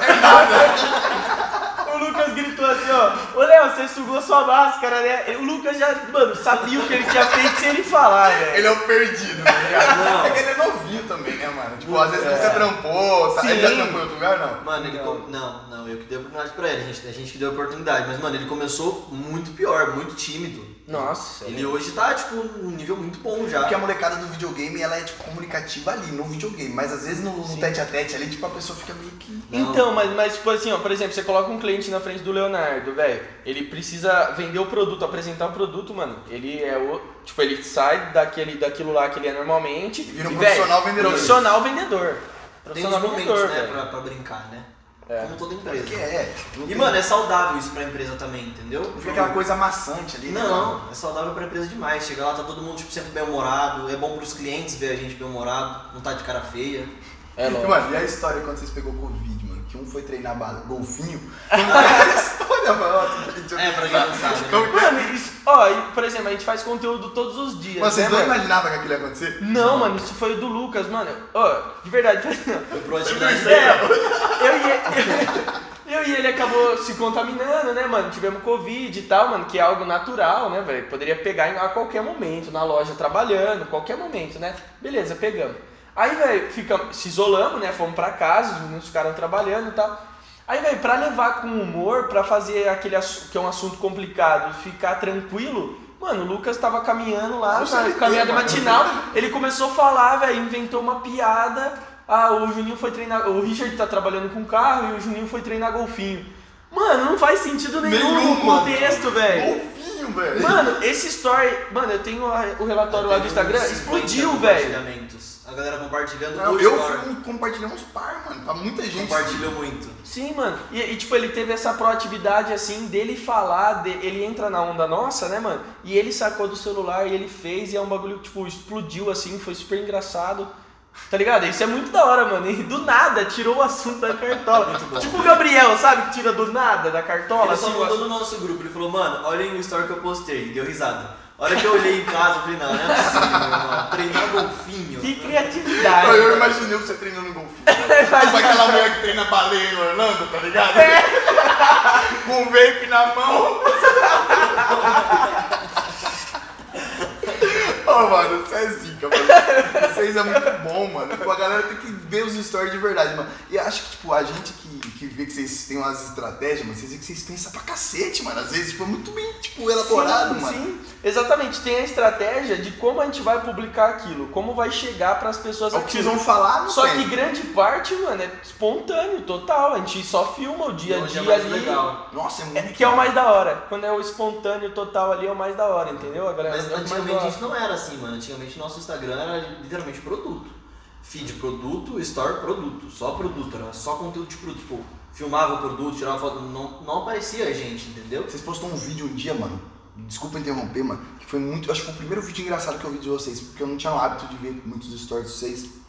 S3: O Lucas gritou assim, ó, ô Léo, você sugou sua máscara, né? O Lucas já, mano, sabia o que ele tinha feito sem ele falar, velho.
S1: Ele é o perdido, tá ligado?
S2: Não.
S1: É que ele é novinho também, né, mano? Tipo, às vezes você trampou, tá? Ele já
S3: Sim.
S1: trampou em outro lugar, não?
S2: Mano, ele. com- Não, não, eu que dei a oportunidade pra ele, a gente, a gente que deu a oportunidade. Mas, mano, ele começou muito pior, muito tímido.
S3: Nossa.
S2: Ele hoje tá, tipo, num nível muito bom já.
S1: Porque É um a molecada do videogame, ela é, tipo, comunicativa ali, no videogame. Mas às vezes no, no tete a tete ali, tipo, a pessoa fica meio que...
S2: Não.
S3: Então, mas, mas tipo assim, ó, por exemplo, você coloca um cliente na frente do Leonardo, velho. Ele precisa vender o produto, apresentar o produto, mano. Ele é o. Tipo, ele sai daquele, daquilo lá que ele é normalmente.
S1: vira um
S3: e,
S1: profissional
S3: velho,
S1: vendedor.
S3: Profissional vendedor.
S2: Tem uns
S3: Profissional vendedor,
S2: momentos, né,
S3: velho.
S2: pra, pra brincar, né?
S3: É.
S2: Como toda empresa.
S1: Porque é, não
S2: E,
S1: tem-
S2: mano, é saudável isso pra empresa também, entendeu?
S1: Fica aquela coisa amassante ali, né?
S2: Não, é saudável pra empresa demais. Chega lá, tá todo mundo tipo, sempre bem-humorado. É bom pros clientes ver a gente bem-humorado, não tá de cara feia.
S3: É
S1: E,
S3: lógico.
S1: mano, e a história quando vocês pegou Covid, mano? Que um foi treinar bala, golfinho? Olha a história, assim, mano.
S2: É, pra quem não sabe. Né?
S1: Como que-
S3: Mano, isso, ó, e, por exemplo, a gente faz conteúdo todos os dias.
S1: Mas vocês
S3: né,
S1: não
S3: mano?
S1: imaginavam que aquilo ia acontecer?
S3: Não, mano, isso foi o do Lucas, mano. Ó, de verdade,
S2: Foi pro atividade.
S1: né?
S3: É, eu e, ele, eu e ele acabou se contaminando, né, mano? Tivemos Covid e tal, mano, que é algo natural, né, velho? Poderia pegar em- a qualquer momento, na loja trabalhando, qualquer momento, né? Beleza, pegamos. Aí, velho, ficamos, se isolamos, né? Fomos pra casa, os meninos ficaram trabalhando e tal. Aí, velho, pra levar com humor, pra fazer aquele assu- que é um assunto complicado, ficar tranquilo. Mano, o Lucas tava caminhando lá,
S1: Com
S3: na
S1: certeza,
S3: caminhada
S1: mano.
S3: matinal, ele começou a falar, velho, inventou uma piada. Ah, o Juninho foi treinar. O Richard tá trabalhando com carro e o Juninho foi treinar golfinho. Mano, não faz sentido nenhum,
S1: Nenhum,
S3: no
S1: mano.
S3: contexto, velho.
S1: Golfinho, velho.
S3: Mano, esse story. Mano, eu tenho a- o relatório lá do Instagram.
S2: Tem uns 50
S3: Explodiu, velho.
S2: compartilhamentos. A galera compartilhando
S3: é
S1: Não,
S2: o
S1: eu
S2: story.
S1: fui compartilhar uns par, mano, pra muita gente.
S2: Compartilhou muito.
S3: Sim, mano. E, e, tipo, ele teve essa proatividade assim dele falar, de- ele entra na onda nossa, né, mano? E ele sacou do celular e ele fez e é um bagulho que, tipo, explodiu assim, foi super engraçado. Tá ligado? Isso é muito da hora, mano. E do nada tirou o assunto da cartola.
S2: Muito bom.
S3: tipo o Gabriel, sabe? Que tira do nada da cartola.
S2: Ele
S3: Assim,
S2: só
S3: o
S2: mandou no nosso grupo, ele falou, mano, olhem o story que eu postei, ele deu risada. A hora que eu olhei em casa, eu falei, não, não é possível, mano. Treinar golfinho.
S3: assunto. que
S1: Não,
S3: criatividade.
S1: Eu imaginei você treinando golfinho. Tipo aquela mulher que treina baleia em Orlando, tá ligado?
S3: É.
S1: Com o vape na mão. Ô, mano, isso é zica, mano. Vocês é muito bom, mano. Tipo, a galera tem que ver os stories de verdade, mano. E acho que, tipo, a gente que, que vê que vocês têm umas estratégias, mano, vocês veem que vocês pensam pra cacete, mano. Às vezes, tipo, é muito bem, tipo, elaborado,
S3: sim,
S1: mano.
S3: Sim, exatamente. Tem a estratégia de como a gente vai publicar aquilo, como vai chegar pras pessoas
S1: É O que vocês
S3: aquilo.
S1: vão falar,
S2: Ah,
S1: não
S3: Só
S1: tem.
S3: que grande parte, mano, é espontâneo, total. A gente só filma o dia a
S2: Hoje
S3: dia
S2: é mais
S3: ali.
S2: legal.
S1: Nossa, é muito
S3: É, que é o mais da hora. Quando é o espontâneo total ali, é o mais da hora, entendeu? A galera
S2: Mas
S3: é o mais da
S2: antigamente
S3: hora.
S2: isso não era assim, mano. Antigamente nosso Instagram era literalmente produto. Feed produto, store produto. Só produto, era só conteúdo de produto. Tipo, filmava o produto, tirava foto, não, não aparecia a gente, entendeu?
S1: Vocês postaram um vídeo um dia, mano. Desculpa interromper, mano. Que foi muito. eu Acho que foi o primeiro vídeo engraçado que eu vi de vocês. Porque eu não tinha o hábito de ver muitos stories de vocês.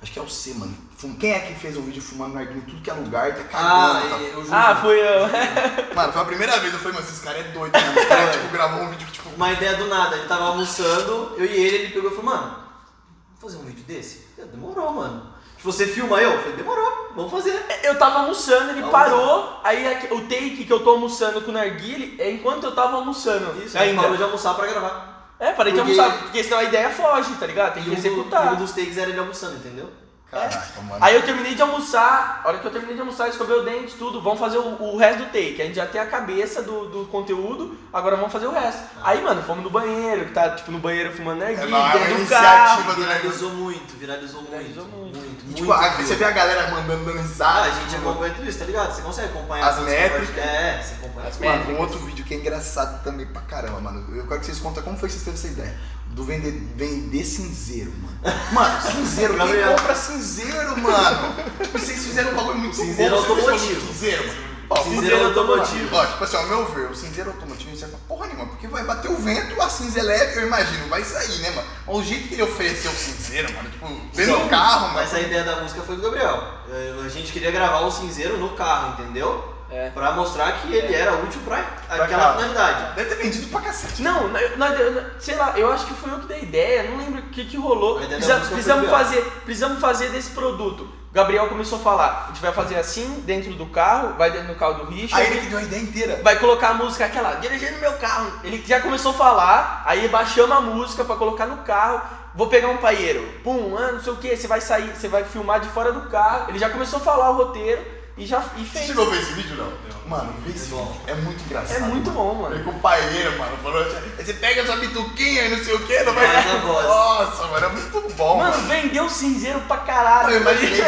S1: Acho que é o C, mano. Fum- Quem é que fez um vídeo fumando narguilha em tudo que é lugar? Tá cagando. tá-
S2: e eu juro.
S3: Ah, foi eu.
S2: é.
S1: Mano, foi a primeira vez. Eu falei, mano, esses caras é doido, né? Os caras, tipo, gravou um vídeo que, tipo.
S2: Uma ideia do nada, ele tava almoçando, eu e ele, ele pegou e falou, mano, vamos fazer um vídeo desse? Eu, demorou, mano. Tipo, você filma eu? Eu falei, demorou, vamos fazer.
S3: Eu tava almoçando, ele
S2: Almoçando.
S3: parou. Aí aqui- o take que eu tô almoçando com o Narguile é enquanto eu tava almoçando.
S2: Isso, a gente
S3: ainda.
S2: parou de almoçar pra gravar.
S3: É, parei de
S2: Porque-
S3: almoçar, porque senão a ideia foge, tá ligado? Tem que
S2: um do-
S3: executar.
S2: e um dos takes era ele almoçando, entendeu?
S1: Caraca, mano.
S3: Aí eu terminei de almoçar, a hora que eu terminei de almoçar, escovei o dente, tudo, vamos fazer o, o resto do take. A gente já tem a cabeça do, do conteúdo, agora vamos fazer o resto. Aí, mano, fomos no banheiro, que tá tipo no banheiro fumando
S1: É,
S3: erguida,
S1: não, é
S3: dentro
S1: uma
S3: do carro.
S1: iniciativa do negócio.
S2: Viralizou muito, viralizou,
S3: Viralizou
S2: muito.
S3: muito.
S2: Muito,
S1: E,
S2: muito.
S1: tipo, a-
S2: view.
S1: você vê a galera mandando dando
S2: Ah,
S1: risada.
S2: a gente
S1: tipo,
S2: acompanha tudo isso, tá ligado? Você consegue acompanhar
S1: As
S2: todos os
S1: métricas.
S2: compartilha- É, você acompanha
S3: As
S1: Mano, um outro vídeo que é engraçado também pra caramba, mano. Eu quero que vocês contem como foi que vocês tiveram essa ideia. Do vender, vender cinzeiro, mano. Mano, cinzeiro, quem
S2: Gabriel.
S1: compra cinzeiro, mano? Tipo, vocês fizeram um bagulho muito
S2: Cinzeiro
S1: bom, vocês fizeram
S2: automotivo.
S1: um Cinzeiro, mano. Ó,
S2: Cinzeiro
S1: cinzeiro
S2: automotivo.
S1: automotivo. Ó, tipo assim, ao meu ver, o cinzeiro automotivo não serve pra porra nenhuma, porque vai bater o vento, a cinza é leve, eu imagino, vai sair, né, mano? Ó, o jeito que ele ofereceu o cinzeiro, mano, tipo, dentro do carro, mano.
S2: Mas a ideia da música foi do Gabriel. Eh, A gente queria gravar o cinzeiro no carro, entendeu?
S3: É.
S2: Pra mostrar que ele era útil pra aquela
S4: cá.
S2: finalidade.
S1: Deve ter vendido pra cacete.
S3: Não, na- na- na- sei lá, eu acho que foi eu que dei a ideia, não lembro o que, que rolou.
S2: A ideia da
S3: Precisa-
S2: música foi
S3: precisamos,
S2: pior.
S3: fazer, precisamos fazer desse produto. Gabriel começou a falar, a gente vai fazer assim, dentro do carro, vai dentro do carro do Richard.
S1: Aí ele que deu a ideia inteira.
S3: Vai colocar a música aquela, dirigindo meu carro. Ele já começou a falar, aí baixamos a música pra colocar no carro. Vou pegar um paieiro. Pum, ah, não sei o que, você vai sair, você vai filmar de fora do carro. Ele já começou a falar o roteiro e já e
S1: Você
S3: fez.
S1: chegou a ver esse vídeo, não?
S5: Não.
S1: Mano, vê esse
S2: É bom.
S1: vídeo. É muito engraçado.
S3: É muito
S1: mano.
S3: bom, mano.
S1: Ele com o paieiro, mano, falou assim, "Aí você pega sua bituquinha e não sei o que, não vai...
S2: Faz a voz.
S1: Nossa, mano, é muito bom,
S3: Mano,
S1: mano.
S3: vendeu cinzeiro pra caralho.
S1: Mano, eu imaginei,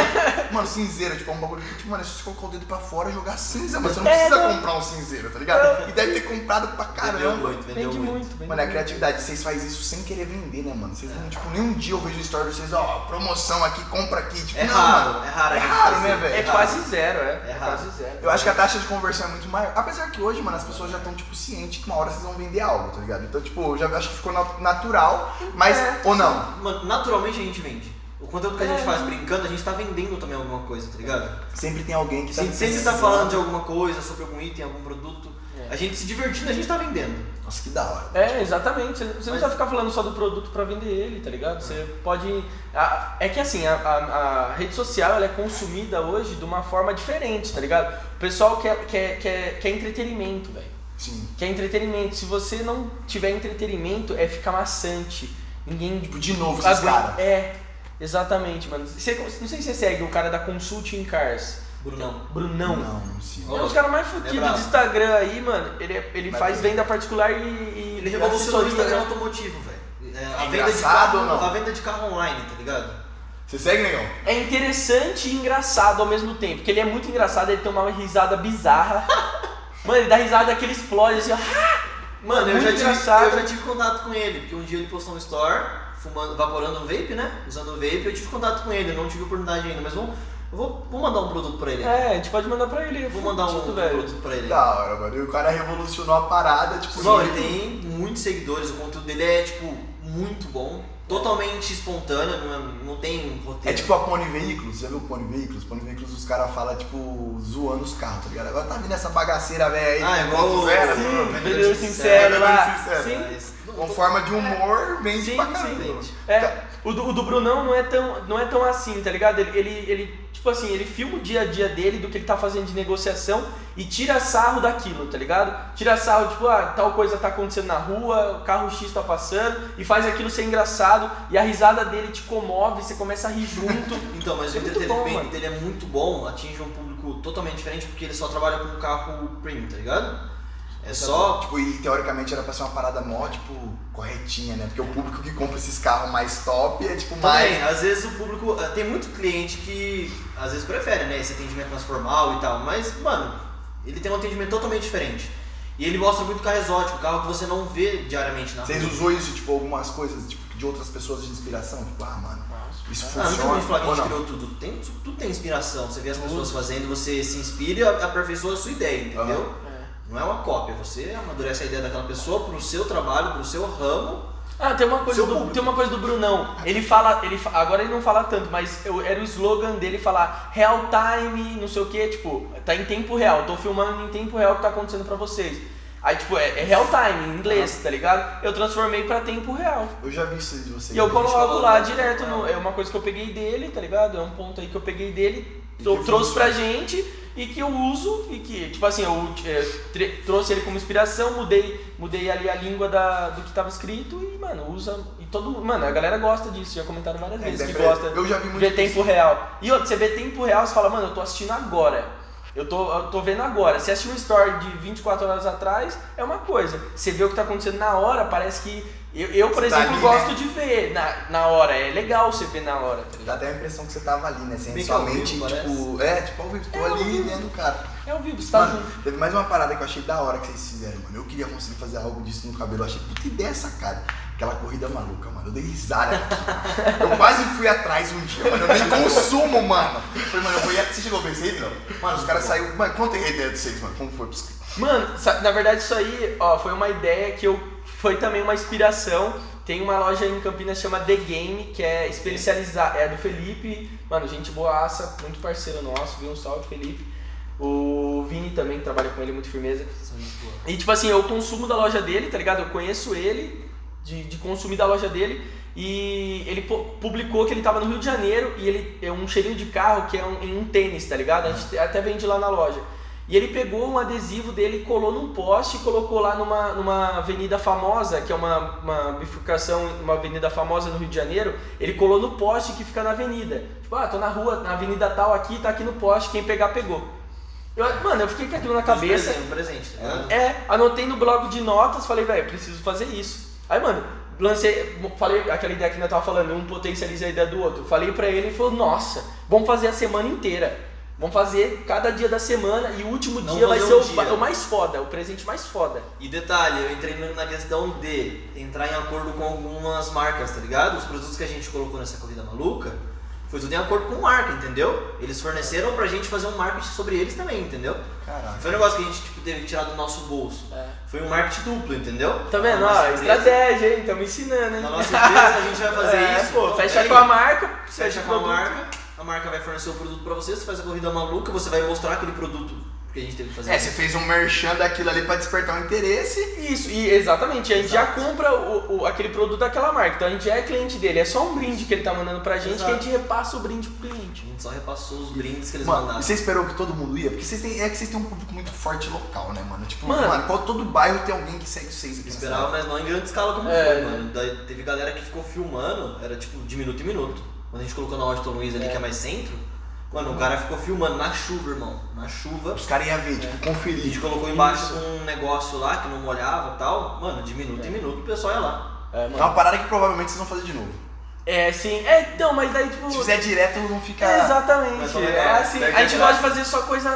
S1: mano, cinzeiro, tipo, é um bagulho que, tipo, mano, é só você colocar o dedo pra fora e jogar cinza, mas você não
S3: É,
S1: precisa
S3: não.
S1: comprar um cinzeiro, tá ligado? E deve ter comprado pra
S2: Vendeu
S1: caramba.
S2: muito, vendeu
S3: Vende
S2: muito.
S3: muito, vende
S1: Mano, é a
S3: muito.
S1: criatividade, vocês fazem isso sem querer vender, né, mano? Vocês não, tipo, nenhum dia eu vejo história de vocês, ó, promoção aqui, compra aqui, tipo,
S2: É
S1: não,
S2: raro,
S1: mano.
S2: é raro.
S1: É
S2: a gente
S1: raro,
S2: fazer.
S1: né, velho?
S3: É quase zero, é.
S2: É
S3: É,
S2: raro.
S3: quase zero.
S1: Eu acho que a taxa de conversão é muito maior. Apesar que hoje, mano, as pessoas já estão, tipo, cientes que uma hora vocês vão vender algo, tá ligado? Então, tipo, já acho que ficou na- natural, mas.
S3: É.
S1: Ou não?
S2: Mano, naturalmente a gente vende. O conteúdo que a gente
S3: É.
S2: faz brincando, a gente tá vendendo também alguma coisa, tá ligado?
S1: Sempre tem alguém que tá.
S2: Se sempre tá
S1: precisando.
S2: falando de alguma coisa, sobre algum item, algum produto.
S3: É.
S2: A gente se divertindo, a gente tá vendendo.
S1: Nossa, que da hora.
S3: É, exatamente. Você, você não
S2: Mas-
S3: precisa ficar falando só do produto pra vender ele, tá ligado? Você pode. a- é que assim, a, a- a rede social ela é consumida hoje de uma forma diferente, tá ligado? O pessoal quer, quer, quer, quer entretenimento, velho.
S1: Sim.
S3: Quer entretenimento. Se você não tiver entretenimento, é ficar maçante. Ninguém.
S1: Tipo, de novo, esses
S3: aguenta-
S1: caras.
S3: É, exatamente, mano. Você- não sei se você segue o cara da Consulting Cars.
S2: Brunão.
S3: Brunão.
S1: Não, sim.
S3: É um dos caras mais fudidos
S2: brabo.
S3: do Instagram aí, mano. Ele, é- ele
S1: Mas
S3: faz
S1: tem-
S3: venda particular e. e
S2: Ele revolucionou o
S3: assessoria,
S2: Instagram
S3: né?
S2: automotivo, velho. É, a,
S1: É
S2: venda de
S1: engraçado
S2: carro,
S1: ou não?
S2: a venda de carro online, tá ligado?
S1: Você segue, negão?
S3: É interessante e engraçado ao mesmo tempo. Porque ele é muito engraçado, ele tem uma risada bizarra. mano, ele dá risada que ele explode assim, ó.
S2: Mano, eu
S3: Muito
S2: já, tive,
S3: engraçado.
S2: eu já tive contato com ele, porque um dia ele postou um store, fumando, vaporando um vape, né? Usando o vape, eu tive contato com ele, eu não tive oportunidade ainda, mas vamos, eu vou, vou mandar um produto pra ele.
S3: É, a gente pode mandar pra ele.
S2: Vou mandar um
S3: Fudido,
S2: produto pra ele.
S1: Da hora, mano. E o cara revolucionou a parada, tipo,
S2: Não, ele
S1: de-
S2: tem muitos seguidores, o conteúdo dele é, tipo, muito bom, totalmente espontâneo, não, é- não tem roteiro.
S1: É tipo a Pony Veículos, já viu Pony Veículos? Pony Veículos os caras falam, tipo, zoando os carros, tá ligado? Agora tá vindo essa bagaceira velha aí,
S2: Ah, igual o-
S1: zero,
S2: Sim,
S1: mano.
S3: Vendedor
S2: né?
S3: sincero lá.
S1: Sincero.
S3: Sim.
S2: Mas-
S1: com forma de humor, vende
S3: Sim,
S1: pra
S3: sim.
S1: caramba.
S3: É, o do, o do Brunão não é, tão, não é tão assim, tá ligado? Ele, ele, ele, tipo assim, ele filma o dia a dia dele, do que ele tá fazendo de negociação e tira sarro daquilo, tá ligado? Tira sarro, tipo, ah, tal coisa tá acontecendo na rua, o carro X tá passando, e faz aquilo ser engraçado, e a risada dele te comove, você começa a rir junto.
S2: Então, mas
S3: É
S2: o
S3: muito bom,
S2: entretenimento
S3: mano.
S2: dele é muito bom, atinge um público totalmente diferente, porque ele só trabalha com carro premium, tá ligado? É só,
S1: Tipo, e teoricamente era pra ser uma parada mó, tipo, corretinha, né? Porque o público que compra esses carros mais top é, tipo, mais...
S2: Também, às vezes o público. eh, Tem muito cliente que às vezes prefere, né? Esse atendimento mais formal e tal. Mas, mano, ele tem um atendimento totalmente diferente. E ele mostra muito carro exótico, carro que você não vê diariamente na rua.
S1: Vocês usou isso, tipo, algumas coisas, tipo, de outras pessoas de inspiração? Tipo, ah, mano, isso
S2: Ah, não tem como a
S1: funciona
S2: gente falar que a
S1: ou
S2: gente
S1: não?
S2: criou tudo. Tem, tudo tem inspiração. Você vê as pessoas fazendo, você se inspira e aperfeiçoa a sua ideia, entendeu? Não é uma cópia. Você amadurece a ideia daquela pessoa pro seu trabalho, pro seu ramo.
S3: Ah, tem uma coisa,
S2: Seu
S3: do,
S2: público.
S3: tem uma coisa do Brunão. Ele fala, ele fa- agora ele não fala tanto, mas eu- era o slogan dele falar real time, não sei o que, tipo, tá em tempo real, tô filmando em tempo real o que tá acontecendo pra vocês. Aí, tipo, é, é real time, em inglês, tá ligado? Eu transformei pra tempo real.
S1: Eu já vi isso de vocês.
S3: E eu
S1: né?
S3: coloco
S2: falando,
S3: lá
S2: né?
S3: direto, no- é uma coisa que eu peguei dele, tá ligado? É um ponto aí que eu peguei dele,
S1: E
S3: eu
S1: que
S3: trouxe pra gente e que eu uso e que, tipo assim, eu é, tre- trouxe ele como inspiração, mudei, mudei ali a língua da, do que tava escrito e, mano, usa. E todo Mano, a galera gosta disso, já comentaram várias
S1: É,
S3: vezes que
S1: depende-
S3: gosta
S1: Eu já vi
S3: de
S1: muito
S3: ver tempo real. E outro, você vê tempo real, você fala, mano, eu tô assistindo agora. Eu tô, eu tô vendo agora. Se assistir um story de 24 horas atrás, é uma coisa. Você vê o que tá acontecendo na hora, parece que. Eu, eu, por
S1: Você tá
S3: exemplo,
S1: ali,
S3: gosto de ver na, na hora. É legal você ver na hora, tá
S1: Dá
S3: ligado?
S1: até a impressão que você tava ali, né? Sem
S2: Bem que é
S1: sua
S2: ao vivo,
S1: mente, tipo,
S2: parece.
S1: é, tipo, ao vivo, tô
S3: É, ao
S1: ali
S3: vivo.
S1: vendo o cara.
S3: É ao vivo, você tá
S1: Mano,
S3: junto.
S1: teve mais uma parada que eu achei da hora que vocês fizeram, mano. Eu queria conseguir fazer algo disso no cabelo. Eu achei, puta ideia essa cara. Aquela corrida maluca, mano. Eu dei risada. eu quase fui atrás um dia, mano. Eu nem consumo, mano. Falei, mano, eu vou ir. Você chegou a ver isso aí, não? Mano, os caras saíram. Mano, conta aí a ideia de vocês, mano. Como foi?
S3: Mano, sa- na verdade isso aí, ó, foi uma ideia que eu. Foi também uma inspiração. Tem uma loja em Campinas que chama The Game, que é especializada. É do Felipe. Mano, gente boaça, muito parceiro nosso, viu? Um salve, Felipe. O Vini também, que trabalha com ele, muito firmeza.
S2: São gente boa.
S3: E tipo assim, eu consumo da loja dele, tá ligado? Eu conheço ele, de, de consumir da loja dele. E ele pu- publicou que ele tava no Rio de Janeiro e ele é um cheirinho de carro que é um, em um tênis, tá ligado? A gente até vende lá na loja. E ele pegou um adesivo dele, colou num poste e colocou lá numa, numa avenida famosa, que é uma, uma bifurcação, uma avenida famosa no Rio de Janeiro. Ele colou no poste que fica na avenida. Tipo, ah, tô na rua, na avenida tal aqui, tá aqui no poste, quem pegar, pegou. Eu, mano, eu fiquei com aquilo na cabeça.
S2: Um presente, tá ligado?
S3: É, anotei no blog de notas, falei, velho, preciso fazer isso. Aí, mano, lancei, falei aquela ideia que nós tava falando, um potencializa a ideia do outro. Falei pra ele e falou, nossa, vamos fazer a semana inteira. Vamos fazer cada dia da semana e o último
S2: Não
S3: dia vai
S2: fazer
S3: ser
S2: um
S3: o,
S2: dia.
S3: o mais foda, o presente mais foda.
S2: E detalhe, eu entrei no- na questão de entrar em acordo com algumas marcas, tá ligado? Os produtos que a gente colocou nessa corrida maluca foi tudo em acordo com marca, entendeu? Eles forneceram pra gente fazer um marketing sobre eles também, entendeu?
S1: Caraca.
S2: Foi um negócio que a gente tipo, teve que tirar do nosso bolso. Foi um marketing duplo, entendeu?
S3: É. Tá vendo?
S2: Na nossa
S3: Ó,
S2: empresa-
S3: estratégia, hein? Tamo ensinando, hein?
S2: Na nossa empresa a gente vai fazer
S3: É,
S2: isso.
S3: pô,
S2: então,
S3: fecha
S2: aí,
S3: com a marca,
S2: fecha com a
S3: produto.
S2: marca, a marca vai fornecer o produto pra você, você faz a corrida maluca, você vai mostrar aquele produto que a gente teve que fazer.
S1: É, você fez um merchan daquilo ali pra despertar um interesse.
S3: Isso, e exatamente, a gente
S2: Exato.
S3: já compra o, o- aquele produto daquela marca, então a gente já é cliente dele, é só um brinde que ele tá mandando pra gente
S2: Exato.
S3: que a gente repassa o brinde pro cliente.
S2: A gente só repassou os brindes que eles
S1: Mano,
S2: mandaram.
S1: e
S3: é
S1: você esperou que todo mundo ia? Porque vocês têm, é que vocês têm um público muito forte local, né, mano? Tipo,
S3: Mano.
S1: mano, qual, todo bairro tem alguém que segue vocês aqui. nessa
S2: Esperava, mas não em grande escala como
S3: É,
S2: foi,
S3: né?
S2: mano. Daí teve galera que ficou filmando, era tipo de minuto em minuto. Quando a gente colocou na Washington Luiz ali, que é mais centro, mano, o cara ficou filmando na chuva, irmão. Na chuva.
S1: Os caras iam ver, tipo,
S2: A gente
S1: conferir.
S2: colocou embaixo um negócio lá que não molhava e tal. Mano, de minuto em minuto o pessoal ia lá.
S3: É,
S1: É
S3: mano.
S1: uma parada que provavelmente vocês vão fazer de novo.
S3: É, sim. É, então, mas daí, tipo.
S1: Se fizer direto, não fica.
S3: é,
S2: Mas
S3: exatamente.
S2: tá legal.
S3: É assim.
S2: Daí
S3: A gente
S2: que vai.
S3: gosta de fazer só coisa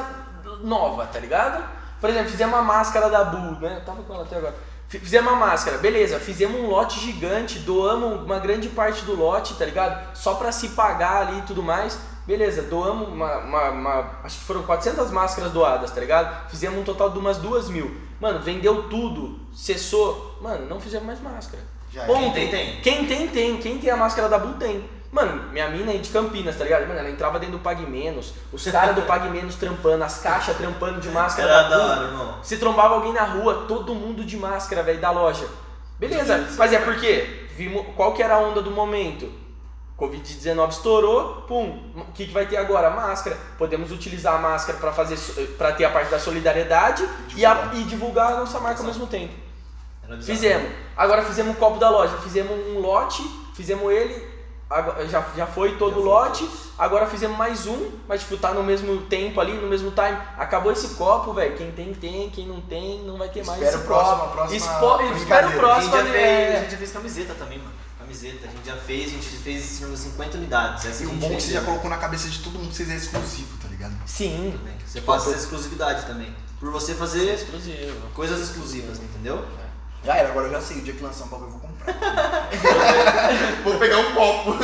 S3: nova, tá ligado? Por exemplo, fizemos uma máscara da Bu, né? Eu tava com ela até agora. Fi- Fizemos uma máscara, beleza. Fizemos um lote gigante, doamos uma grande parte do lote, tá ligado? Só pra se pagar ali e tudo mais. Beleza, doamos uma, uma- uma- Acho que foram 400 máscaras doadas, tá ligado? Fizemos um total de umas duas mil. Mano, vendeu tudo, cessou. Mano, não fizemos mais máscara.
S1: Já
S3: Ponto.
S2: Quem tem, tem.
S3: Quem tem, tem. Quem tem a máscara da Bull tem. Mano, minha mina aí de Campinas, tá ligado? Mano, ela entrava dentro do Pag Menos, os caras do Pag Menos trampando, as caixas trampando de máscara
S2: Era da
S3: da
S2: hora,
S3: Bull.
S2: irmão.
S3: Se trombava alguém na rua, todo mundo de máscara, velho, da loja. Beleza, mas é porque vimos qual que era a onda do momento. Covid-19 estourou, pum. O que, que vai ter agora? Máscara. Podemos utilizar a máscara para fazer para ter a parte da solidariedade e, a- e divulgar a nossa marca ao mesmo tempo.
S2: Era bizarro.
S3: Fizemos. Agora fizemos um copo da loja. Fizemos um lote, fizemos ele, agora- já, já foi todo o lote. Agora fizemos mais um, mas tipo, tá no mesmo tempo ali, no mesmo time. Acabou esse copo, velho. Quem tem, tem. Quem não tem, não vai ter mais.
S1: Espera
S3: esse
S1: o próximo,
S3: copo.
S1: a próxima
S3: Espo- Espera o
S1: brincadeira.
S2: A gente,
S3: próximo.
S2: já
S3: né?
S2: fez, a gente já fez camiseta também, mano. Camiseta, a gente já fez, a gente fez umas 50 unidades. Essa
S1: E
S2: a
S1: o
S2: gente
S1: bom é que você
S2: vendeu.
S1: já colocou na cabeça de todo mundo que vocês é exclusivo, tá ligado?
S3: Sim.
S2: Você passa essa exclusividade também. Por você fazer
S3: Exclusivo.
S2: coisas exclusivas, entendeu?
S1: Já era, agora eu já sei. O dia que lançar um bagulho eu vou comprar. vou pegar um copo.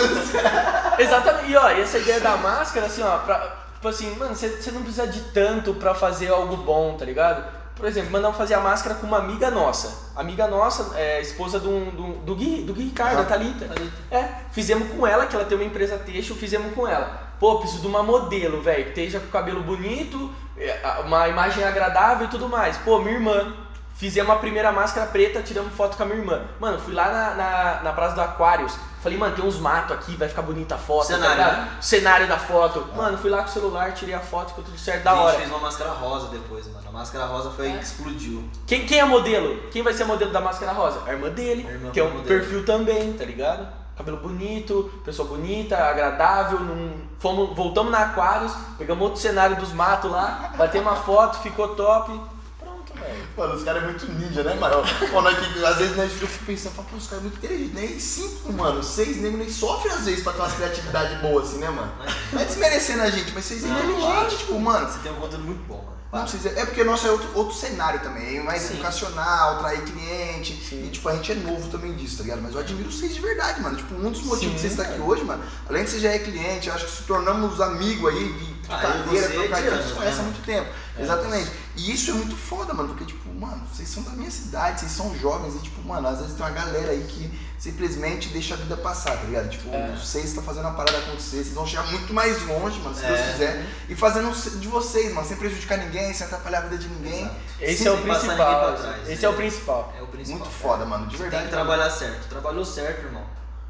S3: Exatamente. E ó, e essa ideia da máscara, assim, ó, pra, tipo assim, mano, você você não precisa de tanto pra fazer algo bom, tá ligado? Por exemplo, mandamos fazer a máscara com uma amiga nossa. Amiga nossa, é, esposa do, do, do Gui, do Gui Ricardo, a Thalita. É, fizemos com ela, que ela tem uma empresa têxtil, fizemos com ela. Pô, preciso de uma modelo, velho, que esteja com cabelo bonito, é, a- uma imagem agradável e tudo mais. Pô, minha irmã. Fizemos a primeira máscara preta, tiramos foto com a minha irmã. Mano, fui lá na, na, na Praça do Aquários. Falei, mano, tem uns matos aqui, vai ficar bonita a foto. tá
S2: Cenário,
S3: ligado?
S2: né?
S3: Cenário da foto. Mano, fui lá com o celular, tirei a foto, ficou tudo certo, da
S2: a gente
S3: hora.
S2: fez uma máscara rosa depois, mano. A máscara rosa foi que explodiu.
S3: Quem, quem é modelo? Quem vai ser modelo da máscara rosa? A irmã dele,
S2: A irmã
S3: que é um
S2: do modelo.
S3: perfil também, tá ligado? Cabelo bonito, pessoa bonita, agradável. num- Fomos, voltamos na Aquários, pegamos outro cenário dos matos lá, batemos uma foto, ficou top. Pronto, velho.
S1: Mano, os caras é muito ninja, né, mano? Ó, nós que- às vezes né, eu fico pensando, falo, pô, os caras é muito inteligentes, nem cinco, mano. Seis negros nem sofrem às vezes pra ter umas criatividades boas assim, né, mano? Não é desmerecendo a gente, mas vocês é
S2: Não,
S1: inteligentes, tipo, mano.
S2: Você tem um conteúdo muito bom, mano.
S1: Não
S2: Pá.
S1: precisa. É porque o nosso é outro, outro cenário também, é mais
S2: Sim.
S1: educacional, atrair cliente.
S3: Sim.
S1: E tipo, a gente é novo também disso, tá ligado? Mas eu admiro vocês de verdade, mano. Tipo, um dos motivos
S3: Sim,
S1: de vocês estar aqui
S3: cara.
S1: hoje, mano, além de você já é cliente, eu acho que se tornamos amigo aí de brincadeira,
S2: você é
S1: trocadilho,
S2: de
S1: a gente
S2: anos,
S1: conhece
S2: né?
S1: há muito tempo.
S3: É.
S1: Exatamente. E isso é muito foda, mano, porque, tipo, mano, vocês são da minha cidade, vocês são jovens, e, tipo, mano, às vezes tem uma galera aí que simplesmente deixa a vida passar, tá ligado? Tipo,
S3: É.
S1: vocês estão fazendo a parada acontecer, vocês vão chegar muito mais longe, mano, se Deus
S2: É.
S1: quiser, e fazendo de vocês, mano, sem prejudicar ninguém, sem atrapalhar a vida de ninguém.
S2: Exato.
S3: Esse
S1: Sim,
S3: é o
S2: sem passar ninguém
S3: principal.
S2: pra trás,
S3: Esse
S2: né?
S3: é o principal.
S2: É o principal.
S1: Muito foda, mano, de
S2: Você
S1: verdade.
S2: tem que trabalhar certo. Trabalhou certo, irmão.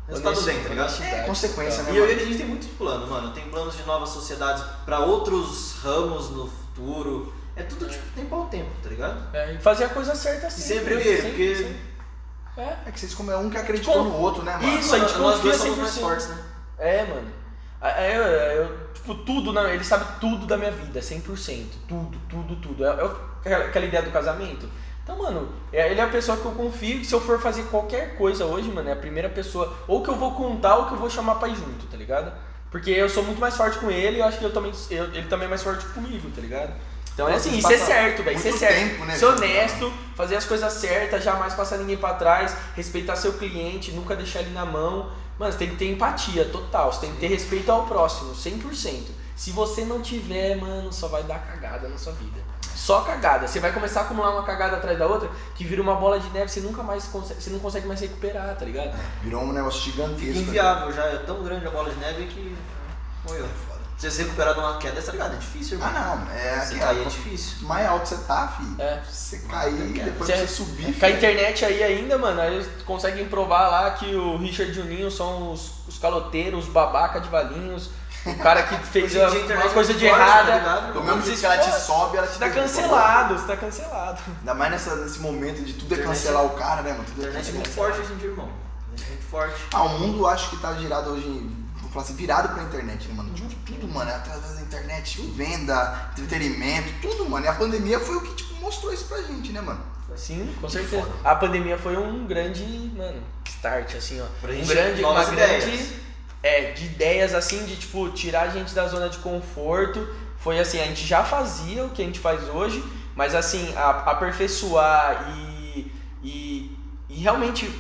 S2: Resultado
S3: Honestidade,
S2: bem, tá ligado?
S1: É
S3: honestidade.
S1: consequência, né,
S2: E eu e
S1: mano?
S2: ele, a gente tem muitos planos, mano. Tem planos de novas sociedades pra outros ramos no futuro. É tudo, tipo, tempo ao tempo, tá ligado?
S3: É, e fazer a coisa certa assim.
S2: E sempre eu e ele, porque-
S3: É.
S1: É que vocês como é um que acreditou
S3: Tipo,
S1: no outro, né, mano?
S3: Isso, a gente
S2: Nós
S3: confia
S2: dois somos mais
S3: 100%.
S2: fortes, né?
S3: É, mano. Aí eu, eu- tipo, tudo, na, ele sabe tudo da minha vida, 100%. Tudo, tudo, tudo. É, é aquela ideia do casamento. Então, mano, é- ele é a pessoa que eu confio que se eu for fazer qualquer coisa hoje, mano, é a primeira pessoa. Ou que eu vou contar ou que eu vou chamar pra ir junto, tá ligado? Porque eu sou muito mais forte com ele e eu acho que eu também, eu- ele também é mais forte comigo, tá ligado? Então é
S1: Nossa,
S3: assim,
S1: isso
S3: ser
S1: passa
S3: certo, velho, ser
S1: muito
S3: certo.
S1: tempo, né,
S3: ser
S1: junto,
S3: honesto, fazer as coisas certas, jamais passar ninguém pra trás, respeitar seu cliente, nunca deixar ele na mão. Mano, você tem que ter empatia total, você tem que ter respeito ao próximo, 100%. Se você não tiver, mano, só vai dar cagada na sua vida. Só cagada. Você vai começar a acumular uma cagada atrás da outra que vira uma bola de neve, você nunca mais consegue, você não consegue mais recuperar, tá ligado?
S1: Virou um negócio gigantesco.
S2: Fica
S1: né?
S2: inviável já, é tão grande a bola de neve que morreu. Você se recuperar de uma queda dessa, tá ligado? É difícil, irmão.
S1: Ah, não, é
S2: Se
S1: aqui,
S2: cair é difícil.
S1: mais alto você tá, fi.
S3: É.
S1: Você cair, depois
S3: Cê-
S2: é
S1: você subir,
S3: Com a
S1: fi.
S3: internet aí ainda, mano, aí eles conseguem provar lá que o Richard Juninho são os, os caloteiros, os babaca de valinhos, o cara que fez
S2: Hoje em dia a
S3: uma,
S2: internet é
S3: coisa
S2: muito
S3: de
S2: forte, tá
S3: errada.
S2: ligado,
S1: Do
S2: irmão?
S1: mesmo jeito que ela te sobe, ela te
S3: Você tá
S1: derruba.
S3: cancelado, você tá cancelado.
S1: Ainda mais nessa- nesse momento de tudo é
S2: Internet-
S1: cancelar o cara, né, mano?
S2: A
S1: Tudo é
S2: internet é
S1: cancelar.
S2: muito forte hoje em dia, irmão. A internet é muito forte.
S1: Ah, o mundo acho que tá girado hoje, em- vou falar assim, virado pra internet, né, mano? Tipo,
S2: Uhum.
S1: tudo, mano, é através da internet, venda, entretenimento, tudo, mano. E a pandemia foi o que, tipo, mostrou isso pra gente, né, mano?
S3: Sim, com
S1: Que
S3: certeza.
S1: foda.
S3: A pandemia foi um grande, mano, start, assim, ó.
S2: Pra
S3: Um
S2: gente
S3: grande, uma
S2: novas
S3: grande.
S2: ideias.
S3: É, de ideias assim, de tipo, tirar a gente da zona de conforto. Foi assim, a gente já fazia o que a gente faz hoje, mas assim, a- aperfeiçoar e, e, e realmente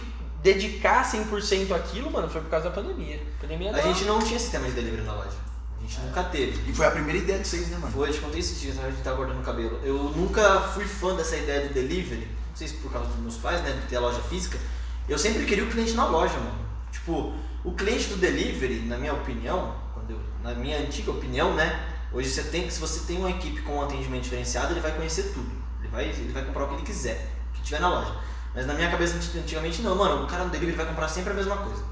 S3: dedicar 100% àquilo, mano, foi por causa da pandemia. Pandemia
S2: A
S3: não.
S2: gente não tinha sistema de delivery na loja. A gente nunca teve.
S1: E foi a primeira ideia de vocês, né, mano?
S2: Vou te contar esses dias, a gente tá guardando o cabelo. Eu nunca fui fã dessa ideia do delivery, não sei se por causa dos meus pais, né, de ter a loja física. Eu sempre queria o cliente na loja, mano. Tipo, o cliente do delivery, na minha opinião, quando eu- na minha antiga opinião, né, hoje você tem que, se você tem uma equipe com um atendimento diferenciado, ele vai conhecer tudo. Ele vai, ele vai comprar o que ele quiser, o que tiver na loja. Mas na minha cabeça, anti- antigamente, não, mano, o cara no delivery vai comprar sempre a mesma coisa.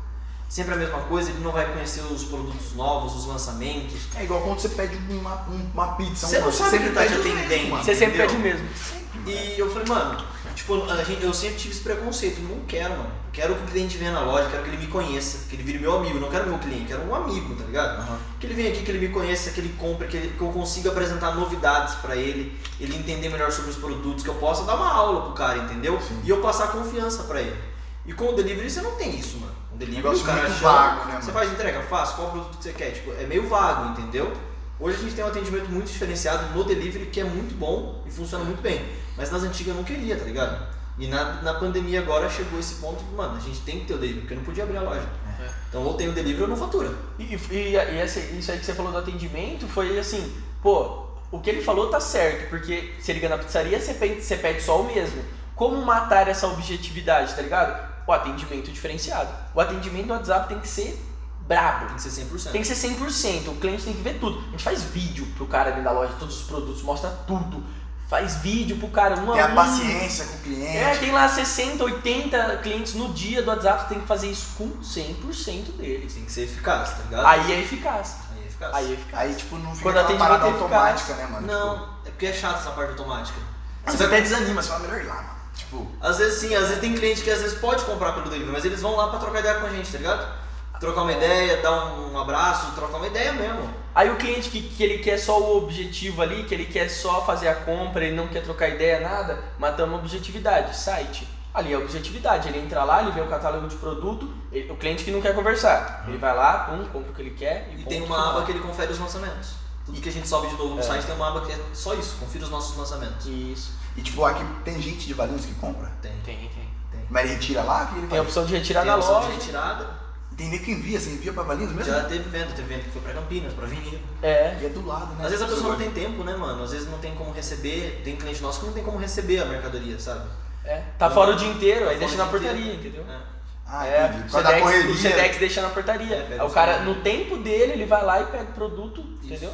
S2: Sempre a mesma coisa, ele não vai conhecer os produtos novos, os lançamentos.
S1: É igual quando você pede uma, um- uma pizza, um
S2: Você não
S1: lanche,
S2: sabe
S1: sempre
S2: quem tá
S1: pede
S2: te
S1: o mesmo,
S2: atendendo.
S1: mano.
S3: Você sempre
S2: entendeu?
S3: pede o mesmo.
S2: um- E eu falei, mano, tipo, a gente- eu sempre tive esse preconceito, não quero, mano. Quero que o cliente venha na loja, quero que ele me conheça, que ele vire meu amigo, não quero meu cliente, quero um amigo, tá ligado?
S1: Aham.
S2: Que ele venha aqui, que ele me conheça, que ele compre, que, ele- que eu consiga apresentar novidades pra ele, ele entender melhor sobre os produtos, que eu possa dar uma aula pro cara, entendeu? E eu passar confiança pra ele. E com o delivery você não tem isso, mano. O delivery
S1: Negócio
S2: o cara
S1: muito
S2: chama,
S1: vago, né,
S2: Você
S1: mano?
S2: faz entrega, faz, qual produto que você quer, tipo, é meio vago, entendeu? Hoje a gente tem um atendimento muito diferenciado no delivery que é muito bom e funciona muito bem. Mas nas antigas eu não queria, tá ligado? E na, na pandemia agora chegou esse ponto, que, mano, a gente tem que ter o delivery, porque eu não podia abrir a loja.
S1: É.
S2: Então ou tem o delivery ou não fatura.
S3: E, e- e essa- isso aí que você falou do atendimento foi assim, pô, o que ele falou tá certo, porque se liga na pizzaria, você pede, você pede só o mesmo. Como matar essa objetividade, tá ligado? O atendimento diferenciado. O atendimento no WhatsApp tem que ser brabo.
S2: Tem que ser 100%.
S3: Tem que ser 100%, o cliente tem que ver tudo. A gente faz vídeo pro cara dentro da loja, todos os produtos, mostra tudo. Faz vídeo pro cara, um
S1: É
S3: um.
S1: a paciência com o cliente.
S3: É, tem lá 60, 80 clientes no dia do WhatsApp, você tem que fazer isso com 100% deles.
S2: Tem que ser eficaz, tá ligado?
S3: Aí é eficaz.
S2: Aí é eficaz.
S3: Aí é eficaz.
S1: Aí, tipo, não fica
S3: Quando
S1: aquela
S3: atendimento
S1: parada
S3: eficaz.
S1: automática, né, mano? Tipo,
S2: Não, é porque é chato essa parte automática.
S1: você vai até desanima, você fala, melhor ir lá, mano. Tipo,
S2: Às vezes sim, às vezes tem cliente que às vezes pode comprar pelo delivery, mas eles vão lá pra trocar ideia com a gente, tá ligado? Trocar uma ideia, dar um abraço, trocar uma ideia mesmo.
S3: Aí o cliente que, que ele quer só o objetivo ali, que ele quer só fazer a compra, ele não quer trocar ideia, nada, matamos a objetividade, site. Ali é a objetividade, ele entra lá, ele vê o catálogo de produto, ele- o cliente que não quer conversar. Ele vai lá, pum, compra o que ele quer
S2: Uhum.
S3: e,
S2: E
S3: ponto
S2: tem uma
S3: final.
S2: aba que ele confere os lançamentos. Tudo que a gente sobe de novo no site tem uma aba que é só isso, confira os nossos lançamentos.
S3: Isso,
S1: e tipo, aqui tem gente de Valinhos que compra.
S2: Tem.
S3: tem, tem.
S1: Mas ele retira lá, que ele
S3: Tem a
S1: faz.
S3: opção de
S2: Tem
S3: retirar
S2: a
S3: na
S2: opção
S3: loja.
S2: de retirada.
S1: Tem nem que envia, você envia pra Valinhos mesmo?
S2: Já teve venda, teve venda que foi pra Campinas, pra Avenida.
S3: É.
S1: E é do lado, né?
S2: Às vezes a pessoa não tem tempo, né, mano? Às vezes não tem como receber. Tem cliente nosso que não tem como receber a mercadoria, sabe?
S3: É. Tá
S2: Não,
S3: fora o dia inteiro,
S2: Tá
S3: aí deixa
S2: fora
S3: na
S2: o dia
S3: portaria,
S2: inteiro.
S3: entendeu?
S2: É.
S1: Ah,
S3: É,
S1: entendi.
S3: o
S1: Por causa da
S3: Sedex,
S1: correria.
S3: o Sedex deixa na portaria.
S2: É, pega
S3: Aí o
S2: os
S3: cara,
S2: caras.
S3: no tempo dele, ele vai lá e pega o produto, entendeu?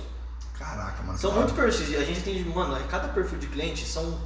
S1: Caraca, mano.
S2: São
S1: cara.
S2: muito perfis. A gente tem, mano, é cada perfil de cliente são.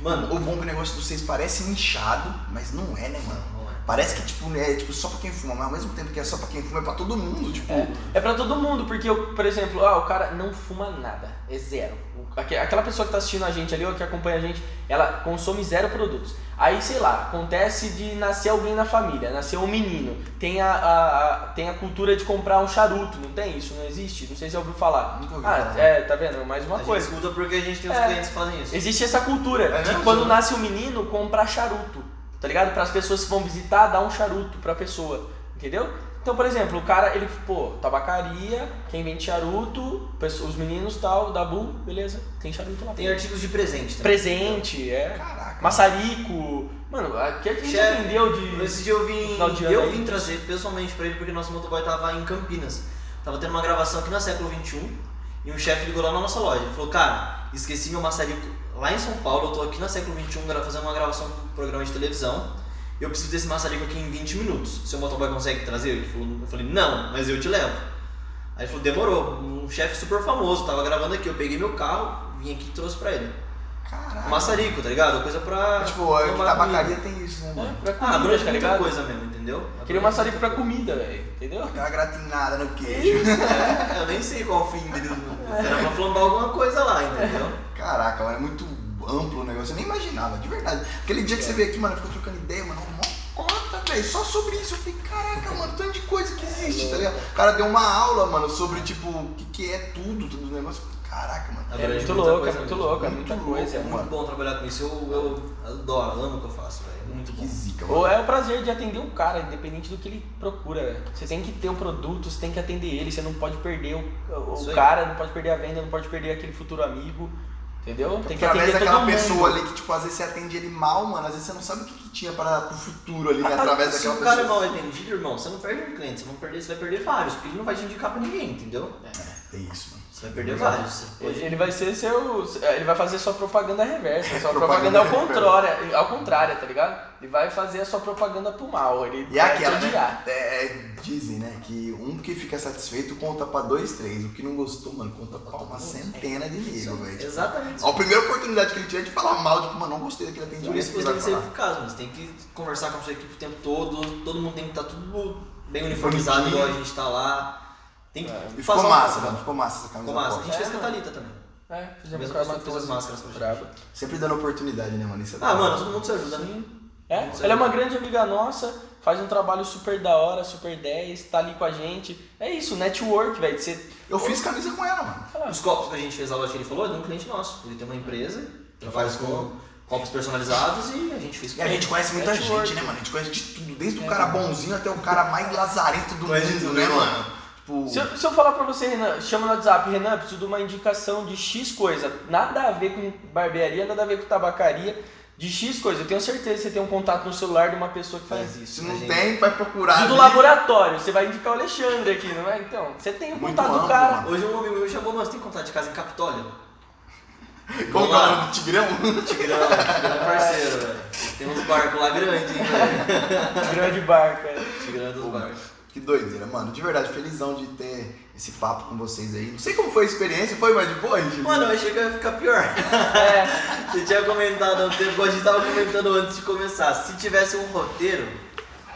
S2: Mano,
S1: O bom que o negócio de vocês parece inchado, mas não é, né, mano?
S2: não é.
S1: Parece que, tipo, né, é tipo, só pra quem fuma, mas ao mesmo tempo que é só pra quem fuma, é pra todo mundo, tipo.
S3: É pra todo mundo, porque, eu, por exemplo, ah, o cara não fuma nada, é zero. O- aque- Aquela pessoa que tá assistindo a gente ali, ou que acompanha a gente, ela consome zero produtos. Aí, sei lá, acontece de nascer alguém na família, nascer um menino. Tem a, a- a- tem a cultura de comprar um charuto, não tem isso? Não existe? Não sei se já ouviu falar.
S1: Nunca ouvi
S3: ah,
S1: falar.
S3: é, tá vendo? Mais uma
S2: a
S3: coisa.
S2: gente escuta porque a gente tem uns
S3: É.
S2: clientes que fazem isso.
S3: Existe essa cultura
S1: É
S3: de
S1: mesmo?
S3: quando nasce um menino comprar charuto, tá ligado? Para as pessoas que vão visitar, dar um charuto pra pessoa, entendeu? Então, por exemplo, o cara, ele, pô, tabacaria, quem vende charuto, pesso- os meninos tal, Dabu, beleza, tem charuto lá.
S2: Tem artigos de presente também.
S3: Presente, é.
S1: Caraca.
S3: Maçarico. Mano, o que a gente
S2: Chefe,
S3: entendeu de.
S2: Esse dia eu
S3: No
S2: vim,
S3: final de ano
S2: eu
S3: aí.
S2: vim trazer pessoalmente pra ele porque nosso motoboy tava em Campinas. Tava tendo uma gravação aqui na século XXI e um chefe ligou lá na nossa loja. Ele Falou, cara, esqueci meu maçarico lá em São Paulo, eu tô aqui na século XXI gra- fazendo uma gravação de um programa de televisão. Eu preciso desse maçarico aqui em 20 minutos. Seu motoboy consegue trazer? Ele falou, eu falei, não, mas eu te levo. Aí ele falou, demorou. Um chefe super famoso, tava gravando aqui, eu peguei meu carro, vim aqui e trouxe pra ele.
S1: Caraca.
S2: Maçarico, tá ligado? Coisa pra.
S1: Tipo, Ah. é que
S2: tomar
S1: tabacaria tem isso, né,
S3: É,
S1: mano?
S3: pra
S2: ah,
S3: comida,
S2: abrange muita
S3: tá ligado?
S2: coisa Ah, mesmo, entendeu?
S3: Queria um maçarico pra comida, velho, entendeu?
S1: Aquela gratinada no queijo.
S2: É, Eu nem sei qual o fim dele. Era pra flambar alguma coisa lá, entendeu?
S1: Caraca, mano, é muito amplo o negócio. Eu nem imaginava, de verdade. Aquele dia que você veio aqui, mano, ficou trocando ideia, mano, mó cota, velho. Só sobre isso. Eu falei, caraca, mano, tanto de coisa que existe, tá ligado? O cara deu uma aula, mano, sobre, tipo, o que, que é tudo, tudo o negócio. Caraca, mano.
S3: É
S2: Abrange
S3: muito
S2: muita
S3: louco, é
S2: coisa
S3: muito
S2: mesmo.
S3: louco, é
S1: Muito
S3: muita
S1: louco,
S3: coisa.
S2: É muito bom trabalhar com isso. Eu, eu adoro, amo o que eu faço, velho. É Muito
S1: tá Que
S2: bom.
S1: zica, mano.
S3: Ou é o prazer de atender o cara, independente do que ele procura. velho. Você tem que ter o produto, você tem que atender ele, você não pode perder o, o
S2: Isso aí.
S3: cara, não pode perder a venda, não pode perder aquele futuro amigo. Entendeu? Tem que
S1: através
S3: atender todo
S1: daquela
S3: mundo.
S1: pessoa ali que, tipo, às vezes você atende ele mal, mano, às vezes você não sabe o que, que tinha para pro futuro ali, né? Através
S2: Se
S3: um
S1: daquela
S2: o cara é mal
S1: pessoa.
S2: atendido, irmão, você não perde um cliente, você, não perder, você vai perder vários, porque ele não vai te indicar pra ninguém, entendeu?
S1: É isso, mano.
S2: Você vai perder vários. Você pode-
S3: Ele vai ser seu. Ele vai fazer sua propaganda reversa, sua propaganda,
S1: Propaganda
S3: ao
S1: reversa.
S3: contrário, ao contrário, tá ligado? Ele vai fazer a sua propaganda pro mal. Ele
S1: E é
S3: vai
S1: aquela,
S3: te
S1: né?
S3: odiar.
S1: É, dizem, né, que um que fica satisfeito conta pra dois, três. O que não gostou, mano, conta pra uma centena de nego, velho.
S2: Exatamente.
S1: Ó, a primeira oportunidade que ele tiver de falar mal, tipo, mano, não gostei daquele
S2: Por
S1: atendimento
S2: isso é
S1: que
S2: que
S1: ele
S2: você tem
S1: vai
S2: que ser
S1: falar.
S2: eficaz, mano. Você tem que conversar com a sua equipe o tempo todo, todo mundo tem que estar tudo bem uniformizado, igual a gente tá lá. Tem que
S1: É, E
S2: fazer
S1: ficou
S2: uma-
S1: massa, né? mano, ficou massa essa camisa
S2: um Ficou massa. né? A
S1: pop.
S2: gente fez com a Thalita também.
S3: É,
S2: Mesma
S3: fizemos com a
S2: pessoa que fez as máscaras pra gente.
S3: braba.
S1: Sempre dando oportunidade, né, mano? Isso é
S2: Ah,
S1: bom.
S2: mano, todo mundo se ajuda, né?
S3: É, ela é uma grande amiga nossa, faz um trabalho super da hora, super 10, tá ali com a gente. É isso, network, velho. de Você...
S1: Eu fiz camisa com ela, mano.
S2: Os copos que a gente fez a loja que ele falou é de um cliente nosso. Ele tem uma empresa, trabalha
S1: faz
S2: com copos personalizados e a gente fez
S1: E a gente conhece muita
S3: Network.
S1: gente, né, mano? A gente conhece de tudo, desde o cara bonzinho até o cara mais lazarento do
S2: É, Conhece
S1: mundo,
S2: tudo,
S1: né,
S2: né,
S1: mano? Tipo,
S3: Se, eu, se eu falar pra você, Renan, chama no WhatsApp, Renan, preciso de uma indicação de X coisa. Nada a ver com barbearia, nada a ver com tabacaria, de X coisa. Eu tenho certeza que você tem um contato no celular de uma pessoa que faz isso.
S1: se não
S2: a gente-
S1: tem, vai procurar.
S3: Preciso do
S1: ali.
S3: laboratório, você vai indicar o Alexandre aqui, não é? Então, você tem o
S1: Muito
S3: contato do
S1: amplo,
S3: cara.
S1: mano.
S2: Hoje um amigo meu chamou, mas tem contato de casa em Capitólio?
S1: Como
S2: Vamos
S1: que é o
S2: lá.
S1: nome do Tigrão?
S2: Tigrão, Tigrão é parceiro, velho. Tem uns barcos lá grandes, hein, velho.
S3: Grande barco, é.
S2: Tigrão é dos barcos.
S1: Que doideira, mano. De verdade, felizão de ter esse papo com vocês aí. Não sei como foi a experiência, foi mais de boa, gente?
S2: Mano, eu achei que ia ficar pior. Você tinha comentado há um tempo, a gente tava comentando antes de começar. Se tivesse um roteiro,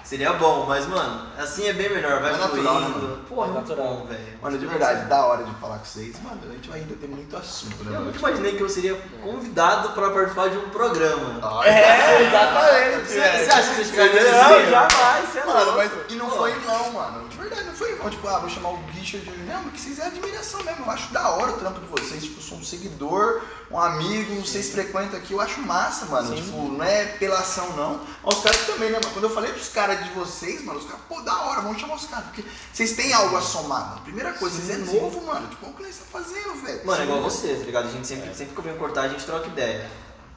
S2: seria bom, mas, mano, assim é bem melhor, vai
S1: É
S2: fluindo.
S1: natural, né, mano?
S2: Porra, é muito
S3: Natural.
S2: bom, velho.
S1: Mano, de verdade, da hora de falar com vocês. Mano, a gente vai ainda ter muito assunto, né,
S2: Eu nunca
S1: mano?
S2: imaginei que eu seria convidado pra participar de um programa.
S3: É, exatamente.
S2: Você
S3: velho.
S2: você acha que você chegaria nesse
S3: Não,
S2: nível?
S3: jamais, você é
S1: Mano,
S3: louco.
S1: mas e não foi em vão, mano. De verdade, não foi em vão. Tipo, ah, vou chamar o Richard. Não, porque vocês é admiração mesmo. Eu acho da hora o trampo de vocês. Tipo, eu sou um seguidor, um amigo, vocês frequentam aqui. Eu acho massa, mano.
S3: Sim.
S1: Tipo, não é pelação, não. Mas os caras também, né, mano? Quando eu falei pros caras de vocês, mano, os caras, pô, da hora, vamos chamar os caras. Porque vocês têm algo a somar, mano. Primeira coisa,
S3: Sim,
S1: vocês é
S3: sim.
S1: novo, mano. Tipo, o que vocês estão fazendo, velho?
S2: é Mano, é igual você, tá ligado? A gente sempre, sempre que eu venho cortar, a gente troca ideia.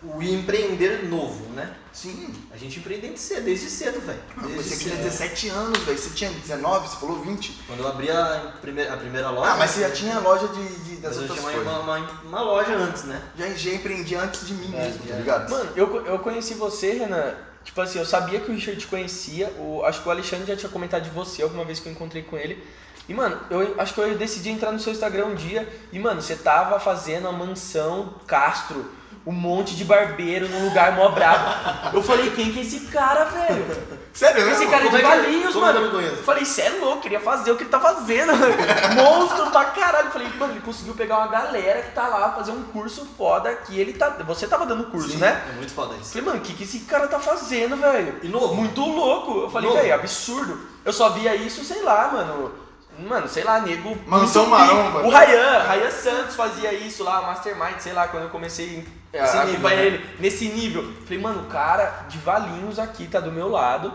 S2: o empreender novo, né?
S1: Sim.
S2: A gente empreende desde cedo, desde cedo, velho.
S1: Mano,
S2: Desde é.
S1: você tinha
S2: cedo.
S1: 17 anos, velho. Você tinha 19, você falou 20.
S2: Quando eu abri a primeira, a primeira loja.
S1: Ah, mas você já tinha loja de, de- das
S2: mas eu
S1: outras
S2: tinha
S1: coisas.
S2: uma, uma, uma loja antes, né?
S1: Já, já empreendi antes de mim
S2: É,
S1: mesmo, tá
S2: já.
S1: ligado?
S3: Mano, eu, co- eu conheci você, Renan. Tipo assim, eu sabia que o Richard te conhecia. O, acho que o Alexandre já tinha comentado de você alguma vez que eu encontrei com ele. E, mano, eu acho que eu decidi entrar no seu Instagram um dia. E, mano, você tava fazendo a mansão Castro. Um monte de barbeiro num lugar mó brabo. Eu falei, quem que é esse cara, velho?
S1: Sério,
S3: Esse
S1: mesmo?
S3: cara é
S2: Como
S3: de
S2: é que-
S3: Valinhos,
S2: como é que eu
S3: mano.
S2: não conheço?
S3: Eu falei, cê é louco, queria fazer o que ele tá fazendo. Monstro pra caralho. Eu falei, mano, ele conseguiu pegar uma galera que tá lá fazer um curso foda que ele tá. Você tava dando curso, né?
S2: É muito foda
S3: Eu
S2: isso.
S3: Falei, mano, o que, que esse cara tá fazendo, velho?
S2: E novo?
S3: Muito louco. Eu falei,
S2: Novo.
S3: velho, é absurdo. Eu só via isso, sei lá, mano. Mano, sei lá, nego.
S1: Mansão
S3: muito pica.
S1: Maromba.
S3: O Rayan, Rayan Santos fazia isso lá, Mastermind, sei lá, quando eu comecei a
S2: Nesse nível,
S3: acompanhar
S2: né?
S3: ele. Nesse nível. Falei, mano, o cara de Valinhos aqui tá do meu lado.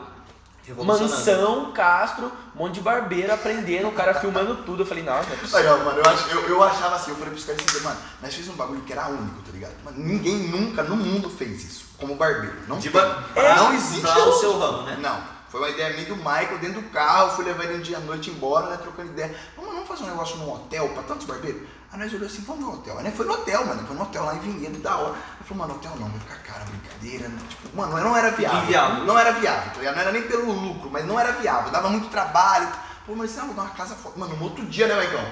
S2: Revolucionando.
S3: Mansão, Castro, um monte de barbeiro aprendendo, o cara filmando tudo. Eu falei, não, não é possível.
S1: Aí, ó, mano, eu, ach- eu, eu achava assim, eu falei pros caras assim, mano, nós fizemos um bagulho que era único, tá ligado? Mano, ninguém nunca no mundo fez isso, como barbeiro. Não,
S2: De
S1: tem.
S2: ba-
S1: É. não
S2: pra-
S1: existe.
S2: pra o seu ramo, né?
S1: Não. Foi uma ideia minha do Michael dentro do carro, fui levar ele um dia à noite embora, né? Trocando ideia. Vamos, vamos fazer um negócio num hotel pra tantos barbeiros? Aí nós olhamos assim, vamos ver um hotel. Aí né, foi no hotel, mano. Foi no hotel lá em Vinhedo, da hora. Eu falei, mano, hotel não, vai ficar cara, brincadeira. né? Tipo, mano, não era viável.
S2: Inviável.
S1: Não era viável, tá ligado? Não era nem pelo lucro, mas não era viável. Dava muito trabalho. Pô, mas não, vou dar uma casa foda. Mano, no outro dia, né, Maicon?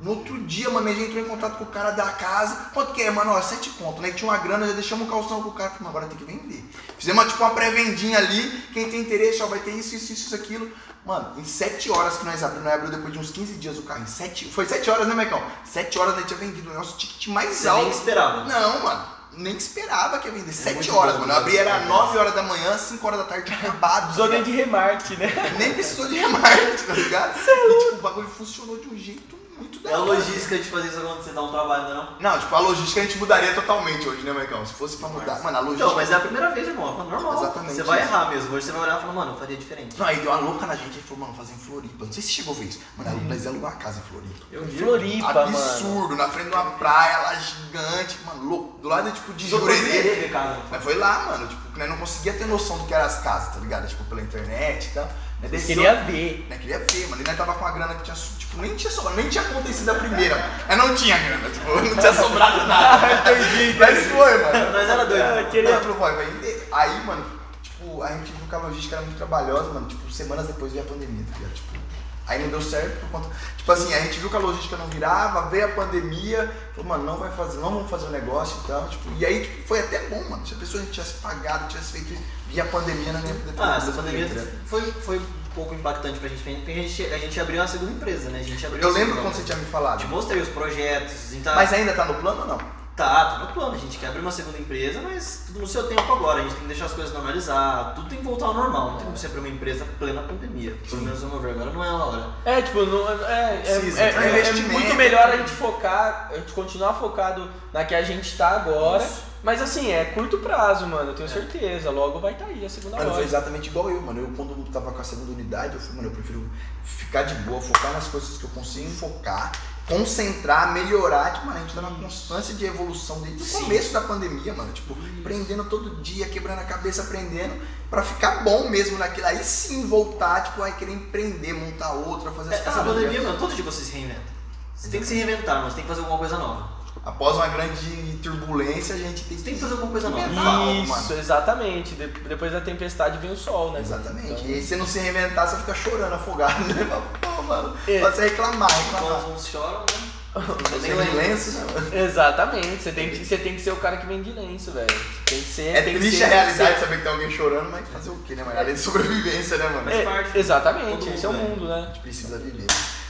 S1: No outro dia, mano, a gente entrou em contato com o cara da casa. Quanto que é, mano? Ó, sete conto, né? Tinha uma grana, já deixamos um calção com o cara. Falei, "Mano, agora tem que vender. Fizemos, tipo, uma pré-vendinha ali. Quem tem interesse, ó, vai ter isso, isso, isso, isso, aquilo. Mano, em sete horas que nós abrimos, nós abrimos depois de uns 15 dias o carro. Em sete, foi sete horas, né, Maicon? Sete horas, nós tinha vendido o nosso ticket mais
S2: Você nem
S1: alto.
S2: esperava.
S1: Não, mano. Nem esperava que ia vender. Sete
S2: muito
S1: horas,
S2: bom,
S1: mano. Eu abri, era
S2: né?
S1: nove horas da manhã, cinco horas da tarde, tinha acabado.
S3: Precisou
S1: tá
S3: nem de remate, né?
S1: ligado? Nem precisou de remarketing, tá ligado? E, tipo, o bagulho funcionou de um jeito muito da
S2: É a
S1: hora.
S2: logística de fazer isso acontecer, dá um trabalho, não?
S1: Não, tipo, a logística a gente mudaria totalmente hoje, né, Maicão? Se fosse pra mudar. Mano, a logística.
S2: Então, mas é a primeira vez, irmão. É normal.
S1: Exatamente
S2: Você vai
S1: isso.
S2: errar mesmo. Hoje você vai olhar e falar, mano, eu faria diferente.
S1: Não, aí deu uma louca na gente, ele falou, mano, fazer em Floripa. Não sei se chegou a ver isso. Mano, nós ia alugar uma casa em Hum. Floripa.
S2: Eu vi.
S3: Floripa, mano.
S1: Absurdo, na frente de uma praia lá gigante, mano, louco. Do lado, tipo, de
S2: Só pra
S1: Jurerê.
S2: ver, cara.
S1: Mas foi lá, mano, tipo, que nós não conseguia ter noção do que eram as casas, tá ligado? Tipo, pela internet e tal. Nós
S3: Eu
S1: desceu-
S3: Queria ver.
S1: né? Queria ver, mano. Ele ainda tava com a grana que tinha. so- Tipo, nem tinha sobrado, nem tinha acontecido a primeira. Mas não tinha grana, tipo, não tinha sobrado nada. Ah, Entendi. Mas foi, mano.
S2: Nós era doido.
S3: Ah,
S1: Ele
S3: queria...
S1: falou, tipo, vai, vai vender. Aí, mano, tipo, a gente viu que a logística era muito trabalhosa, mano. Tipo, semanas depois veio a pandemia, tá ligado? Tipo, aí não deu certo por conta. Tipo assim, a gente viu que a logística não virava, veio a pandemia, falou, mano, não vai fazer, não vamos fazer o negócio e tal. Tipo, e aí tipo, foi até bom, mano. Se a pessoa tivesse pagado, tivesse feito isso, via a pandemia, né, não ia poder
S2: Ah,
S1: fazer
S2: essa
S1: isso,
S2: pandemia
S1: tá ligado?
S2: foi, foi um pouco impactante pra gente, porque a gente, a gente abriu uma segunda empresa, né? Tipo, A gente abriu
S1: Eu
S2: uma
S1: lembro
S2: segunda.
S1: quando você tinha me falado.
S2: Eu te mostrei os projetos, então...
S1: Mas ainda tá no plano ou não?
S2: Tá, tá no plano, a gente quer abrir uma segunda empresa, mas tudo no seu tempo agora, a gente tem que deixar as coisas normalizar, tudo tem que voltar ao normal, não tem como você abrir uma empresa plena pandemia, pelo menos ao meu ver, agora não é a hora.
S3: É, tipo, não, é, é,
S1: Precisa,
S3: é-
S1: é um
S3: é- é
S1: investimento.
S3: muito melhor a gente focar, a gente continuar focado na que a gente tá agora. Mas assim, é curto prazo, mano, eu tenho certeza. Logo vai tá aí a segunda
S1: Mano, foi
S3: loja.
S1: exatamente igual É. eu, mano. Eu, quando tava com a segunda unidade, eu falei, mano, eu prefiro ficar de boa, focar nas coisas que eu consigo focar, concentrar, melhorar. Tipo, mano, a gente tá numa constância de evolução desde o
S2: Sim.
S1: começo da pandemia, mano. Tipo, aprendendo todo dia, quebrando a cabeça, aprendendo, pra ficar bom mesmo naquilo. Aí sim voltar, tipo, aí querer empreender, montar outra, fazer as
S2: É, Essa
S1: paradas.
S3: é?
S2: pandemia, mano, todo dia você se reinventa. Você tem que se reinventar, mas tem que fazer alguma coisa nova.
S1: Após uma grande turbulência, a gente tem que.
S2: Você tem que fazer alguma coisa nova.
S1: Inventar. exatamente,
S3: Isso,
S1: mano.
S3: exatamente. De- depois da tempestade vem o sol, né?
S1: Exatamente.
S3: Então,
S1: E aí, se você não se reinventar, você fica chorando, afogado, né? Fala, Pô, mano,
S3: É.
S1: pode ser reclamar, reclamar.
S2: Enquanto uns choram, né? Eu
S1: Você
S2: nem
S1: nem
S2: lembro.
S1: lenço, né? mano?
S3: exatamente, você tem, que, você tem que ser o cara que vende lenço, velho. Tem que ser.
S1: É
S3: tem que
S1: triste
S3: ser-
S1: a realidade saber que tem alguém chorando, mas fazer o quê, né, mano? A lei de sobrevivência, né, mano?
S2: Mas faz parte.
S3: É, exatamente,
S2: Todo
S3: esse é o
S2: mundo,
S3: mundo, né?
S1: A gente precisa viver.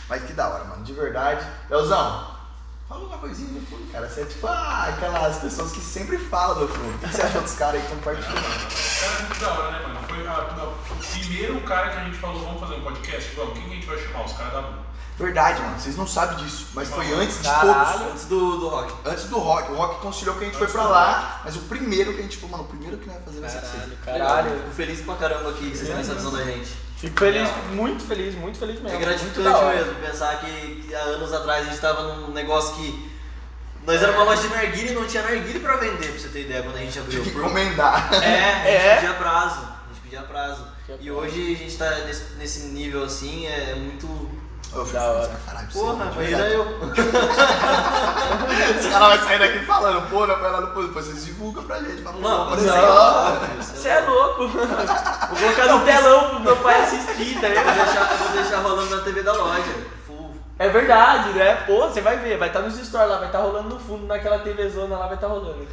S1: Mas que da hora, mano. De verdade. Leozão, fala uma coisinha do fundo, cara. Você é tipo ah, aquelas pessoas que sempre falam do fundo. O que você achou dos caras aí compartilhando?
S5: Cara, muito da hora, né, mano? Foi a- da- o primeiro cara que a gente falou, vamos fazer um podcast? Vamos, quem que a gente vai chamar? Os caras da Blue.
S1: Verdade, mano. Vocês não sabem disso. Mas foi antes de
S3: Caralho.
S1: todos.
S2: Antes do, do rock.
S1: Antes do rock. O rock conciliou que a gente foi
S5: Antes
S1: pra
S5: do
S1: lá. Mas o primeiro que a gente falou, mano, o primeiro que nós vai fazer vai ser com vocês.
S3: Caralho, caralho.
S2: Fico feliz pra caramba aqui que vocês têm essa visão da gente.
S3: Fico feliz, muito feliz, muito feliz mesmo.
S2: É
S3: muito
S2: gratificante
S3: da hora.
S2: mesmo pensar que há anos atrás a gente tava num negócio que Nós era uma loja de narguile e não tinha narguile pra vender, pra você ter ideia, quando a gente abriu.
S1: Tinha que
S2: Por-
S1: encomendar.
S2: É, a
S3: É.
S2: gente pedia prazo. A gente pedia prazo.
S3: Tinha
S2: E
S3: prazo.
S2: hoje a gente tá nesse, nesse nível assim, é muito.
S1: Eu fui
S3: Da
S1: feliz
S3: hora.
S1: pra caralho, pra
S2: Porra,
S1: você, de
S2: mas
S1: verdade.
S2: era eu.
S1: Os caras vão sair daqui falando, porra, vai lá no pô, depois vocês divulgam pra gente. Fala,
S2: Não,
S1: pô,
S2: você é
S1: apareceu.
S2: óbvio,
S3: Você é louco. Vou colocar no telão pro meu pai assistir,
S2: Vou
S3: tá ligado?
S2: deixar, vou deixar rolando na TV da loja. Full.
S3: É verdade, né? Pô, você vai ver, vai estar nos stories lá, vai estar rolando no fundo, naquela TVzona lá, vai estar rolando.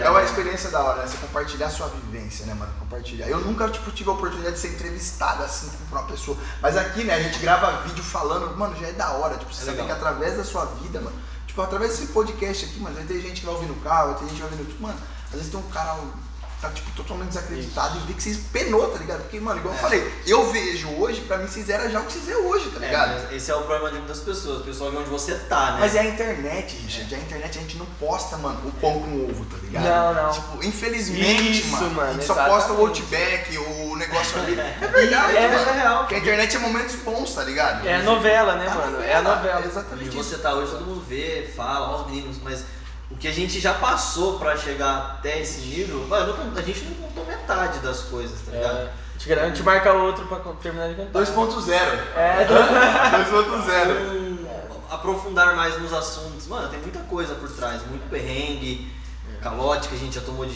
S1: É uma experiência da hora, né? Você compartilhar a sua vivência, né, mano? Compartilhar. Eu nunca, tipo, tive a oportunidade de ser entrevistado, assim, por uma pessoa. Mas aqui, né, a gente grava vídeo falando, mano, já é da hora. Tipo, você
S2: É
S1: saber
S2: legal.
S1: que através da sua vida, mano, tipo, através desse podcast aqui, mano, vai ter gente que vai ouvir no carro, vai ter gente que vai ouvir no... Tipo, mano, às vezes tem um cara... Tá, tipo, totalmente desacreditado e vê que vocês penou, tá ligado? Porque, mano, igual eu falei, eu vejo hoje, pra mim, vocês eram já o que vocês é hoje, tá
S2: É,
S1: ligado?
S2: mas esse é o problema de muitas pessoas. O pessoal vê onde você tá, né?
S1: Mas é a internet, Richard. É. A internet a gente não posta, mano, o pão com ovo, tá ligado?
S3: Não, não.
S1: Tipo, infelizmente,
S3: Isso,
S1: mano,
S3: mano,
S1: A gente só
S3: exatamente.
S1: posta o outback, o negócio ali. É verdade,
S3: É,
S1: mano.
S3: mas é real.
S1: Porque a internet é momentos bons, tá ligado?
S3: É a novela, né,
S1: É a
S3: mano? É a novela.
S1: Exatamente.
S2: Onde
S1: isso.
S2: você tá hoje, todo mundo vê, fala, ó os meninos, mas o que a gente já passou pra chegar até esse nível, mano, não- a gente não contou metade das coisas, tá ligado?
S3: É, a gente gra- a gente marca outro pra con- terminar de cantar.
S1: 2.0.
S3: É, do-
S1: 2.0.
S2: Então, aprofundar mais nos assuntos. Mano, tem muita coisa por trás, muito perrengue,
S3: É.
S2: calote que a gente já tomou de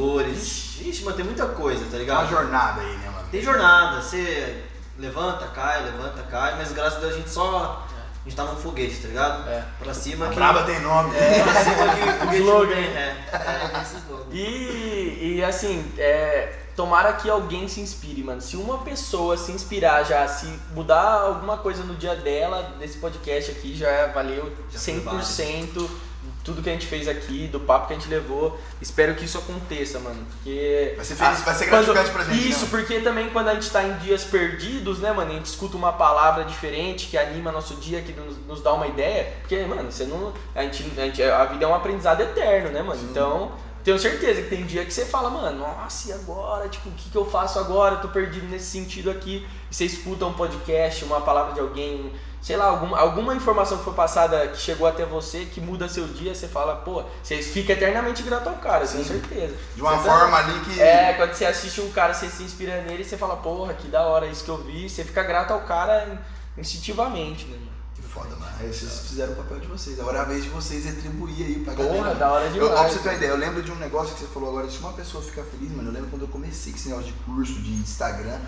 S2: distribuidores. Ixi, mano, tem muita coisa, tá
S1: É uma
S2: ligado?
S1: jornada aí, né, mano?
S2: Tem jornada, você levanta, cai, levanta, cai, mas graças a Deus a gente só. A gente tá num foguete, tá ligado?
S3: É.
S2: Pra cima
S1: A
S2: que.
S1: braba tem nome. É.
S2: Pra cima que o foguete não
S3: Slogan.
S2: tem ré. É, esse slogan.
S3: e, e assim, é, tomara que alguém se inspire, mano. Se uma pessoa se inspirar já, se mudar alguma coisa no dia dela, desse podcast aqui, já valeu
S2: Já foi
S3: 100% tudo que a gente fez aqui, do papo que a gente levou. Espero que isso aconteça, mano. Porque.
S1: Vai ser feliz, vai ser
S3: Quando-
S1: é gratificante pra gente.
S3: Isso,
S1: né,
S3: porque também quando a gente tá em dias perdidos, né, mano, a gente escuta uma palavra diferente que anima nosso dia, que nos, nos dá uma ideia. Porque, mano, você não. A, gente, a, gente- a vida é um aprendizado eterno, né, mano? Então, tenho certeza que tem dia que você fala, mano, nossa, e agora? Tipo, o que, que eu faço agora? Eu tô perdido nesse sentido aqui. E você escuta um podcast, uma palavra de alguém, sei lá, alguma, alguma informação que foi passada que chegou até você, que muda seu dia, você fala, pô, você fica eternamente grato ao cara, tenho certeza.
S1: De uma
S3: Você tá-
S1: forma ali que.
S3: é, quando você assiste um cara, você se inspira nele e você fala, porra, que da hora isso que eu vi. Você fica grato ao cara in- instintivamente, né? mano?
S1: Que foda, mano. Aí vocês fizeram o papel de vocês. Agora é a vez de vocês retribuir aí pra galera.
S3: Porra, da hora
S1: Eu, ó, pra
S3: é demais.
S1: você ter uma ideia, eu lembro de um negócio que você falou agora, se uma pessoa ficar feliz, mano, eu lembro quando eu comecei com esse negócio de curso, de Instagram,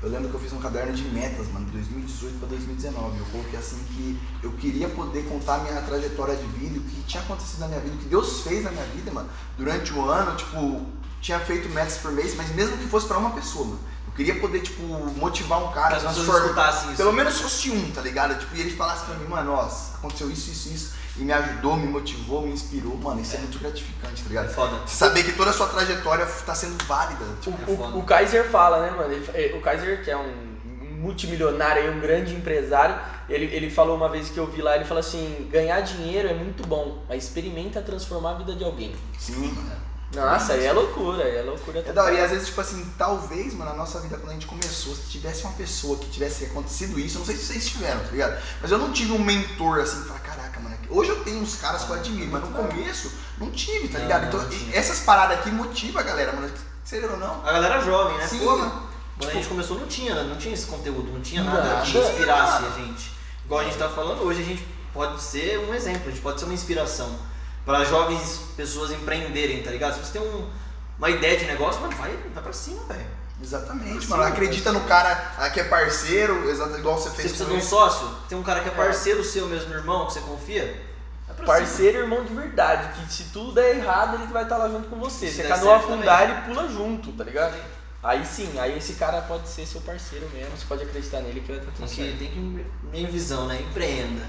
S1: eu lembro que eu fiz um caderno de metas, mano, de 2018 pra 2019. Eu coloquei assim que eu queria poder contar a minha trajetória de vida, o que tinha acontecido na minha vida, o que Deus fez na minha vida, mano, durante o ano, tipo, tinha feito metas por mês, mas mesmo que fosse pra uma pessoa, mano. Eu queria poder, tipo, motivar um
S2: Que
S1: cara,
S2: as pessoas
S1: transformar-
S2: escutassem isso.
S1: pelo menos fosse um, tá ligado? Tipo, e ele falasse pra mim, mano, ó, aconteceu isso, isso, isso, e me ajudou, me motivou, me inspirou, mano, isso é, muito gratificante, tá
S2: É
S1: ligado?
S2: foda.
S1: Você Saber que toda a sua trajetória tá sendo válida.
S3: O,
S1: Tipo,
S2: É foda.
S3: o- o Kaiser fala, né, mano? Ele fa- eh, o Kaiser, que é um multimilionário e um grande empresário, ele, ele falou uma vez que eu vi lá, ele falou assim, ganhar dinheiro é muito bom, mas experimenta transformar a vida de alguém.
S1: tipo, sim, mano.
S3: Nossa, aí é loucura, aí é loucura.
S1: É da hora. E às vezes, tipo assim, talvez, mano, na nossa vida, quando a gente começou, se tivesse uma pessoa que tivesse acontecido isso, eu não sei se vocês tiveram, tá ligado? Mas eu não tive um mentor assim, falar, caraca, mano, hoje eu tenho uns caras que eu admiro, mas no começo não tive, tá
S2: Não,
S1: ligado?
S2: não,
S1: Então,
S2: não tinha.
S1: essas paradas aqui motiva a galera, mano, seja ou não.
S2: A galera jovem, né?
S1: Sim.
S2: Pô, mano, quando a
S1: Tipo-
S2: gente começou não tinha, não tinha esse conteúdo, não tinha
S3: Não,
S2: nada que
S1: não tinha
S2: inspirasse
S1: nada.
S2: a gente. Igual a gente tá falando hoje, a gente pode ser um exemplo, a gente pode ser uma inspiração para jovens pessoas empreenderem, tá ligado? Se você tem um- uma ideia de negócio, mano, vai, vai pra cima, velho.
S1: Exatamente,
S2: Sim,
S1: mano. Acredita no cara ah, que é parceiro, exato, igual você
S2: Você
S1: fez
S2: precisa de
S1: com
S2: um
S1: ele.
S2: sócio, tem um cara que é parceiro seu mesmo, um irmão, que você confia, vai pra cima.
S3: Parceiro e irmão de verdade, que se tudo der errado, ele vai estar lá junto com você.
S2: Se
S3: Se
S2: der
S3: cada um
S2: certo
S3: afundar, ele pula junto, tá ligado? Aí sim, aí esse cara pode ser seu parceiro mesmo, você pode acreditar nele que vai estar
S2: Tem
S3: tudo
S2: que,
S3: certo.
S2: tem que nem visão, né? Empreenda.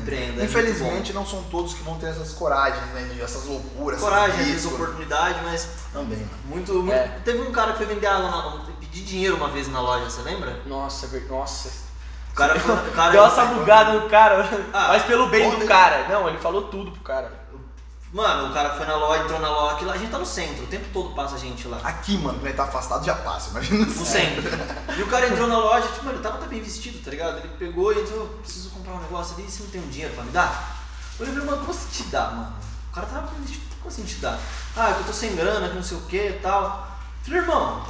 S2: Empreenda. é muito
S1: Infelizmente, não são todos que vão ter essas coragens, né? de- Essas
S2: bom.
S1: loucuras.
S2: coragem, às
S1: essas
S2: vezes
S1: riscos.
S2: oportunidade, mas
S1: Também, mano.
S2: muito, muito-
S3: É.
S2: Teve um cara que foi vender água, na- pedir dinheiro uma vez na loja, você lembra?
S3: Nossa, ver- nossa.
S2: O cara, foi- o cara um-
S3: Deu essa bugada no cara,
S2: Ah,
S3: mas pelo bem
S1: ontem-
S3: do cara. Não, ele falou tudo pro cara.
S2: Mano, o cara foi na loja, entrou na loja, aqui lá, a gente tá no centro, o tempo todo passa a gente lá.
S1: Aqui, mano, quando ele tá afastado já passa, imagina.
S2: No centro. E o cara entrou na loja, tipo, mano, ele tava até bem vestido, tá ligado? Ele pegou e entrou, preciso comprar um negócio ali, você não tem um dinheiro pra me dar? Eu falei, mano, como assim te dá, mano? O cara tava me tipo, como assim te dá? Ah, que eu tô sem grana, que não sei o que e tal. Eu falei, irmão,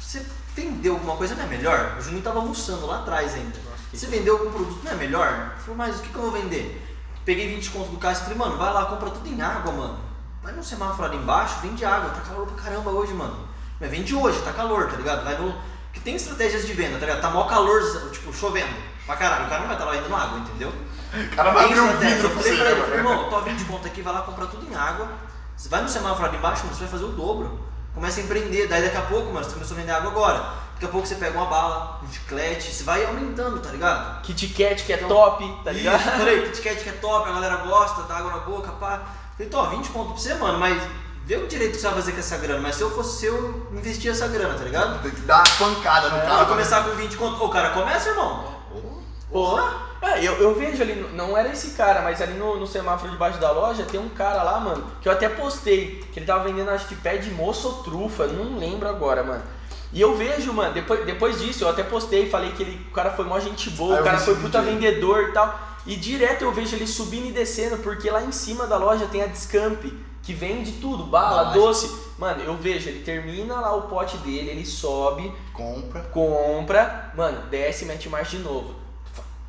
S2: você vendeu alguma coisa, não é melhor? O Juninho tava almoçando lá atrás ainda. Você vendeu algum produto, não é melhor? Ele falou, mas o que, que eu vou vender? Peguei 20 conto do caixa e falei, mano, vai lá, compra tudo em água, mano. Vai no semáforo ali embaixo, vende água, tá calor pra caramba hoje, mano. Mas vende hoje, tá calor, tá ligado? Vai no. Porque tem estratégias de venda, tá ligado? Tá mó calor, tipo, chovendo. Pra caralho, o cara não vai estar lá vendendo água, entendeu?
S1: O cara vai abrir um vidro
S2: Eu
S1: pra
S2: falei
S1: você,
S2: pra ele,
S1: né,
S2: falei,
S1: mano?
S2: irmão, tô a 20 conto aqui, vai lá comprar tudo em água. Você vai no semáforo ali embaixo, mano, você vai fazer o dobro. Começa a empreender, daí daqui a pouco, mano, você começou a vender água agora. Daqui a pouco você pega uma bala, um chiclete, você vai aumentando, tá ligado?
S3: Kit Kat que é top,
S2: Então,
S3: tá
S2: Isso,
S3: ligado?
S2: falei, Kit Kat que é top, a galera gosta, dá água na boca, pá. Falei, tô, 20 conto pra você, mano, mas vê o direito que você vai fazer com essa grana. Mas se eu fosse seu, eu investia essa grana, tá ligado?
S1: Tem que dar uma pancada no
S2: Pra
S1: cara.
S2: começar com 20 conto. Ô, cara, começa, irmão. Porra.
S3: Ah, eu, eu vejo ali, não era esse cara, mas ali no, no semáforo debaixo da loja tem um cara lá, mano, que eu até postei, que ele tava vendendo acho que pé de moço ou trufa, não lembro agora, mano. E eu vejo, mano, depois, depois disso, eu até postei, falei que ele, o cara foi mó gente boa,
S1: Ah, eu
S3: o cara
S1: vi
S3: foi
S1: esse
S3: puta
S1: vídeo aí.
S3: vendedor e tal. E direto eu vejo ele subindo e descendo, porque lá em cima da loja tem a Descamp, que vende tudo, bala,
S2: Bala.
S3: doce. Mano, eu vejo, ele termina lá o pote dele, ele sobe,
S1: Compra.
S3: compra, mano, desce e mete marcha de novo.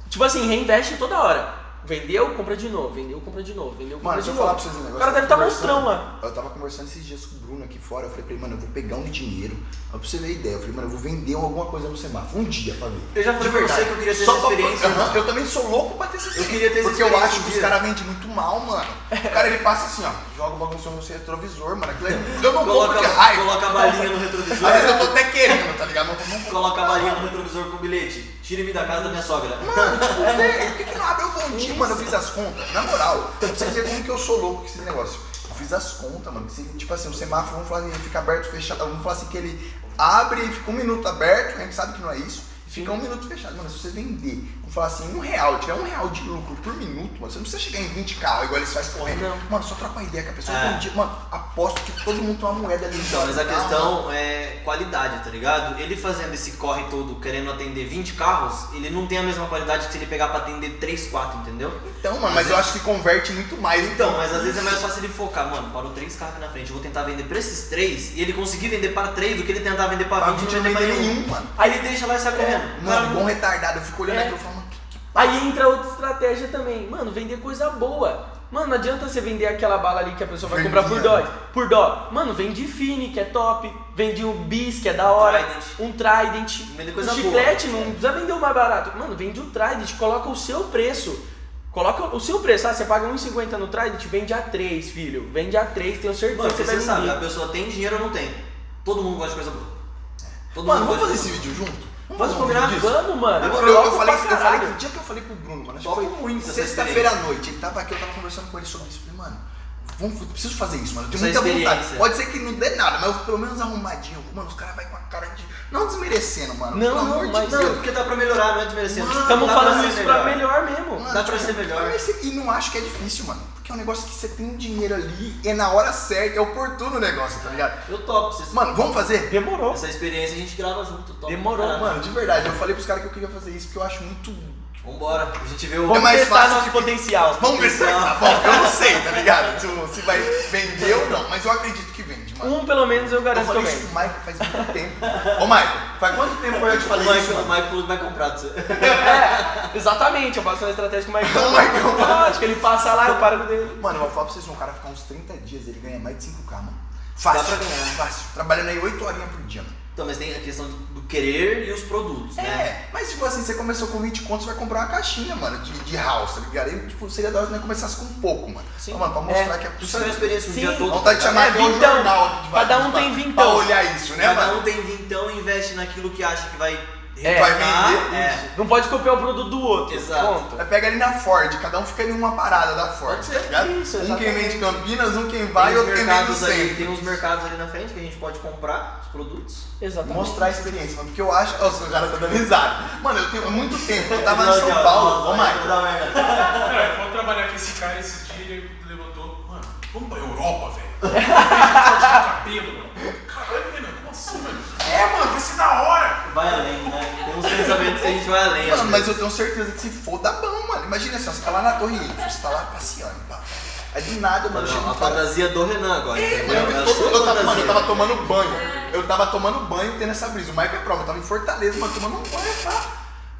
S3: Tipo assim, reinveste toda hora. Vendeu, compra de novo, vendeu, compra de novo, vendeu, compra
S1: Mano,
S3: de
S1: deixa eu
S3: novo.
S1: falar pra vocês um negócio.
S3: o cara deve
S1: Eu tava
S3: estar tá monstrão
S1: conversando-
S3: lá.
S1: Eu tava conversando esses dias com o Bruno aqui fora. Eu falei pra ele, mano, eu vou pegar um dinheiro. Ó, pra você ver a ideia. Eu falei, mano, eu vou vender alguma coisa no semáforo. Um dia pra ver.
S2: Eu já falei pra você que eu queria ter
S1: Só
S2: essa
S1: pra-
S2: experiência.
S1: Aham, Eu também sou louco pra ter essa
S2: Eu queria ter essa
S1: Porque eu
S2: experiência
S1: acho
S2: um
S1: que os
S2: dia.
S1: caras vendem muito mal, mano. O cara ele passa assim, ó, joga o bagulho no seu retrovisor, mano. Aquilo é- Eu não compro de
S2: Coloca,
S1: raiva.
S2: coloca a balinha no
S1: Às
S2: retrovisor.
S1: vezes eu tô até querendo, tá ligado? Mas eu não compro.
S2: Coloca a balinha no retrovisor com o bilhete. Tire-me da casa da minha sogra.
S1: Mano, tipo, velho, por que, que não abre o bondinho, mano? Eu fiz as contas. Na moral, pra você ver como que eu sou louco com esse negócio. Eu fiz as contas, mano. que se, tipo assim, o semáforo, vamos falar, ele fica aberto, fechado. Vamos falar assim que ele abre e fica um minuto aberto, a gente sabe que não é isso. e Fica um minuto fechado, mano. Se você vender, vamos falar assim, um real, tiver um real de lucro por minuto, mano, você não precisa chegar em 20 carros igual eles fazem correndo.
S3: Não.
S1: Mano, só troca uma ideia com a pessoa.
S2: É.
S1: Bom dia. Mano, aposto que todo mundo tem uma moeda ali.
S2: Então, mas a
S1: Não, mano.
S2: questão é qualidade, tá ligado? Ele fazendo esse corre todo, querendo atender 20 carros, ele não tem a mesma qualidade que se ele pegar pra atender 3, 4, entendeu?
S1: Então, mano, mas eu acho que converte muito mais.
S2: Então, mas às vezes é mais fácil ele focar, mano, parou 3 carros aqui na frente, eu vou tentar vender pra esses 3 e ele conseguir vender para 3 do que ele tentar vender pra
S1: Pra
S2: 20 e um é
S1: mim,
S2: não vender pra nenhum.
S1: um nenhum, mano.
S2: Aí ele deixa lá e sai correndo.
S1: Mano,
S2: Cara,
S1: bom retardado, eu fico olhando
S3: É.
S1: aqui e falo, mano, que
S3: Aí entra outra estratégia também, mano, vender coisa boa. Mano, não adianta você vender aquela bala ali que a pessoa vai
S1: Verdinha.
S3: comprar por dó. Por dó. Mano, vende Fini, que é top. Vende um Bis, que é da hora.
S2: Trident.
S3: Um Trident.
S2: Vende
S3: um
S2: coisa boa.
S3: chiclete, não precisa vender o mais barato. Mano, vende um Trident, coloca o seu preço. Coloca o seu preço. Ah, você paga 1,50 no Trident, vende a 3, filho. Vende a 3, tenho certeza
S2: Mano,
S3: que
S2: porque
S3: você vai
S2: você
S3: vender.
S2: sabe, a pessoa tem dinheiro ou não tem. Todo mundo gosta de coisa boa. Todo
S1: Mano,
S2: mundo
S1: vamos fazer
S2: gosta de
S1: esse
S2: coisa
S1: vídeo junto?
S3: Vamos
S1: fazer um vídeo
S3: combinar?
S1: disso?
S3: Vamos, mano.
S1: Eu, eu, eu falei,
S3: Logo pra
S1: eu falei que
S3: caralho.
S1: o dia que eu falei pro Bruno, mano, acho que
S2: Toco
S1: foi
S2: muito essa
S1: sexta-feira à noite, ele tava aqui, eu tava conversando com ele sobre isso. Eu Falei, mano, vamos, eu preciso fazer isso, mano. Eu tenho
S2: Essa
S1: muita vontade.
S2: experiência.
S1: Pode ser que não dê nada, mas eu, pelo menos arrumadinho. Mano, os caras vai com a cara de. Não desmerecendo, mano.
S3: Não,
S1: pelo
S3: não,
S1: amor de
S3: mas
S2: boa. Não,
S1: Deus.
S2: porque dá pra melhorar, não é desmerecendo.
S1: Mano,
S3: Estamos
S2: Dá
S3: falando
S2: ser
S3: isso pra melhor mesmo.
S1: Mano, tipo,
S2: Dá pra ser melhor.
S1: mas E não acho que é difícil, mano. Porque é um negócio que você tem um dinheiro ali, é na hora certa, é oportuno o negócio, tá ligado?
S2: Eu topo, vocês
S1: Mano, vamos fazer?
S3: Demorou.
S2: Essa experiência a gente grava junto, top.
S3: Demorou,
S2: Caralho.
S1: Mano, de verdade, eu falei pros caras que eu queria fazer isso porque eu acho muito.
S2: Vambora, a gente vê o.
S1: É
S3: Vamos
S1: mais
S3: testar
S1: fácil
S3: nosso potencial.
S1: Vamos ver se vai dar bom. Eu não sei, tá ligado? Se- Se vai vender ou não, mas eu acredito que vende, mano.
S3: Um pelo menos eu
S1: Eu
S3: garanto que eu
S1: falei isso
S3: ganho.
S1: pro Michael faz muito tempo. Ô, Michael, faz quanto tempo eu te
S2: O
S1: falei isso?
S2: Michael, o
S1: mano?
S2: Michael vai comprar do seu.
S3: É, exatamente, eu faço uma estratégia com o Maicon.
S1: O Maicon.
S3: Acho que ele passa lá, eu paro com ele.
S1: Mano, eu vou falar pra vocês, um cara ficar uns 30 dias, ele ganha mais de 5k, mano. Fácil,
S2: pra ganhar.
S1: fácil. Trabalhando aí 8 horinhas por dia, mano.
S2: Então, mas tem a questão do querer e os produtos, né?
S1: É, mas tipo assim, você começou com 20 contos, você vai comprar uma caixinha, mano, de, de house, tá ligado? E, tipo, seria da hora se nós começasse com pouco, mano.
S3: Sim.
S1: Ó, mano, pra mostrar
S3: É.
S1: que é
S2: Isso é uma
S1: possível.
S2: experiência um
S3: Sim.
S2: dia todo.
S1: Vontade de chamar
S3: É,
S1: até o
S3: vintão.
S1: jornal aqui de
S3: Cada
S1: Valinhos
S3: um
S1: pra-
S3: tem vintão.
S1: Pra olhar isso, né,
S2: Cada
S1: mano?
S2: um tem vintão e investe naquilo que acha que vai
S3: É.
S1: Vai
S2: retornar.
S1: vender.
S2: É.
S3: Não pode copiar o produto do outro.
S2: Exato.
S3: Ponto.
S1: Mas Pega ali na Ford, cada um fica em uma parada da Ford,
S2: Pode ser,
S1: tá ligado?
S3: isso,
S1: um quem vem de
S3: exatamente.
S1: Campinas, um quem vai e
S2: tem, os
S1: outro quem vem do
S2: mercados ali,
S1: centro.
S2: tem uns mercados ali na frente que a gente pode comprar os produtos.
S3: Exatamente.
S1: Mostrar a experiência, mano, porque eu acho. Nossa, o cara tá dando risada. Mano, eu tenho muito tempo, eu tava em
S2: Não,
S1: São
S2: não,
S1: Paulo,
S2: não,
S1: ô
S2: vai
S1: Michael.
S2: dar merda.
S5: Cara, eu vou trabalhar com esse cara esses dias, ele levantou, mano, vamos pra Europa, velho. Ele cabelo, mano. Caralho, Renan, como assim, mano? É, mano, vai ser da hora.
S2: Vai além, né? Tem uns pensamento que a gente vai além. às
S1: Mano, mas
S2: vezes.
S1: eu tenho certeza que se for, dá bom, mano. Imagina assim, ó, você tá lá na Torre Eiffel, você tá lá passeando, pá. Aí do nada, mano, chega
S2: Não,
S1: um
S2: a
S1: cara...
S2: fantasia do Renan agora. entendeu?
S1: Mano,
S2: É
S1: eu,
S2: a
S1: tô-
S2: sua
S1: eu tava, mano,
S2: fantasia.
S1: eu tava tomando banho. Eu tava tomando banho tendo essa brisa. O Mike é prova, eu tava em Fortaleza, mano, tomando um banho, pá.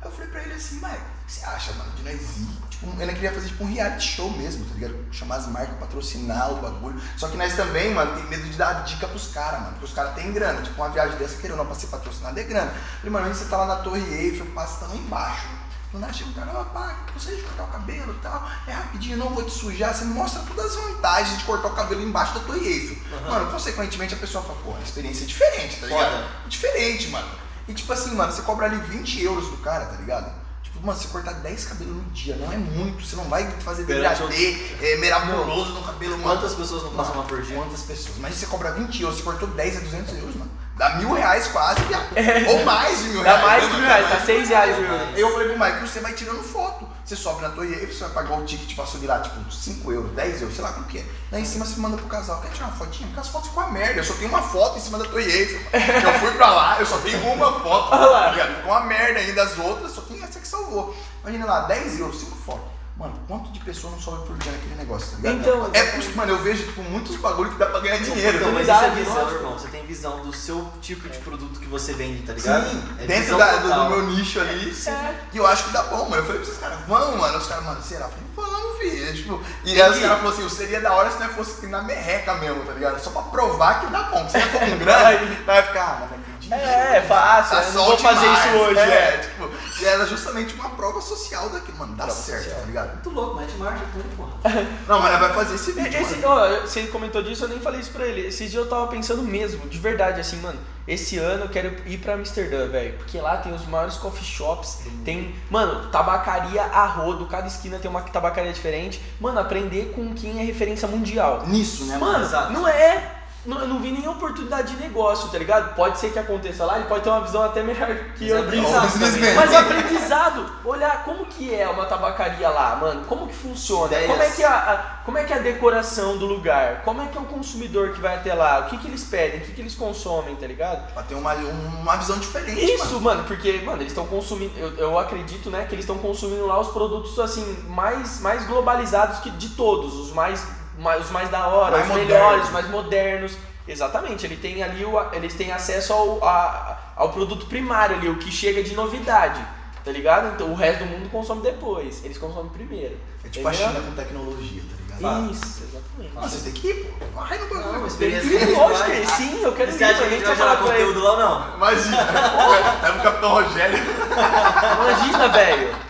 S1: Aí eu falei pra ele assim, Mike, o que você acha, mano, de nós ir? Tipo, ele queria fazer tipo um reality show mesmo, tá ligado? Chamar as marcas, patrocinar o bagulho. Só que nós também, mano, tem medo de dar dica pros caras, mano. Porque os caras têm grana. Tipo, uma viagem dessa, querendo ou não, pra ser patrocinado é grana. Eu Falei, mano, aí você tá lá na Torre Eiffel, passa tá lá embaixo. Quando ela chega, o cara, ó, pá, você de cortar o cabelo e tal, é rapidinho, não vou te sujar, você mostra todas as vantagens de cortar o cabelo embaixo da Torre Eiffel. Mano, consequentemente a pessoa fala, pô, a experiência é diferente, tá ligado?
S2: Foda.
S1: Diferente, mano. E tipo assim, mano, você cobra ali 20 euros do cara, tá ligado? Tipo, mano, você cortar 10 cabelos no dia, não é muito, você não vai fazer
S2: Perante o-
S1: degradê, é, miraculoso no cabelo, mano.
S2: Quantas pessoas não passam uma por dia?
S1: Quantas pessoas? Mas se você cobrar 20 euros, você cortou 10 a 200 euros, mano. Dá mil reais quase, viado.
S2: É.
S1: ou mais de mil reais.
S3: Dá mais
S1: né,
S3: que
S1: mano?
S3: mil reais, tá seis reais mil reais.
S1: Aí Eu falei pro Michael, você vai tirando foto. Você sobe na torre Eiffel, você vai pagar o ticket pra subir lá, tipo, 5 euros, 10 euros, sei lá como que é. Lá em cima você manda pro casal, quer tirar uma fotinha? Porque as fotos ficam uma merda. Eu só tenho uma foto em cima da torre Eiffel. Eu fui pra lá, eu só tenho uma foto. tá ligado? Ficou uma merda ainda as outras, só tem essa que salvou. Imagina lá, 10 euros, 5 fotos. Mano, quanto de pessoa não sobe por dia naquele negócio, tá ligado?
S3: Então,
S1: é possível, mano, eu vejo, tipo, muitos bagulho que dá pra ganhar dinheiro.
S2: Então, mas isso é
S3: Oportunidade,
S2: visão,
S3: lógico.
S2: irmão. Você tem visão do seu tipo de produto que você vende, tá ligado?
S1: É. Sim,
S2: É
S1: dentro
S2: visão
S1: da- do, do
S2: total.
S1: meu nicho
S3: É
S1: ali. E eu acho que dá bom, mano. Eu falei pra vocês, cara, vamos, mano. Os caras, mano, será? Eu falei, vamos, filho. Tipo, e aí os caras falaram assim, "Eu seria da hora se nós fosse na merreca mesmo, tá ligado? Só pra provar que dá bom. Se não for com grana, nós vai ficar, ah, mano, acredito.
S3: É, é fácil, eu não vou fazer isso hoje.
S1: Tá É,
S3: é.
S1: tipo, e era justamente uma prova social daquilo, mano. Dá certo, tá ligado?
S2: Muito louco, mete marcha tudo, porra.
S1: Não, mas nós vai fazer esse vídeo.
S3: É, Esse,
S1: mano.
S3: ó, eu- você comentou disso, eu nem falei isso pra ele. Esses dias eu tava pensando mesmo, de verdade, assim, mano. Esse ano eu quero ir pra Amsterdã, velho. Porque lá tem os maiores coffee shops. Tem, mano, tabacaria a rodo. Cada esquina tem uma tabacaria diferente. Mano, aprender com quem é referência mundial.
S1: Nisso, né, mano?
S3: Mano,
S2: Exato.
S3: não é. Não, eu não vi nenhuma oportunidade de negócio, tá ligado? Pode ser que aconteça lá, ele pode ter uma visão até melhor que eu.
S2: Mas é
S3: disso.
S1: Ó, o businessman.
S3: Mas o aprendizado, olhar como que é uma tabacaria lá, mano, como que funciona,
S2: Ideias.
S3: como é que, a, a- como é que é a decoração do lugar, como é que é o consumidor que vai até lá, o que que eles pedem, o que que eles consomem, tá ligado?
S1: Pra ter uma, uma visão diferente, mano.
S3: Isso, mano, porque, mano, eles estão consumindo, eu, eu acredito, né, que eles estão consumindo lá os produtos, assim, mais, mais globalizados que de todos, os mais, mais- os mais da hora,
S1: Mais
S3: os
S1: modernos.
S3: melhores, os mais modernos. Exatamente, ele tem ali o- eles têm acesso ao, a- ao produto primário ali, o que chega de novidade, tá ligado? Então o resto do mundo consome depois, eles consomem primeiro.
S1: É tipo a
S3: Entendeu?
S1: China com tecnologia, tá ligado?
S3: Isso, exatamente.
S1: Mano, vocês têm que ir, pô. Vai no
S2: Não,
S1: bagulho.
S2: uma experiência é
S3: Sim,
S2: que a gente
S3: lógico,
S2: vai-
S3: sim, eu quero ir,
S2: Você acha
S3: mas
S2: que
S3: a
S2: a gente vai
S3: vai falar
S2: gerar
S3: pra é ele.
S2: conteúdo lá ou não?
S1: Imagina, é o Capitão Rogério.
S3: Imagina, velho.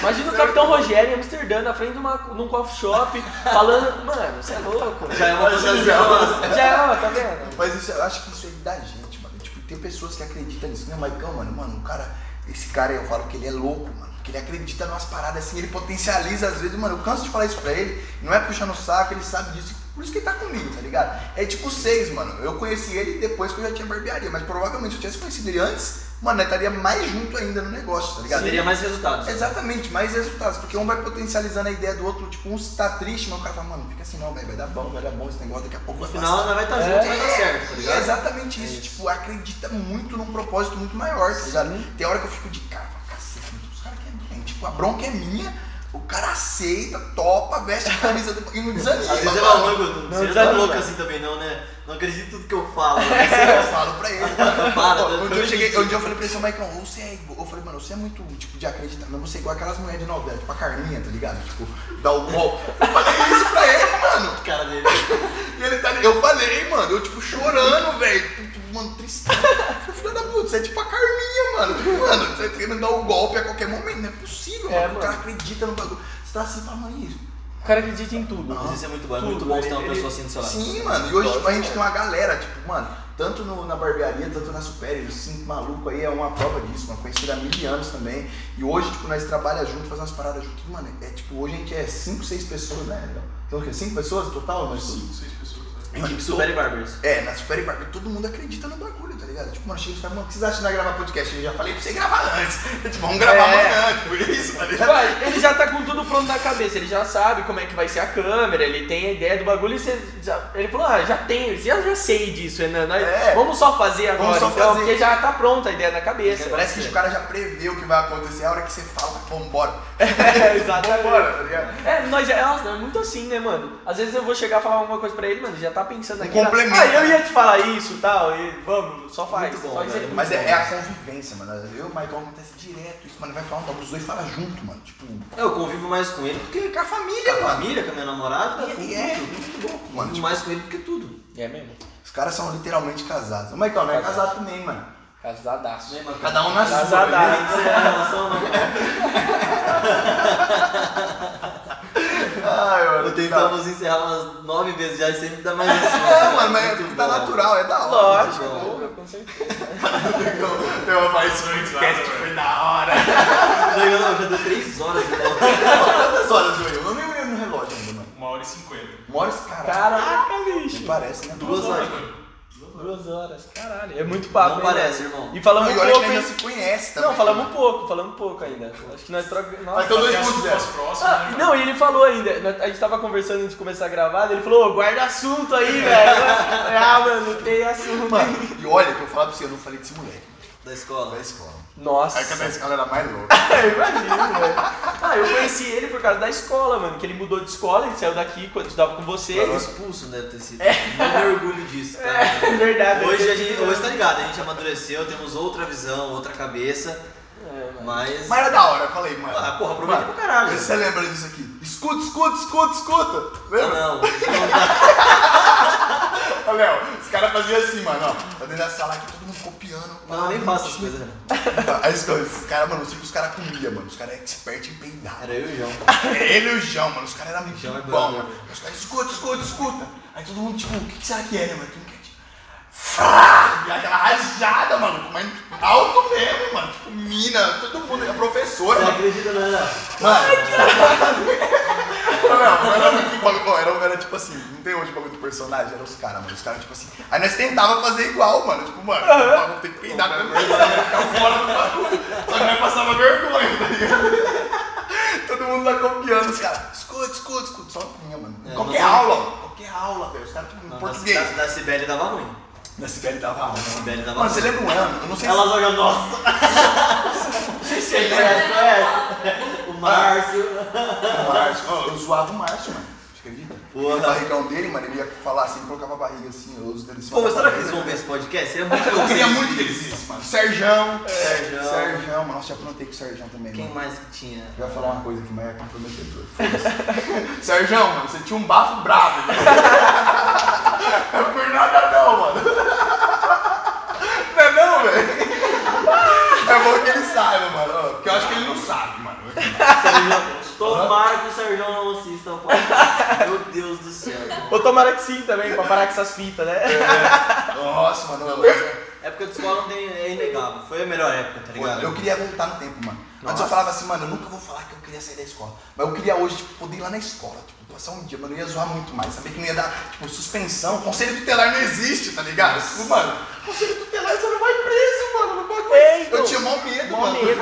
S3: Imagina o Capitão Rogério em Amsterdã, na frente de uma, num coffee shop, falando, mano, você é louco.
S2: Já é uma fantasia nossa.
S3: Já é, ó, tá vendo?
S1: Mas isso, eu acho que isso é da gente, mano. Tipo, tem pessoas que acreditam nisso. né? Não, Maicão, mano, mano, o cara, esse cara, eu falo que ele é louco, mano. Porque ele acredita numas paradas assim, ele potencializa às vezes, mano. Eu canso de falar isso pra ele, não é puxando o saco, ele sabe disso. Por isso que ele tá comigo, tá ligado? É tipo seis, mano. Eu conheci ele depois que eu já tinha barbearia, mas provavelmente se eu tivesse conhecido ele antes, mano, eu estaria mais junto ainda no negócio, tá ligado?
S2: Teria mais resultados.
S1: Exatamente, mais resultados, porque um vai potencializando a ideia do outro, tipo, um se tá triste, mas o cara fala, mano, fica assim não, velho, vai dar bom, vai dar bom esse negócio, daqui a pouco
S2: No
S1: vai
S2: final,
S1: passar.
S2: nós vai estar
S3: É.
S2: junto, vai dar certo, tá
S1: E é
S2: ligado?
S1: exatamente isso, tipo, acredita muito num propósito muito maior, tá ligado? Tem hora que eu fico de cara, eu falo, cacete, mano, os caras que é minha, tipo, a bronca é minha, o cara aceita, topa, veste a camisa do... e não desanima,
S2: Às vezes é
S1: mano.
S2: maluco, não seja tão
S3: desanima.
S2: louco assim também não, né? Não acredito em tudo que eu falo. né?
S1: Eu falo pra ele, mano.
S2: Para,
S1: Ó, um, dia É. eu
S2: eu
S1: cheguei, um dia eu falei pra ele assim, Maicon, ou você é igual. Eu falei, mano, você é muito, tipo, de acreditar, mas você é igual aquelas mulheres de novela, tipo a Carminha, tá ligado? Tipo, dá o golpe. Eu falei isso pra ele, mano.
S2: Cara dele.
S1: E ele tá. Eu falei, mano, eu tipo chorando, velho. Tu- tu- Mano, tristão. Filha da puta, você é tipo a Carminha, mano. Mano, você tá querendo dar o golpe a qualquer momento. Não é possível,
S3: É,
S1: mano. O cara
S3: mano.
S1: acredita no bagulho. Você tá assim, fala, mano, isso.
S3: O cara acredita em tudo.
S2: Mas isso é muito bom, é muito
S3: Tudo,
S2: bom você ter uma
S3: ele-
S2: pessoa assim do seu lado.
S1: Sim, mano. E hoje, tipo, a
S3: é.
S1: gente tem uma galera, tipo, mano, tanto no- na barbearia, tanto na Superior, os cinco malucos aí é uma prova disso, mano. Conhecido há mil anos também. E hoje, tipo, nós trabalhamos junto, fazemos umas paradas junto. Mano, é tipo, hoje a gente é cinco, seis pessoas, né? Então, o quê? Cinco pessoas no total? Nós
S5: Seis pessoas, né?
S2: Equipe Super e Barbers.
S1: É, na Super Barber, todo mundo acredita no bagulho, tá ligado? Tipo, mano, chega e fala, mano, o que vocês acham de nós gravar podcast? Eu já falei pra você gravar antes. Tipo, vamos gravar
S3: É.
S1: amanhã, tipo, isso, tá ligado?
S3: Vai, ele já tá com tudo pronto na cabeça, ele já sabe como é que vai ser a câmera, ele tem a ideia do bagulho e você já- ele falou, ah, já tenho, já, já sei disso, Renan, nós-
S1: É.
S3: vamos só fazer
S1: Vamos
S3: agora,
S1: só
S3: então,
S1: fazer. É,
S3: porque já tá pronta a ideia na cabeça.
S1: Parece que o cara já prevê o que vai acontecer, a hora que você fala, vambora.
S3: É, exatamente.
S1: Vambora, tá ligado?
S3: É, nós é, nossa, é muito assim, né, mano? Às vezes eu vou chegar a falar alguma coisa pra ele, mano, ele já tá pensando
S1: Um
S3: aqui. tá?
S1: complemento.
S3: Ah, eu ia te falar isso tal, e vamos, só faz.
S2: Muito bom,
S3: só isso aí.
S2: velho.
S1: Mas é, é a convivência, mano. Eu e o Michael acontece direto isso, mano. Vai falar um bagulho, os dois falam junto, mano. Tipo,
S2: Eu convivo mais com ele do que
S1: porque com a família,
S2: com a
S1: mano.
S2: família, com a minha namorada, com
S1: E é,
S2: tudo.
S1: muito louco, mano.
S2: Convivo
S1: Tipo,
S2: mais com ele do que tudo.
S3: É mesmo,
S1: os caras são literalmente casados. né?
S4: O Michael não é casado também, mano.
S3: casadaço.
S2: Né, Macaco?
S1: Cada um na sua.
S3: Casadaço.
S1: né?
S2: Você é a relação, Macaco?
S1: Ai, mano.
S2: Eu
S1: tá-
S2: tentamos encerrar Então, umas nove vezes já e sempre dá mais um.
S1: É, mano, mas é porque tá natural, é da hora.
S3: Lógico,
S2: bom.
S3: pô, com certeza.
S1: Eu, eu falei isso no podcast, foi da hora.
S2: Eu já deu três horas de volta.
S1: Quantas horas, Will? Eu não nem olhei no relógio ainda, mano.
S5: Uma hora e cinquenta.
S1: Uma hora, cara.
S3: Caraca,
S1: Nem
S3: bicho.
S1: parece, né?
S2: Duas horas.
S5: mano.
S3: Duas horas, caralho. É muito papo,
S2: Não
S3: hein,
S2: parece,
S3: mano?
S2: irmão. é
S3: E falamos
S1: Agora a
S3: pouco,
S1: gente
S3: hein?
S1: já se conhece também.
S3: Não, falamos pouco, falamos pouco ainda. Acho que nós trocamos.
S1: Mas
S2: um
S1: então dois
S5: Até as
S1: pontos
S5: duas
S1: zero.
S5: próximas,
S3: Ah,
S5: né,
S3: não, e ele falou ainda, nós- a gente tava conversando antes de começar a gravar, ele falou, "Ô, guarda assunto aí, velho. ah, mano, não tem assunto.
S1: E olha, que eu falava pra você, eu não falei desse moleque.
S2: Da
S1: Da
S2: escola.
S1: escola.
S3: Nossa.
S1: Aí que da escola era mais louca.
S3: Eu imagino, velho. Ah, eu conheci ele por causa da escola, mano, que ele mudou de escola, ele saiu daqui quando estudava com você.
S2: Ele expulso deve ter sido.
S1: É.
S2: Não me orgulho disso, tá?
S3: É verdade.
S2: Hoje a gente, hoje tá ligado, a gente amadureceu, temos outra visão, outra cabeça,
S3: É, mano.
S2: mas.
S1: Mas era da hora, eu falei, mano.
S2: Ah, porra, aproveita pro caralho.
S1: Você lembra disso aqui? Escuta, escuta, escuta, escuta.
S2: Ah,
S1: Lembra?
S2: não, não dá.
S1: Ô, Léo, os caras faziam assim, mano, ó. Tá dentro da sala aqui, todo mundo copiando.
S2: Não, eu nem faço as coisas. né?
S1: Aí os caras- os caras, mano, eu sei que os caras comiam, mano. Os caras é expert em peidar.
S2: Era eu e o João.
S1: É Ele e o João, mano. Os caras eram muito
S2: João é
S1: bons,
S2: brabo,
S1: mano.
S2: né?
S1: Os caras, escuta, escuta, escuta. Aí todo mundo, tipo, o que, que será que é, né, mano? Todo mundo quer, tipo, "Frá!" E aquela rajada, mano. Mas alto mesmo, mano. Tipo, mina, todo mundo. A professora, né?
S2: Você
S1: mano.
S2: acredita, não, não.
S1: Mano. Não, não, era muito bagulho. Bom, era, era tipo assim, não tem hoje bagulho do personagem, era os caras, mano. Os caras, tipo assim. Aí nós tentava fazer igual, mano. Tipo, mano, vamos ter que peidar com a vergonha, ficar fora do bagulho. Só que nós passava vergonha, tá ligado? Todo mundo lá copiando, os caras. Escuta, escuta, escuta. Só vinha, mano.
S2: É,
S1: qualquer
S2: não-
S1: aula, mano. Qualquer aula, velho. Os caras, tipo, em
S2: Não,
S1: português.
S2: Da, da Sibeli tava ruim.
S1: Na Sibeli tava aula.
S2: Sibeli tava
S1: Mano,
S2: ruim.
S1: você lembra um ano? Eu não sei
S2: Ela joga nossa.
S1: se você
S2: Você conhece, conhece? O Márcio.
S1: O Márcio, ó, eu zoava o Márcio, mano. Você acredita?
S2: Porra.
S1: O barrigão dele, mano, ele ia falar assim, colocava a barriga assim, os dele
S2: Pô, mas será que eles vão ver esse podcast? É muito
S1: Eu queria
S2: vocês.
S1: muito que eles vissem, mano. Serjão.
S2: Serjão.
S1: Serjão, mano. Nossa, já aprontei com o Serjão também,
S2: Quem
S1: mano.
S2: mais que tinha?
S1: Eu ia falar uma coisa aqui, mas é comprometedor. Foda-se. Serjão, mano, você tinha um bafo bravo, velho. Não é por nada não, mano. Não é não, velho? É bom que ele saiba, mano. ó, Porque eu acho que ele não sabe, mano.
S2: Sérgio, tomara que o Sérgio não assista o podcast. Meu Deus do céu. irmão.
S3: Ou tomara que sim também, pra parar com essas fitas, né?
S1: Nossa, mano. eu-
S2: Época de escola não tem, é inegável. Foi a melhor época, tá
S1: Pô,
S2: ligado?
S1: Eu queria voltar no tempo, mano. Antes eu falava assim, mano, eu nunca vou falar que eu queria sair da escola. Mas eu queria hoje, tipo, poder ir lá na escola, tipo, passar um dia, mano, eu ia zoar muito mais. Saber que não ia dar, tipo, suspensão. Conselho tutelar não existe, tá ligado? Tipo, mano, conselho tutelar você não vai preso, mano, no bagulho.
S3: É, então.
S1: Eu tinha mó medo,
S3: Mó
S1: mano.
S3: medo.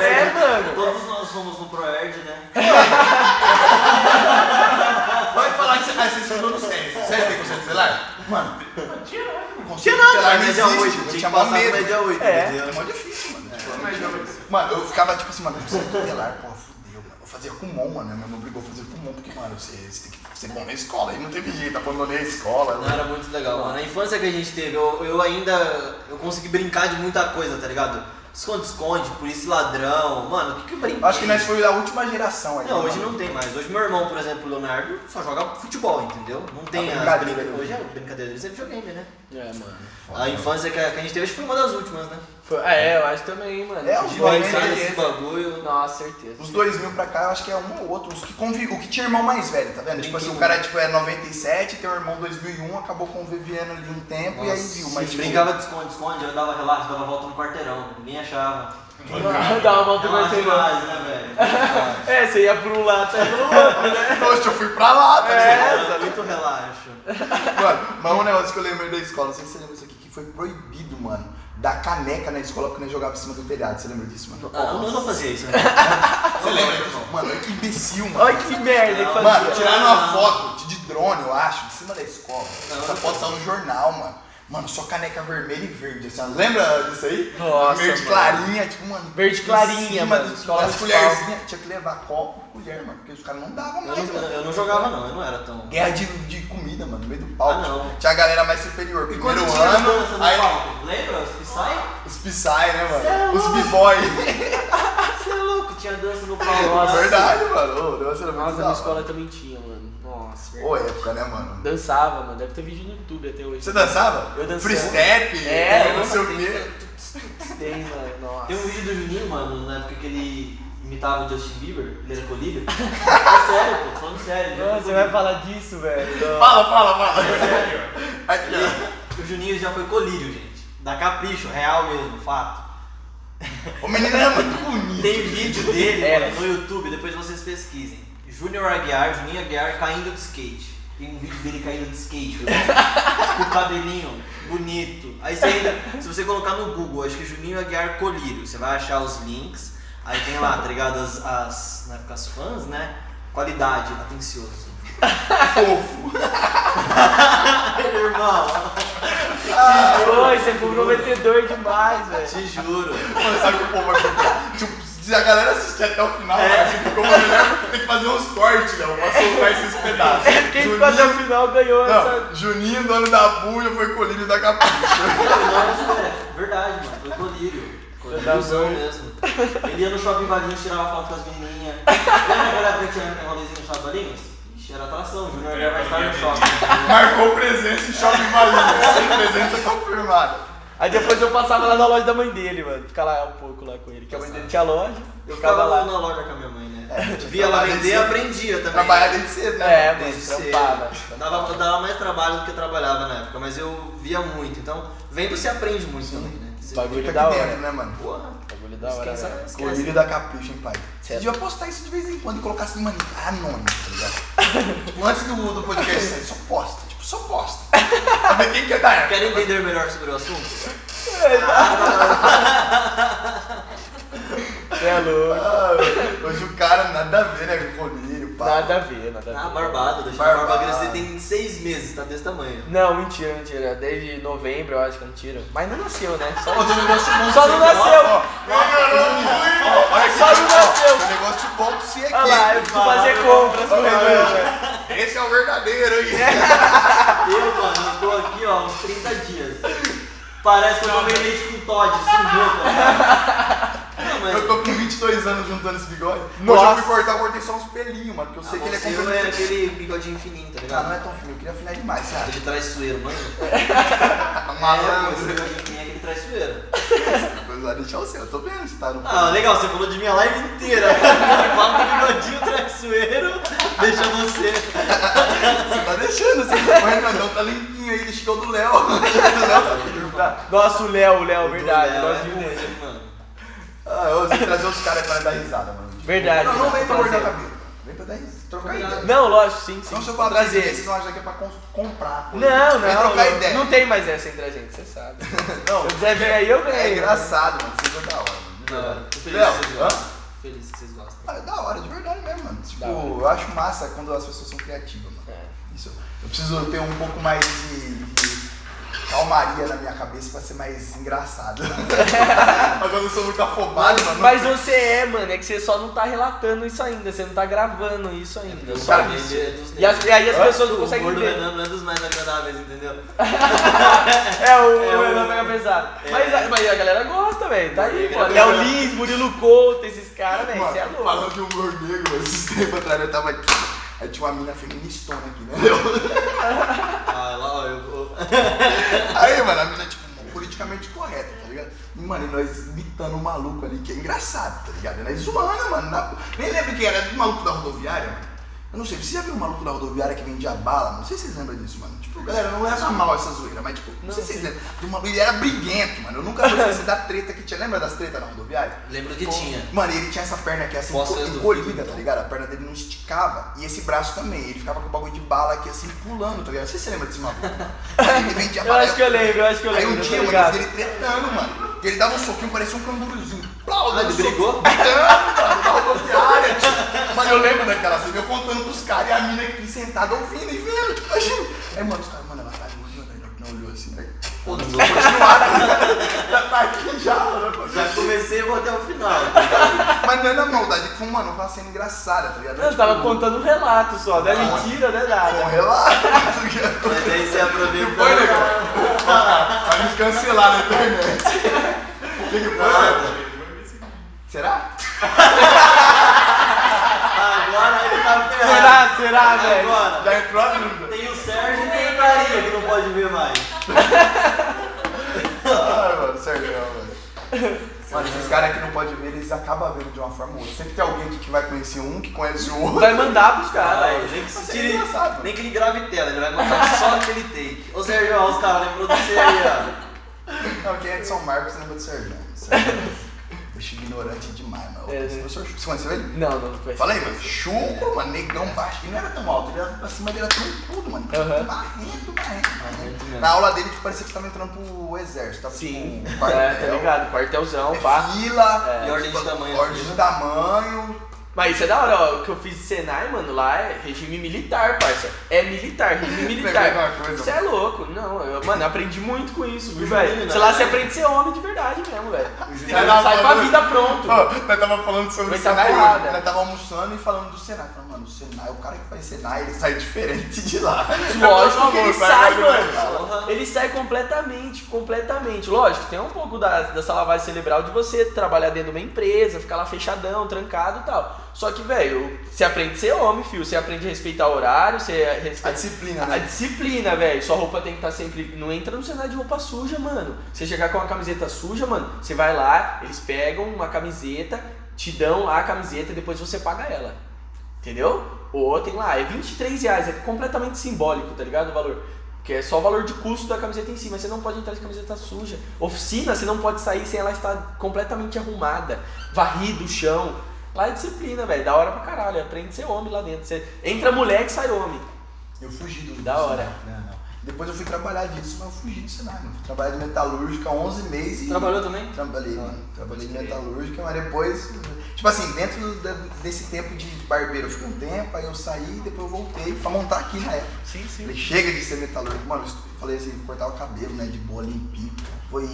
S3: É, mano.
S2: Todos nós fomos no Proerd, né?
S1: Vai falar que você, ah, você estudou no SESI. Vocês tem conselho tutelar? Mano, conselho
S2: Era
S1: tutelar não
S2: média 8,
S1: existe.
S2: é tinha
S1: Eu
S2: que
S1: tinha mó
S2: passar com
S1: medo.
S2: média 8,
S3: É.
S1: É
S2: entendeu?
S1: mó difícil, mano. Tipo, Mano, eu ficava tipo assim, mano, conselho tutelar, pô, fudeu, mano. Eu fazia Kumon, mano. Minha mãe me obrigou a fazer Kumon, porque, mano, você, você tem que ser bom na escola. Aí não teve jeito, abandonei a escola. né?
S2: Não, era muito legal, mano. A infância que a gente teve, eu, eu ainda. Eu consegui brincar de muita coisa, tá ligado? Esconde-esconde, polícia e ladrão. Mano, o que que eu brinquei?
S1: Eu Acho que é nós foi da última geração aí.
S2: Não,
S1: né,
S2: hoje
S1: mano?
S2: não tem mais. Hoje meu irmão, por exemplo, o Leonardo, só joga futebol, entendeu? Não tem as
S1: É brincadeira né?
S2: brincadeiras.
S1: dele.
S2: Hoje a brincadeira deles é videogame, né?
S3: É, mano.
S2: A infância que a, que a gente teve acho que foi uma das últimas, né?
S3: Foi- é, eu acho também, mano.
S1: É, os
S2: De
S1: dois,
S2: pensar
S1: né?
S2: nesse bagulho.
S3: Nossa, certeza.
S1: Os 2000 pra cá, eu acho que é um ou outro. Os que convi... O que tinha irmão mais velho, tá vendo? Tipo assim, o cara tipo, é 97, tem um irmão 2001, acabou convivendo ali um tempo e aí viu. Mas
S2: Sim,
S1: tipo,
S2: brincava de esconde-esconde, eu dava relaxa, dava volta no quarteirão, ninguém achava.
S3: Dá uma volta
S2: É
S3: e
S2: uma
S3: vai ter
S2: demais, né, velho?
S3: É, você ia pro um lado, tá pro outro, né?
S1: Poxa, eu fui pra lá, tá ligado?
S2: É, muito relaxo.
S1: Mano, mas um negócio que eu lembrei da escola, não sei se você lembra disso aqui, que foi proibido, mano, dar caneca na escola porque nós jogava em cima do telhado. Você lembra disso, mano?
S2: Ah, eu não fazia isso, né?
S1: Você lembra disso? Mano, olha que imbecil, mano.
S3: Olha que merda que
S1: Mano,
S3: fazia.
S1: tiraram uma
S2: Não.
S1: foto de drone, eu acho, de cima da escola.
S2: Não.
S1: Essa foto saiu no jornal, mano. Mano, só caneca vermelha e verde, assim, ó. lembra disso aí?
S3: Nossa,
S1: Verde
S3: mano.
S1: clarinha, tipo, mano.
S3: Verde
S1: em
S3: clarinha,
S1: cima
S3: mano,
S1: do-
S3: escola
S1: Das
S3: de
S1: colherzinhas, tinha que levar copo e colher, mano, porque os caras não davam
S2: Eu
S1: mais,
S2: não,
S1: mano.
S2: eu não jogava, não, eu não era tão.
S1: Guerra de, de comida, mano, no meio do palco.
S2: Ah, não.
S1: Tinha a galera mais superior.
S2: E
S1: Primeiro
S2: quando tinha as
S1: ano,
S2: danças no
S1: aí
S2: palco? Lembra? Os Psy?
S1: os Psy, né, mano?
S2: Sério,
S1: os B-Boy.
S2: Você é louco, tinha dança no palco.
S3: Nossa.
S1: É Verdade, mano. Ô, Deus, era muito da
S3: Nossa, na minha
S1: hora.
S3: escola também tinha, mano. Nossa.
S1: Ô, época, né, mano?
S3: Dançava, mano. Deve ter vídeo no YouTube até hoje.
S1: Você dançava?
S3: Eu dançava.
S1: Free step,
S3: É,
S1: não
S3: eu
S1: sei o quê.
S3: Tem, mano. Nossa.
S2: Tem um vídeo do Juninho, mano, na época que ele imitava o Justin Bieber, ele era colírio. É sério, pô, tô falando sério. ele era
S3: Mano, você
S2: colírio.
S3: vai falar disso, velho?
S1: Fala, fala, fala.
S5: Sério?
S1: Aqui, ó.
S2: Ele- O Juninho já foi colírio, gente. Da capricho, real mesmo, fato.
S1: O menino era muito bonito.
S2: Tem vídeo dele
S3: É.
S2: mano, no YouTube, depois vocês pesquisem. Júnior Aguiar, Juninho Aguiar caindo de skate. Tem um vídeo dele caindo de skate, velho. com o cabelinho bonito. Aí você ainda, se você colocar no Google, acho que Juninho Aguiar Colírio, você vai achar os links. Aí tem lá, tá ligado? As, as, na época, as fãs, né? Qualidade, atencioso.
S1: Fofo.
S2: Irmão,
S3: Oi, você é comprometedor demais, velho.
S2: te juro.
S1: Mano, sabe o que o povo vai comprar? Tipo, se a galera assistir até o final,
S2: É.
S1: mano, ficou melhor. Tem que fazer uns cortes, Léo, pra soltar esses pedaços.
S3: Quem ficou até o
S1: Juninho,
S3: final ganhou essa.
S1: não, Juninho, dono da buja, foi colírio da capricha.
S2: Nossa, é verdade, mano. Foi colírio. Colíriozão mesmo. Ele ia no shopping Valinhos, tirava foto com as menininhas. Lembra aquela época que tinha rolezinho no shopping Valinhos? Ixi, era atração, Júnior Aguiar vai estar no shopping.
S1: Marcou presença em shopping valinha. Presença confirmada.
S3: Aí depois eu passava lá na loja da mãe dele, mano. Ficar lá um pouco lá com ele. Que a mãe dele tinha loja.
S2: Eu ficava lá na loja com a minha mãe, né? Via ela vender, aprendia também.
S1: Trabalhar desde cedo, né?
S3: É,
S2: Desde
S3: mano,
S2: cedo.
S3: assim. trampava.
S2: Dava, dava mais trabalho do que eu trabalhava na época, mas eu via muito. Então, vendo você aprende muito também, né? Você
S3: Bagulho
S1: Fica
S3: da
S1: aqui
S3: hora.
S1: dentro, né, mano?
S2: Porra,
S3: Bagulho da hora, né?
S2: esquece,
S3: velho.
S2: esquece.
S1: Colírio da capricha, hein, pai? Você
S3: Certo.
S1: devia postar isso de vez em quando e colocar assim, mano, anônimo, tá ligado? tipo, antes do, do podcast, sair, só posta, tipo, só posta. Pra ver quem quer dar época.
S2: Quer entender melhor sobre o assunto?
S3: Você é louco.
S1: Ah, Hoje o cara nada a ver, né, com colírio, pá.
S3: Nada a ver, nada a ver.
S2: Ah, barbado, deixa a barba
S1: Barbado.
S2: crescer. Tem seis meses, tá desse tamanho.
S3: Não, mentira, mentira. Desde novembro eu acho que eu não tiro. Mas não nasceu, né? Só,
S1: Ô, tem um negócio bom
S3: só
S1: pra
S3: não
S1: você,
S3: nasceu.
S1: ó. Ó, ó, olha aqui,
S3: Só não
S1: ó,
S3: nasceu.
S1: Tem um negócio bom pra você aqui.
S3: Olha lá, eu preciso fazer compras com
S1: Ô,
S3: ele. né?
S1: Renan, Esse é o verdadeiro,
S2: É.
S1: hein?
S2: Eu, mano, eu tô aqui, ó, uns 30 dias. Parece que eu tomei leite com Todd, sujou, cara. Não, mas
S1: Eu tô com 22 anos juntando esse bigode. Hoje
S3: Nossa.
S1: eu fui cortar, eu cortei só uns pelinhos, mano, porque eu sei que ele é
S2: você não é
S1: complementar.
S2: aquele bigodinho fininho, tá
S1: Ah, não é
S2: ligado?
S1: tão fino, eu queria afinar demais, sabe?
S2: Ele traz sueiro, mano. É, esse
S1: Malandro.
S2: bigodinho fininho é aquele traz sueiro.
S1: Pois vai deixar o seu, eu tô vendo se tá no.
S2: Ah, legal, você falou de minha live inteira. cara. Fala do bigodinho traiçoeiro, deixa você.
S1: Você tá deixando, você tá Fernandão tá limpinho aí, chegou do Léo. Do Léo tá firme, tá?
S3: Nossa, o Léo, o Léo, verdade.
S2: Léo,
S3: Nós
S2: é
S3: vimos ele.
S2: muito, mano.
S1: Ah, eu sei trazer os caras pra dar risada, mano.
S3: Verdade.
S1: Não, não vem pra
S3: trazer.
S1: cortar cabelo. Vem pra dar risada. Trocar ideia.
S3: Não, lógico, sim, sim.
S1: Não, se eu falar pra vocês,
S3: trazer.
S1: vocês vão achar que Então, é pra cons- comprar. coisa.
S3: Não,
S1: Vem
S3: não.
S1: trocar
S3: não,
S1: ideia.
S3: não tem mais essa entre a gente, você sabe. Se
S1: Não,
S3: eu quiser vir aí, eu venho.
S1: é engraçado, mano. Vocês são da hora. mano, de
S3: É.
S2: Não,
S1: verdade.
S2: tô feliz
S1: Léo,
S2: que vocês
S1: hã?
S2: gostam. Feliz que vocês gostam.
S1: Ah, é da hora, de verdade mesmo, mano. Tipo,
S3: Da hora.
S1: eu acho massa quando as pessoas são criativas, mano.
S3: É.
S1: Isso. Eu preciso ter um pouco mais de, de calmaria na minha cabeça pra ser mais engraçado. Mas quando eu sou muito afobado, mano.
S3: Mas você é, mano, é que você só não tá relatando isso ainda, você não tá gravando isso ainda.
S2: Eu
S1: sabe
S2: sou
S1: isso.
S2: dele, é dos
S3: E, as- e aí as
S1: Hã?
S3: pessoas não
S2: O
S3: conseguem
S2: humor do
S3: ver.
S2: Renan não é dos mais agradáveis, entendeu?
S3: É, o
S2: É, o-
S3: Renan pega pesado.
S2: É.
S3: Mas, a- mas a galera gosta, velho. Tá aí,
S2: É,
S3: pô.
S2: galera.
S3: Léo Lins, Murilo Couto, esses caras, velho.
S1: Mano,
S3: Você é louco.
S1: falando de humor negro, esses tempos atrás eu tava aqui. Aí tinha uma mina feministona aqui, né?
S2: Ah, lá, ó, eu,
S1: Aí, mano, a mina, tipo, politicamente correta, tá ligado? E, mano, e nós imitando um maluco ali, que é engraçado, tá ligado? E Nós zoando, mano. na- Nem lembro quem era, do maluco da rodoviária. Eu não sei, você já viu um maluco da rodoviária que vendia bala? Não sei se vocês lembram disso, mano. Tipo, galera, não leva mal essa zoeira, mas tipo, não, sei se vocês lembram. Do maluco, Ele era briguento, mano. Eu nunca vi esse da treta que tinha. Lembra das tretas na rodoviária?
S2: Lembro que
S1: Pô,
S2: tinha.
S1: Mano, e ele tinha essa perna aqui assim,
S2: Posso
S1: enco-
S2: resolver,
S1: encolhida,
S2: então.
S1: tá ligado? A perna dele não esticava. E esse braço também. Ele ficava com o bagulho de bala aqui assim, pulando, tá ligado? Não sei se você lembra desse maluco, mano. Aí ele vendia
S3: Eu
S1: bala.
S3: acho que eu lembro, eu acho que eu
S1: Aí
S3: lembro.
S1: um
S3: eu tô
S1: dia, mano,
S3: ligado.
S1: ele tretando, mano. E ele dava um soquinho, parecia um canguruzinho. Plau,
S2: Ah,
S1: dava
S2: ele
S1: um soquinho.
S2: brigou?
S1: Gritando, mano, na rodoviária, tio. Mano, eu lembro daquela cena, eu contando pros caras e a mina aqui sentada ouvindo e vendo, tipo, imagina. Aí, mano, os caras, mano, ela tá olhando, né? não olhou assim, né?
S2: Foda-se.
S1: Já tá aqui já, mano.
S2: Já comecei e vou até o final.
S1: Mas não é na maldade, que foi, mano, uma cena engraçada, tá ligado?
S3: Não, eu tava contando um relato só, não é
S1: Ah.
S3: mentira, não é
S1: Bom,
S3: nada.
S1: relaxa, tá ligado?
S2: Mas aí você aproveitou.
S1: Foi,
S2: né?
S1: negão. Vai me cancelar na internet. O que que foi?
S5: tá
S1: Será?
S2: Agora ele tá ferrado.
S3: Será, será, velho?
S2: Agora.
S1: Já entrou a dúvida.
S2: Tem o Sérgio e tem o Carinha que não pode ver mais.
S1: Ai, Ah, mano, sério, mano. Mano, esses caras que não podem ver, eles acabam vendo de uma forma ou outra. Sempre tem alguém aqui que vai conhecer um, que conhece o outro.
S3: Vai mandar pros
S2: Caralho,
S3: caras.
S2: nem que, se
S1: Você
S2: tire,
S1: é engraçado.
S2: nem que ele grave tela, ele vai mandar só aquele take. Ô Sérgio, ó, os caras lembrou de você aí,
S1: Não, quem é de São Marcos lembra do Sérgio. Sérgio, Bicho ignorante demais, mano.
S3: É,
S1: Esse
S3: né?
S1: professor Chu- Você conheceu ele?
S3: Não, não foi. assim.
S1: Falei, mano, chucro, mano, negão baixo. Ele não era tão alto, ele era pra cima dele, era trompudo, mano.
S3: Aham.
S1: Barrendo, barrendo, barrendo.
S2: mesmo.
S1: Na aula dele, tipo, parecia que você tava entrando pro exército. Tava,
S3: Sim,
S1: tipo, um
S3: é, tá
S1: quartel,
S3: ligado? Quartelzão,
S1: é
S3: pá.
S1: Fila,
S3: É.
S2: E ordem de
S1: tipo,
S2: tamanho,
S1: Ordem
S3: né?
S2: assim.
S1: de tamanho.
S3: Mas isso é da hora, ó. O que eu fiz de Senai, mano, lá é regime militar, parça. É militar, regime
S1: Lembrei de
S3: militar.
S1: uma coisa,
S3: Você é louco. Não, eu, mano, eu aprendi muito com isso, viu,
S2: Os
S3: velho?
S2: meninos,
S3: Sei lá,
S2: né?
S3: você aprende a ser homem de verdade mesmo, velho. Você
S1: meninos
S3: sai pra
S1: falam-
S3: vida pronto.
S1: Ô, nós tava falando sobre
S3: Vai
S1: o
S3: ser
S1: Senai
S3: porrada.
S1: hoje. Nós tava almoçando e falando do Senai. Falando, mano, o Senai, o cara que faz Senai, ele sai diferente de lá.
S3: Lógico que ele sai,
S2: ó.
S3: mano.
S2: Porra.
S3: Ele sai completamente, completamente. Lógico, tem um pouco da, dessa lavagem cerebral de você trabalhar dentro de uma empresa, ficar lá fechadão, trancado e tal. Só que, velho, você aprende a ser homem, filho. Você aprende a respeitar horário, você
S1: A
S3: respeita
S1: disciplina,
S3: A
S1: né?
S3: disciplina, velho. Sua roupa tem que estar sempre. Não entra no cenário de roupa suja, mano. Você chegar com uma camiseta suja, mano, você vai lá, eles pegam uma camiseta, te dão lá a camiseta e depois você paga ela. Entendeu? Ou tem lá, é 23 reais, é completamente simbólico, tá ligado? O valor. Que é só o valor de custo da camiseta em si, mas você não pode entrar de camiseta suja. Oficina, você não pode sair sem ela estar completamente arrumada, varrido o chão. Lá é disciplina, velho. Da hora pra caralho. Aprende a ser homem lá dentro. Você entra mulher que sai homem.
S1: Eu fugi do
S3: Da
S1: do
S3: hora.
S1: Senai. Não, não. Depois eu fui trabalhar disso, mas eu fugi do Senai, mano. Fui trabalhar de metalúrgica 11 meses e...
S2: Trabalhou também?
S1: Trabalhei, mano. Trabalhei de metalúrgica, mas depois... Tipo assim, dentro da- desse tempo de barbeiro eu fiquei um tempo, aí eu saí, depois eu voltei pra montar aqui na época.
S5: Sim, sim.
S1: Falei, chega de ser metalúrgico. Mano, eu falei assim, cortar o cabelo, né? De boa, limpinho. Foi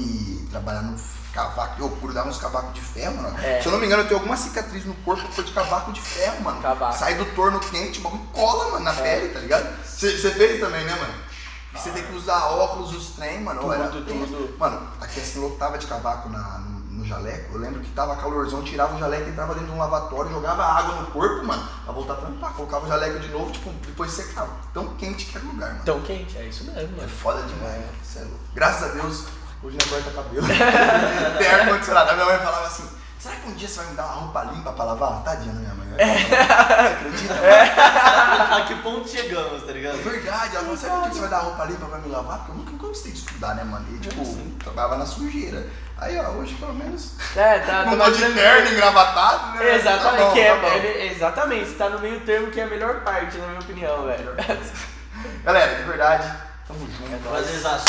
S1: trabalhar no cavaco. Eu curava uns cavacos de ferro, mano.
S3: É.
S1: Se eu não me engano, eu tenho alguma cicatriz no corpo que foi de cavaco de ferro, mano.
S3: Cavaco. É.
S1: Sai do torno quente, o bagulho cola, mano, na pele, tá ligado? Você fez também, né, mano? E Você tem que usar óculos, os trem, mano.
S3: Tudo,
S1: era-
S3: tudo.
S1: Mano, aqui assim, louco tava de cavaco na- no, no jaleco. Eu lembro que tava calorzão, tirava o jaleco, entrava dentro de um lavatório, jogava água no corpo, mano. Pra voltar pra limpar. Colocava o jaleco de novo, tipo, depois secava. Tão quente que era o lugar, mano.
S3: Tão quente, é isso mesmo,
S1: É
S3: mano.
S1: foda demais, mano. Cê é louco. Graças a Deus, hoje não corta cabelo. Tem ar-condicionado. A minha mãe falava assim: será que um dia você vai me dar uma roupa limpa pra lavar? Tadinha da minha mãe. né? Você acredita? mano?
S2: tá, A que ponto chegamos, tá
S1: É
S2: ligado?
S1: verdade. Ela falou: será que um dia você vai dar uma roupa limpa pra me lavar? Porque eu nunca gostei de estudar, né, mano? E tipo, trabalhava na sujeira. Aí, ó, hoje pelo menos.
S3: É, tá. tá
S1: Não tô de
S3: imaginando-
S1: terno, engravatado, né?
S3: Exatamente,
S1: Tá bom,
S3: que é,
S1: tá bom.
S3: é- exatamente, tá no meio termo que é a melhor parte, na minha opinião, velho.
S1: Galera, de verdade, É tamo junto.
S2: Prazer, Zazu.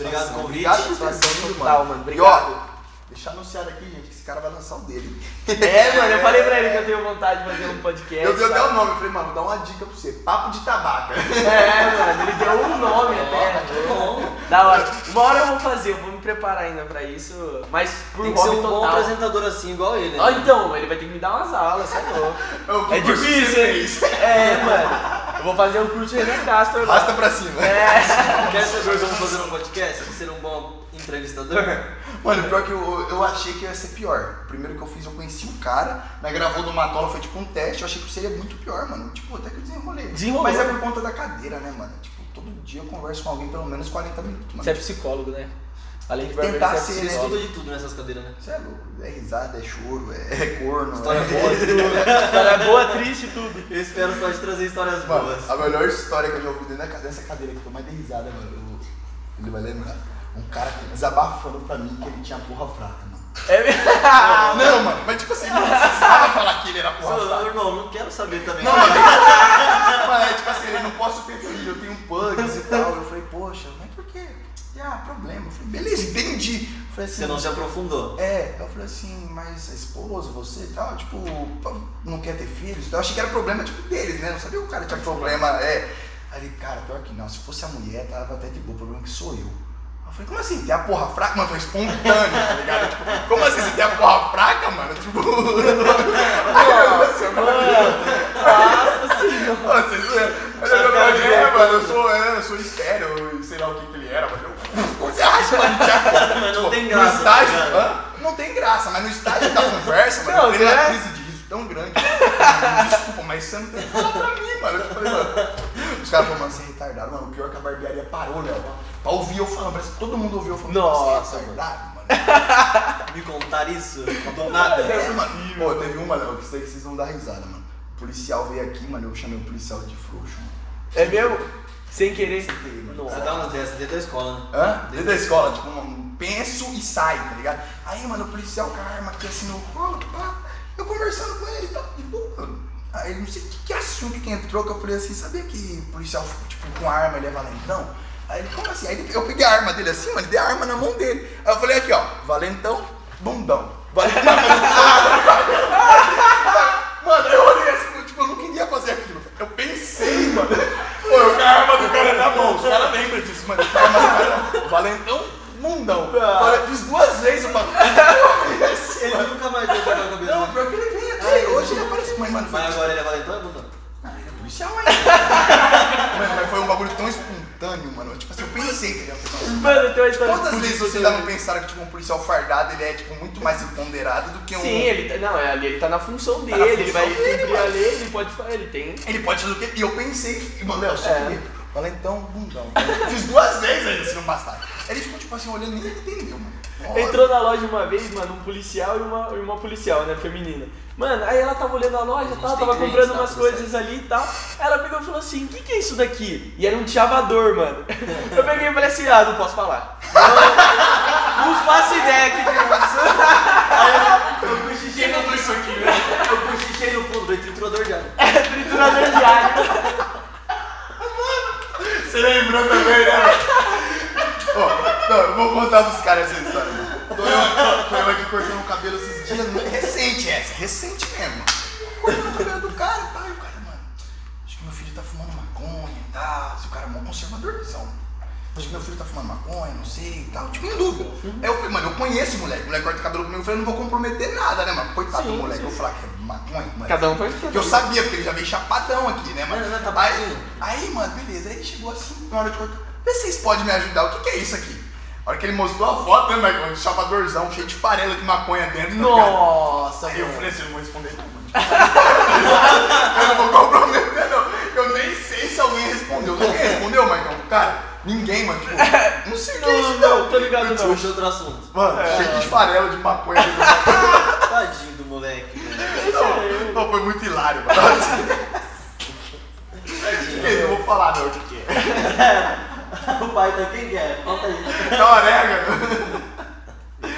S2: Obrigado pelo convite.
S1: Obrigado por ter
S3: Satisfação
S1: vindo,
S3: total,
S1: mano.
S3: mano.
S1: E, ó,
S3: Obrigado.
S1: Deixar anunciado aqui, gente, que esse cara vai lançar o dele.
S3: É, mano, eu falei pra ele que eu tenho vontade de fazer um podcast.
S1: Eu dei até
S3: tá?
S1: o nome, eu falei, mano, dá uma dica pra você. Papo de tabaca.
S3: É, mano, ele deu um nome
S2: Ó,
S3: até.
S2: bom.
S3: Da hora. Uma hora eu vou fazer, eu vou me preparar ainda pra isso, mas por
S2: Tem que ser
S3: hobby
S2: um bom
S3: total.
S2: apresentador assim, igual ele. né?
S3: Ó, então, ele vai ter que me dar umas aulas, você é louco.
S1: Eu-
S3: É
S1: eu-
S3: difícil, hein? É, mano. Eu vou fazer um curso Renan Castro agora.
S1: Arrasta pra cima.
S3: É
S2: Quer saber como fazer um podcast? Ser um bom entrevistador?
S1: Mano, pior que eu, eu achei que ia ser pior. O primeiro que eu fiz, eu conheci um cara, mas gravou do Matola, foi tipo um teste. Eu achei que seria muito pior, mano. Tipo, até que eu desenrolei.
S3: Desenrolou.
S1: Mas é por conta da cadeira, né, mano? Tipo, todo dia eu converso com alguém pelo menos 40 minutos, mano.
S3: Você é psicólogo, né? Além de barbeiro,
S1: Tentar
S3: você
S1: ser,
S3: é
S2: Você
S1: né?
S2: estuda
S3: psicólogo.
S2: de tudo nessas cadeiras, né?
S1: Você é louco. É risada, é choro, é, é corno.
S2: História
S1: é...
S2: boa, tudo.
S3: Cara é boa, triste, tudo.
S2: Eu espero só te trazer histórias
S1: Mano,
S2: boas.
S1: a melhor história que eu já ouvi dentro da ca- dessa cadeira que eu mais dei risada, mano. eu- ele vai lembrar. Um cara desabafando pra mim que ele tinha porra fraca, mano.
S3: É mesmo?
S1: não, mano, mas tipo assim, ele não precisava falar que ele era porra
S2: Seu
S1: fraca.
S2: irmão, não quero saber também.
S1: tá. Não, mas, mas é tipo assim, eu não posso ter filho, eu tenho pugs e tal. Eu falei, poxa, mas por quê? Ele, Ah, problema. Eu falei, beleza, entendi. Eu falei assim,
S2: Você não se aprofundou.
S1: é, eu falei assim, mas a esposa, você e tal, tipo, pô, não quer ter filhos e tal. Eu achei que era problema tipo, deles, né? Não sabia que o cara tinha problema, é. Aí ele, cara, pior que não, se fosse a mulher, tava até de boa, o problema é que sou eu. Eu falei, como assim? Tem a porra fraca? Mano, foi espontâneo, tá ligado? Tipo, como assim você tem a porra fraca, mano? Tipo. Nossa, Mano, vocês Mas é, eu
S2: cara
S1: não
S2: de
S1: é,
S2: louco.
S1: mano, eu sou, é, eu sou estéreo, eu sei lá o que que ele era, mas eu. Como você acha, mano? Já-
S2: Mas não
S1: Tipo,
S2: tem
S1: No
S2: graça,
S1: estágio,
S2: tá ligado?
S1: hã? não tem graça, mas no estágio da conversa, mano,
S3: Não,
S1: eu tenho
S3: né?
S1: uma crise de riso tão grande. mano, Desculpa, mas você não tem que falar pra mim, mano. Eu te falei, mano. Os caras falaram, mano, você é retardado, mano. O pior é que a barbearia parou, Léo. Pra, pra ouvir eu falando, parece que todo mundo ouviu eu falando,
S3: Nossa,
S1: você é retardado, mano.
S2: Me contar isso? Do nada.
S1: É, mano. Pô, teve uma, Léo, que isso aí vocês vão dar risada, mano. O policial veio aqui, mano, eu chamei o policial de frouxo, mano.
S3: É mesmo? Sem querer.
S1: Fiquei, mano.
S2: tá Você dá umas dessas dentro da escola, né?
S1: Hã? Dentro da escola, tipo, mano, penso e sai, tá ligado? Aí, mano, o policial com a arma aqui assim no colo, pá, eu conversando com ele, tá de boa. Aí não sei que, que assunto que entrou, que eu falei assim, sabia que policial, tipo, com arma ele é valentão? Aí ele, como assim? Aí ele- eu peguei a arma dele assim, mano, e dei a arma na mão dele. Aí eu falei aqui, ó, valentão, bundão. Valentão, bundão. mano, eu olhei assim, tipo, eu não queria fazer aquilo. Eu pensei, mano. Pô, eu com a arma do cara na mão, os caras lembram disso, mano. Eu com a arma do cara na mão. Valentão, mundão. Olha, eu fiz duas vezes o bagulho.
S2: Ele nunca mais deu pra cabeça.
S1: Não, pior que ele vem até hoje, ele aparece mais, mano.
S2: Mas agora ele é valentão ou é bundão?
S1: Policial ainda. mano, mas foi um bagulho tão espontâneo, mano. Tipo assim, eu pensei, tá ligado?
S3: Mano, tem uma história.
S1: Quantas vezes vocês já não pensaram que tipo, um policial fardado ele é tipo, muito mais empoderado do que um.
S3: Sim, ele tá, não, é ali ele tá na função dele,
S1: na
S3: ele
S1: função
S3: vai
S1: dele,
S3: cumprir a lei, ele pode falar, ele tem.
S1: Ele pode fazer o quê? E eu pensei, e, mano, Léo, só
S3: É.
S1: que falei, então, bundão. Fiz duas vezes ainda, se não bastar. Ele ficou, tipo assim, olhando e ele entendeu, mano. Nossa.
S3: Entrou na loja uma vez, mano, um policial e uma, e uma policial, né, feminina. Mano, aí ela tava olhando a loja,
S2: A gente
S3: tal,
S2: tem
S3: tava
S2: clientes,
S3: comprando
S2: tá,
S3: umas
S2: policial.
S3: coisas ali e tal. Aí Ela pegou e falou assim, o que que é isso daqui? E era um chavador, mano. Eu peguei e falei assim, ah, não posso falar. Não, não faço ideia que que
S2: Eu cochichei
S6: Quem
S2: no
S6: mandou isso aqui, né?
S2: Eu cochichei no fundo, veio triturador de água.
S3: é isso. Triturador de alho.
S1: Você lembrou também, né? Ó, não, eu vou contar pros caras essa história. mano. Tô eu, tô eu aqui cortando o cabelo esses dias. né? Recente essa, recente mesmo. Cortando o cabelo do cara, pai. O cara, mano, acho que meu filho tá fumando maconha e tal. Esse cara é mó conservadorzão. Acho que meu filho tá fumando maconha, não sei e tal. Tipo, em dúvida.
S3: Uhum.
S1: Aí eu falei, mano, eu conheço o moleque. O moleque corta o cabelo comigo. Eu falei, não vou comprometer nada, né, mano? Coitado do
S3: Sim,
S1: moleque.
S3: sim.
S1: Eu vou falar que é maconha, mano.
S3: Cada um faz o que
S1: Porque eu sabia, porque ele já veio chapadão aqui, né, mano?
S3: É,
S2: Mano, né, tá
S1: aí,
S3: assim.
S2: baixinho.
S1: aí, mano, beleza. Aí ele chegou assim, na hora de cortar. Vê se vocês podem me ajudar. O que, que é isso aqui? A hora que ele mostrou a foto, né, Michael? De chapadorzão, cheio de farelo de maconha dentro. tá ligado?
S3: Nossa,
S1: Aí eu
S3: mano.
S1: falei assim, eu não vou responder não, mano. Tipo, sabe? eu não vou comprometer, não. Eu nem sei se alguém respondeu. Ninguém respondeu, Michael? Cara, ninguém, mano. Tipo, não sei o que é
S3: Não,
S1: isso,
S3: não,
S1: não. um
S3: tô ligado não. É.
S2: Puxa outro assunto.
S1: Mano, cheio de farelo de maconha dentro da
S2: Tadinho do moleque. velho.
S1: Não, não, foi muito hilário, mano. Eu não
S2: Tadinho.
S1: vou falar, não, o que que é.
S2: O pai tá quem quer? Falta aí.
S1: É orégano.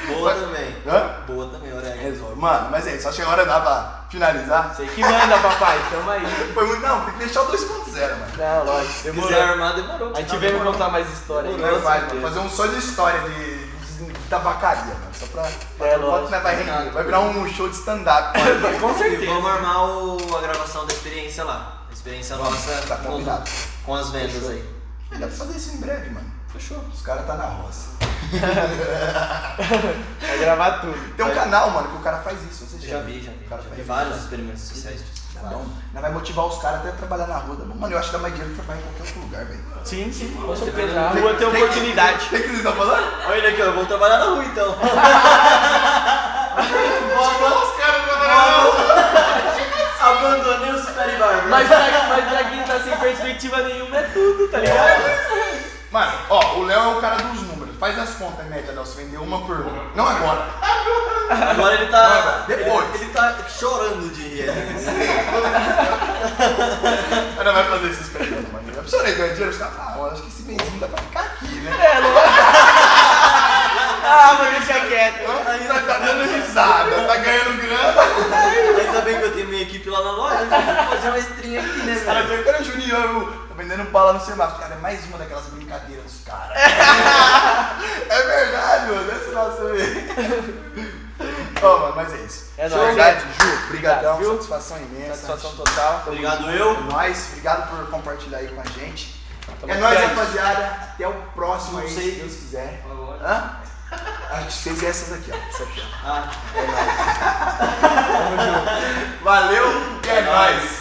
S2: Boa também.
S1: Hã?
S2: Boa também, Orega.
S1: Resolve. Mano, mas é isso. Acho que agora dá pra finalizar.
S3: Você que manda, papai, tamo aí.
S1: Foi muito. Não, tem que deixar o 2.0, mano.
S3: Não, lógico,
S2: Se
S3: demorou.
S2: quiser armar, demorou. Tá
S3: A gente vem me contar mais história aí.
S2: Demorou,
S3: com
S1: Vai, mano,
S3: certeza.
S1: fazer um só de história de, de, de tabacaria, mano. Só pra.
S3: É,
S1: Quanto
S3: lógico.
S1: né, vai render? Vai virar um show de stand-up. mano.
S3: Com
S2: E
S3: certeza.
S2: vamos armar o- a gravação da experiência lá. A experiência nossa
S1: Tá
S2: com,
S1: combinado.
S2: com as vendas aí.
S1: É, Dá pra fazer isso em breve, mano. Fechou. Os caras tá na roça.
S3: Vai gravar tudo.
S1: Tem um canal, mano, que o cara faz isso. Você
S2: Eu já vi, já vi.
S1: O
S2: Já
S1: cara
S2: vi
S1: faz
S2: vários experimentos sociais.
S1: isso. Tá bom? Ainda vai motivar os caras até trabalhar na rua. Tá bom? Mano, eu acho que dá mais dinheiro pra trabalhar em qualquer outro lugar, velho.
S3: Sim, sim, com certeza. A rua tem um oportunidade.
S1: O que que vocês estão falando?
S2: Olha ele aqui, ó. Eu vou trabalhar na rua então.
S1: Os caras trabalhando.
S2: Abandonei o Super né? Barber.
S3: Mas pra, mas é pra quem tá sem perspectiva nenhuma é tudo, tá é ligado?
S1: Mano, ó, o Léo é o cara dos números. Faz as contas, média, Nelson. Vender uma por uma. Não agora.
S2: Agora ele tá.
S1: Não, depois.
S2: Ele, ele tá chorando de rir. né?
S1: Eu não é vai fazer esse experimento, mano. Eu preciso ganhar dinheiro. Os caras, ah, eu acho que esse benzinho dá pra ficar aqui, né?
S3: É, Ah, mas deixa quieto.
S1: Ainda tá dando risada, tá ganhando grana.
S2: Ainda bem que eu tenho minha equipe lá na loja, vou fazer uma estrinha aqui, né,
S1: Cara,
S2: velho?
S1: eu quero Junior, tá vendendo bala no semáforo. Cara, é mais uma daquelas brincadeiras dos caras. é verdade, mano. Dessa nossa aí. Ó, mano, mas é isso.
S3: É
S1: De
S3: nóis.
S1: verdade, Ju,
S3: Obrigado,
S1: brigadão,
S3: viu?
S1: satisfação imensa.
S3: Satisfação total. Tamo
S2: Obrigado eu.
S1: É nóis, obrigado por compartilhar aí com a gente.
S3: Tamo
S1: é nóis,
S3: atrás.
S1: rapaziada. Até o próximo
S2: Não
S1: aí,
S2: sei.
S1: se Deus quiser. Hã? Acho que vocês e essas aqui, ó. Essa aqui, ó.
S2: Ah.
S1: Valeu, e é nóis.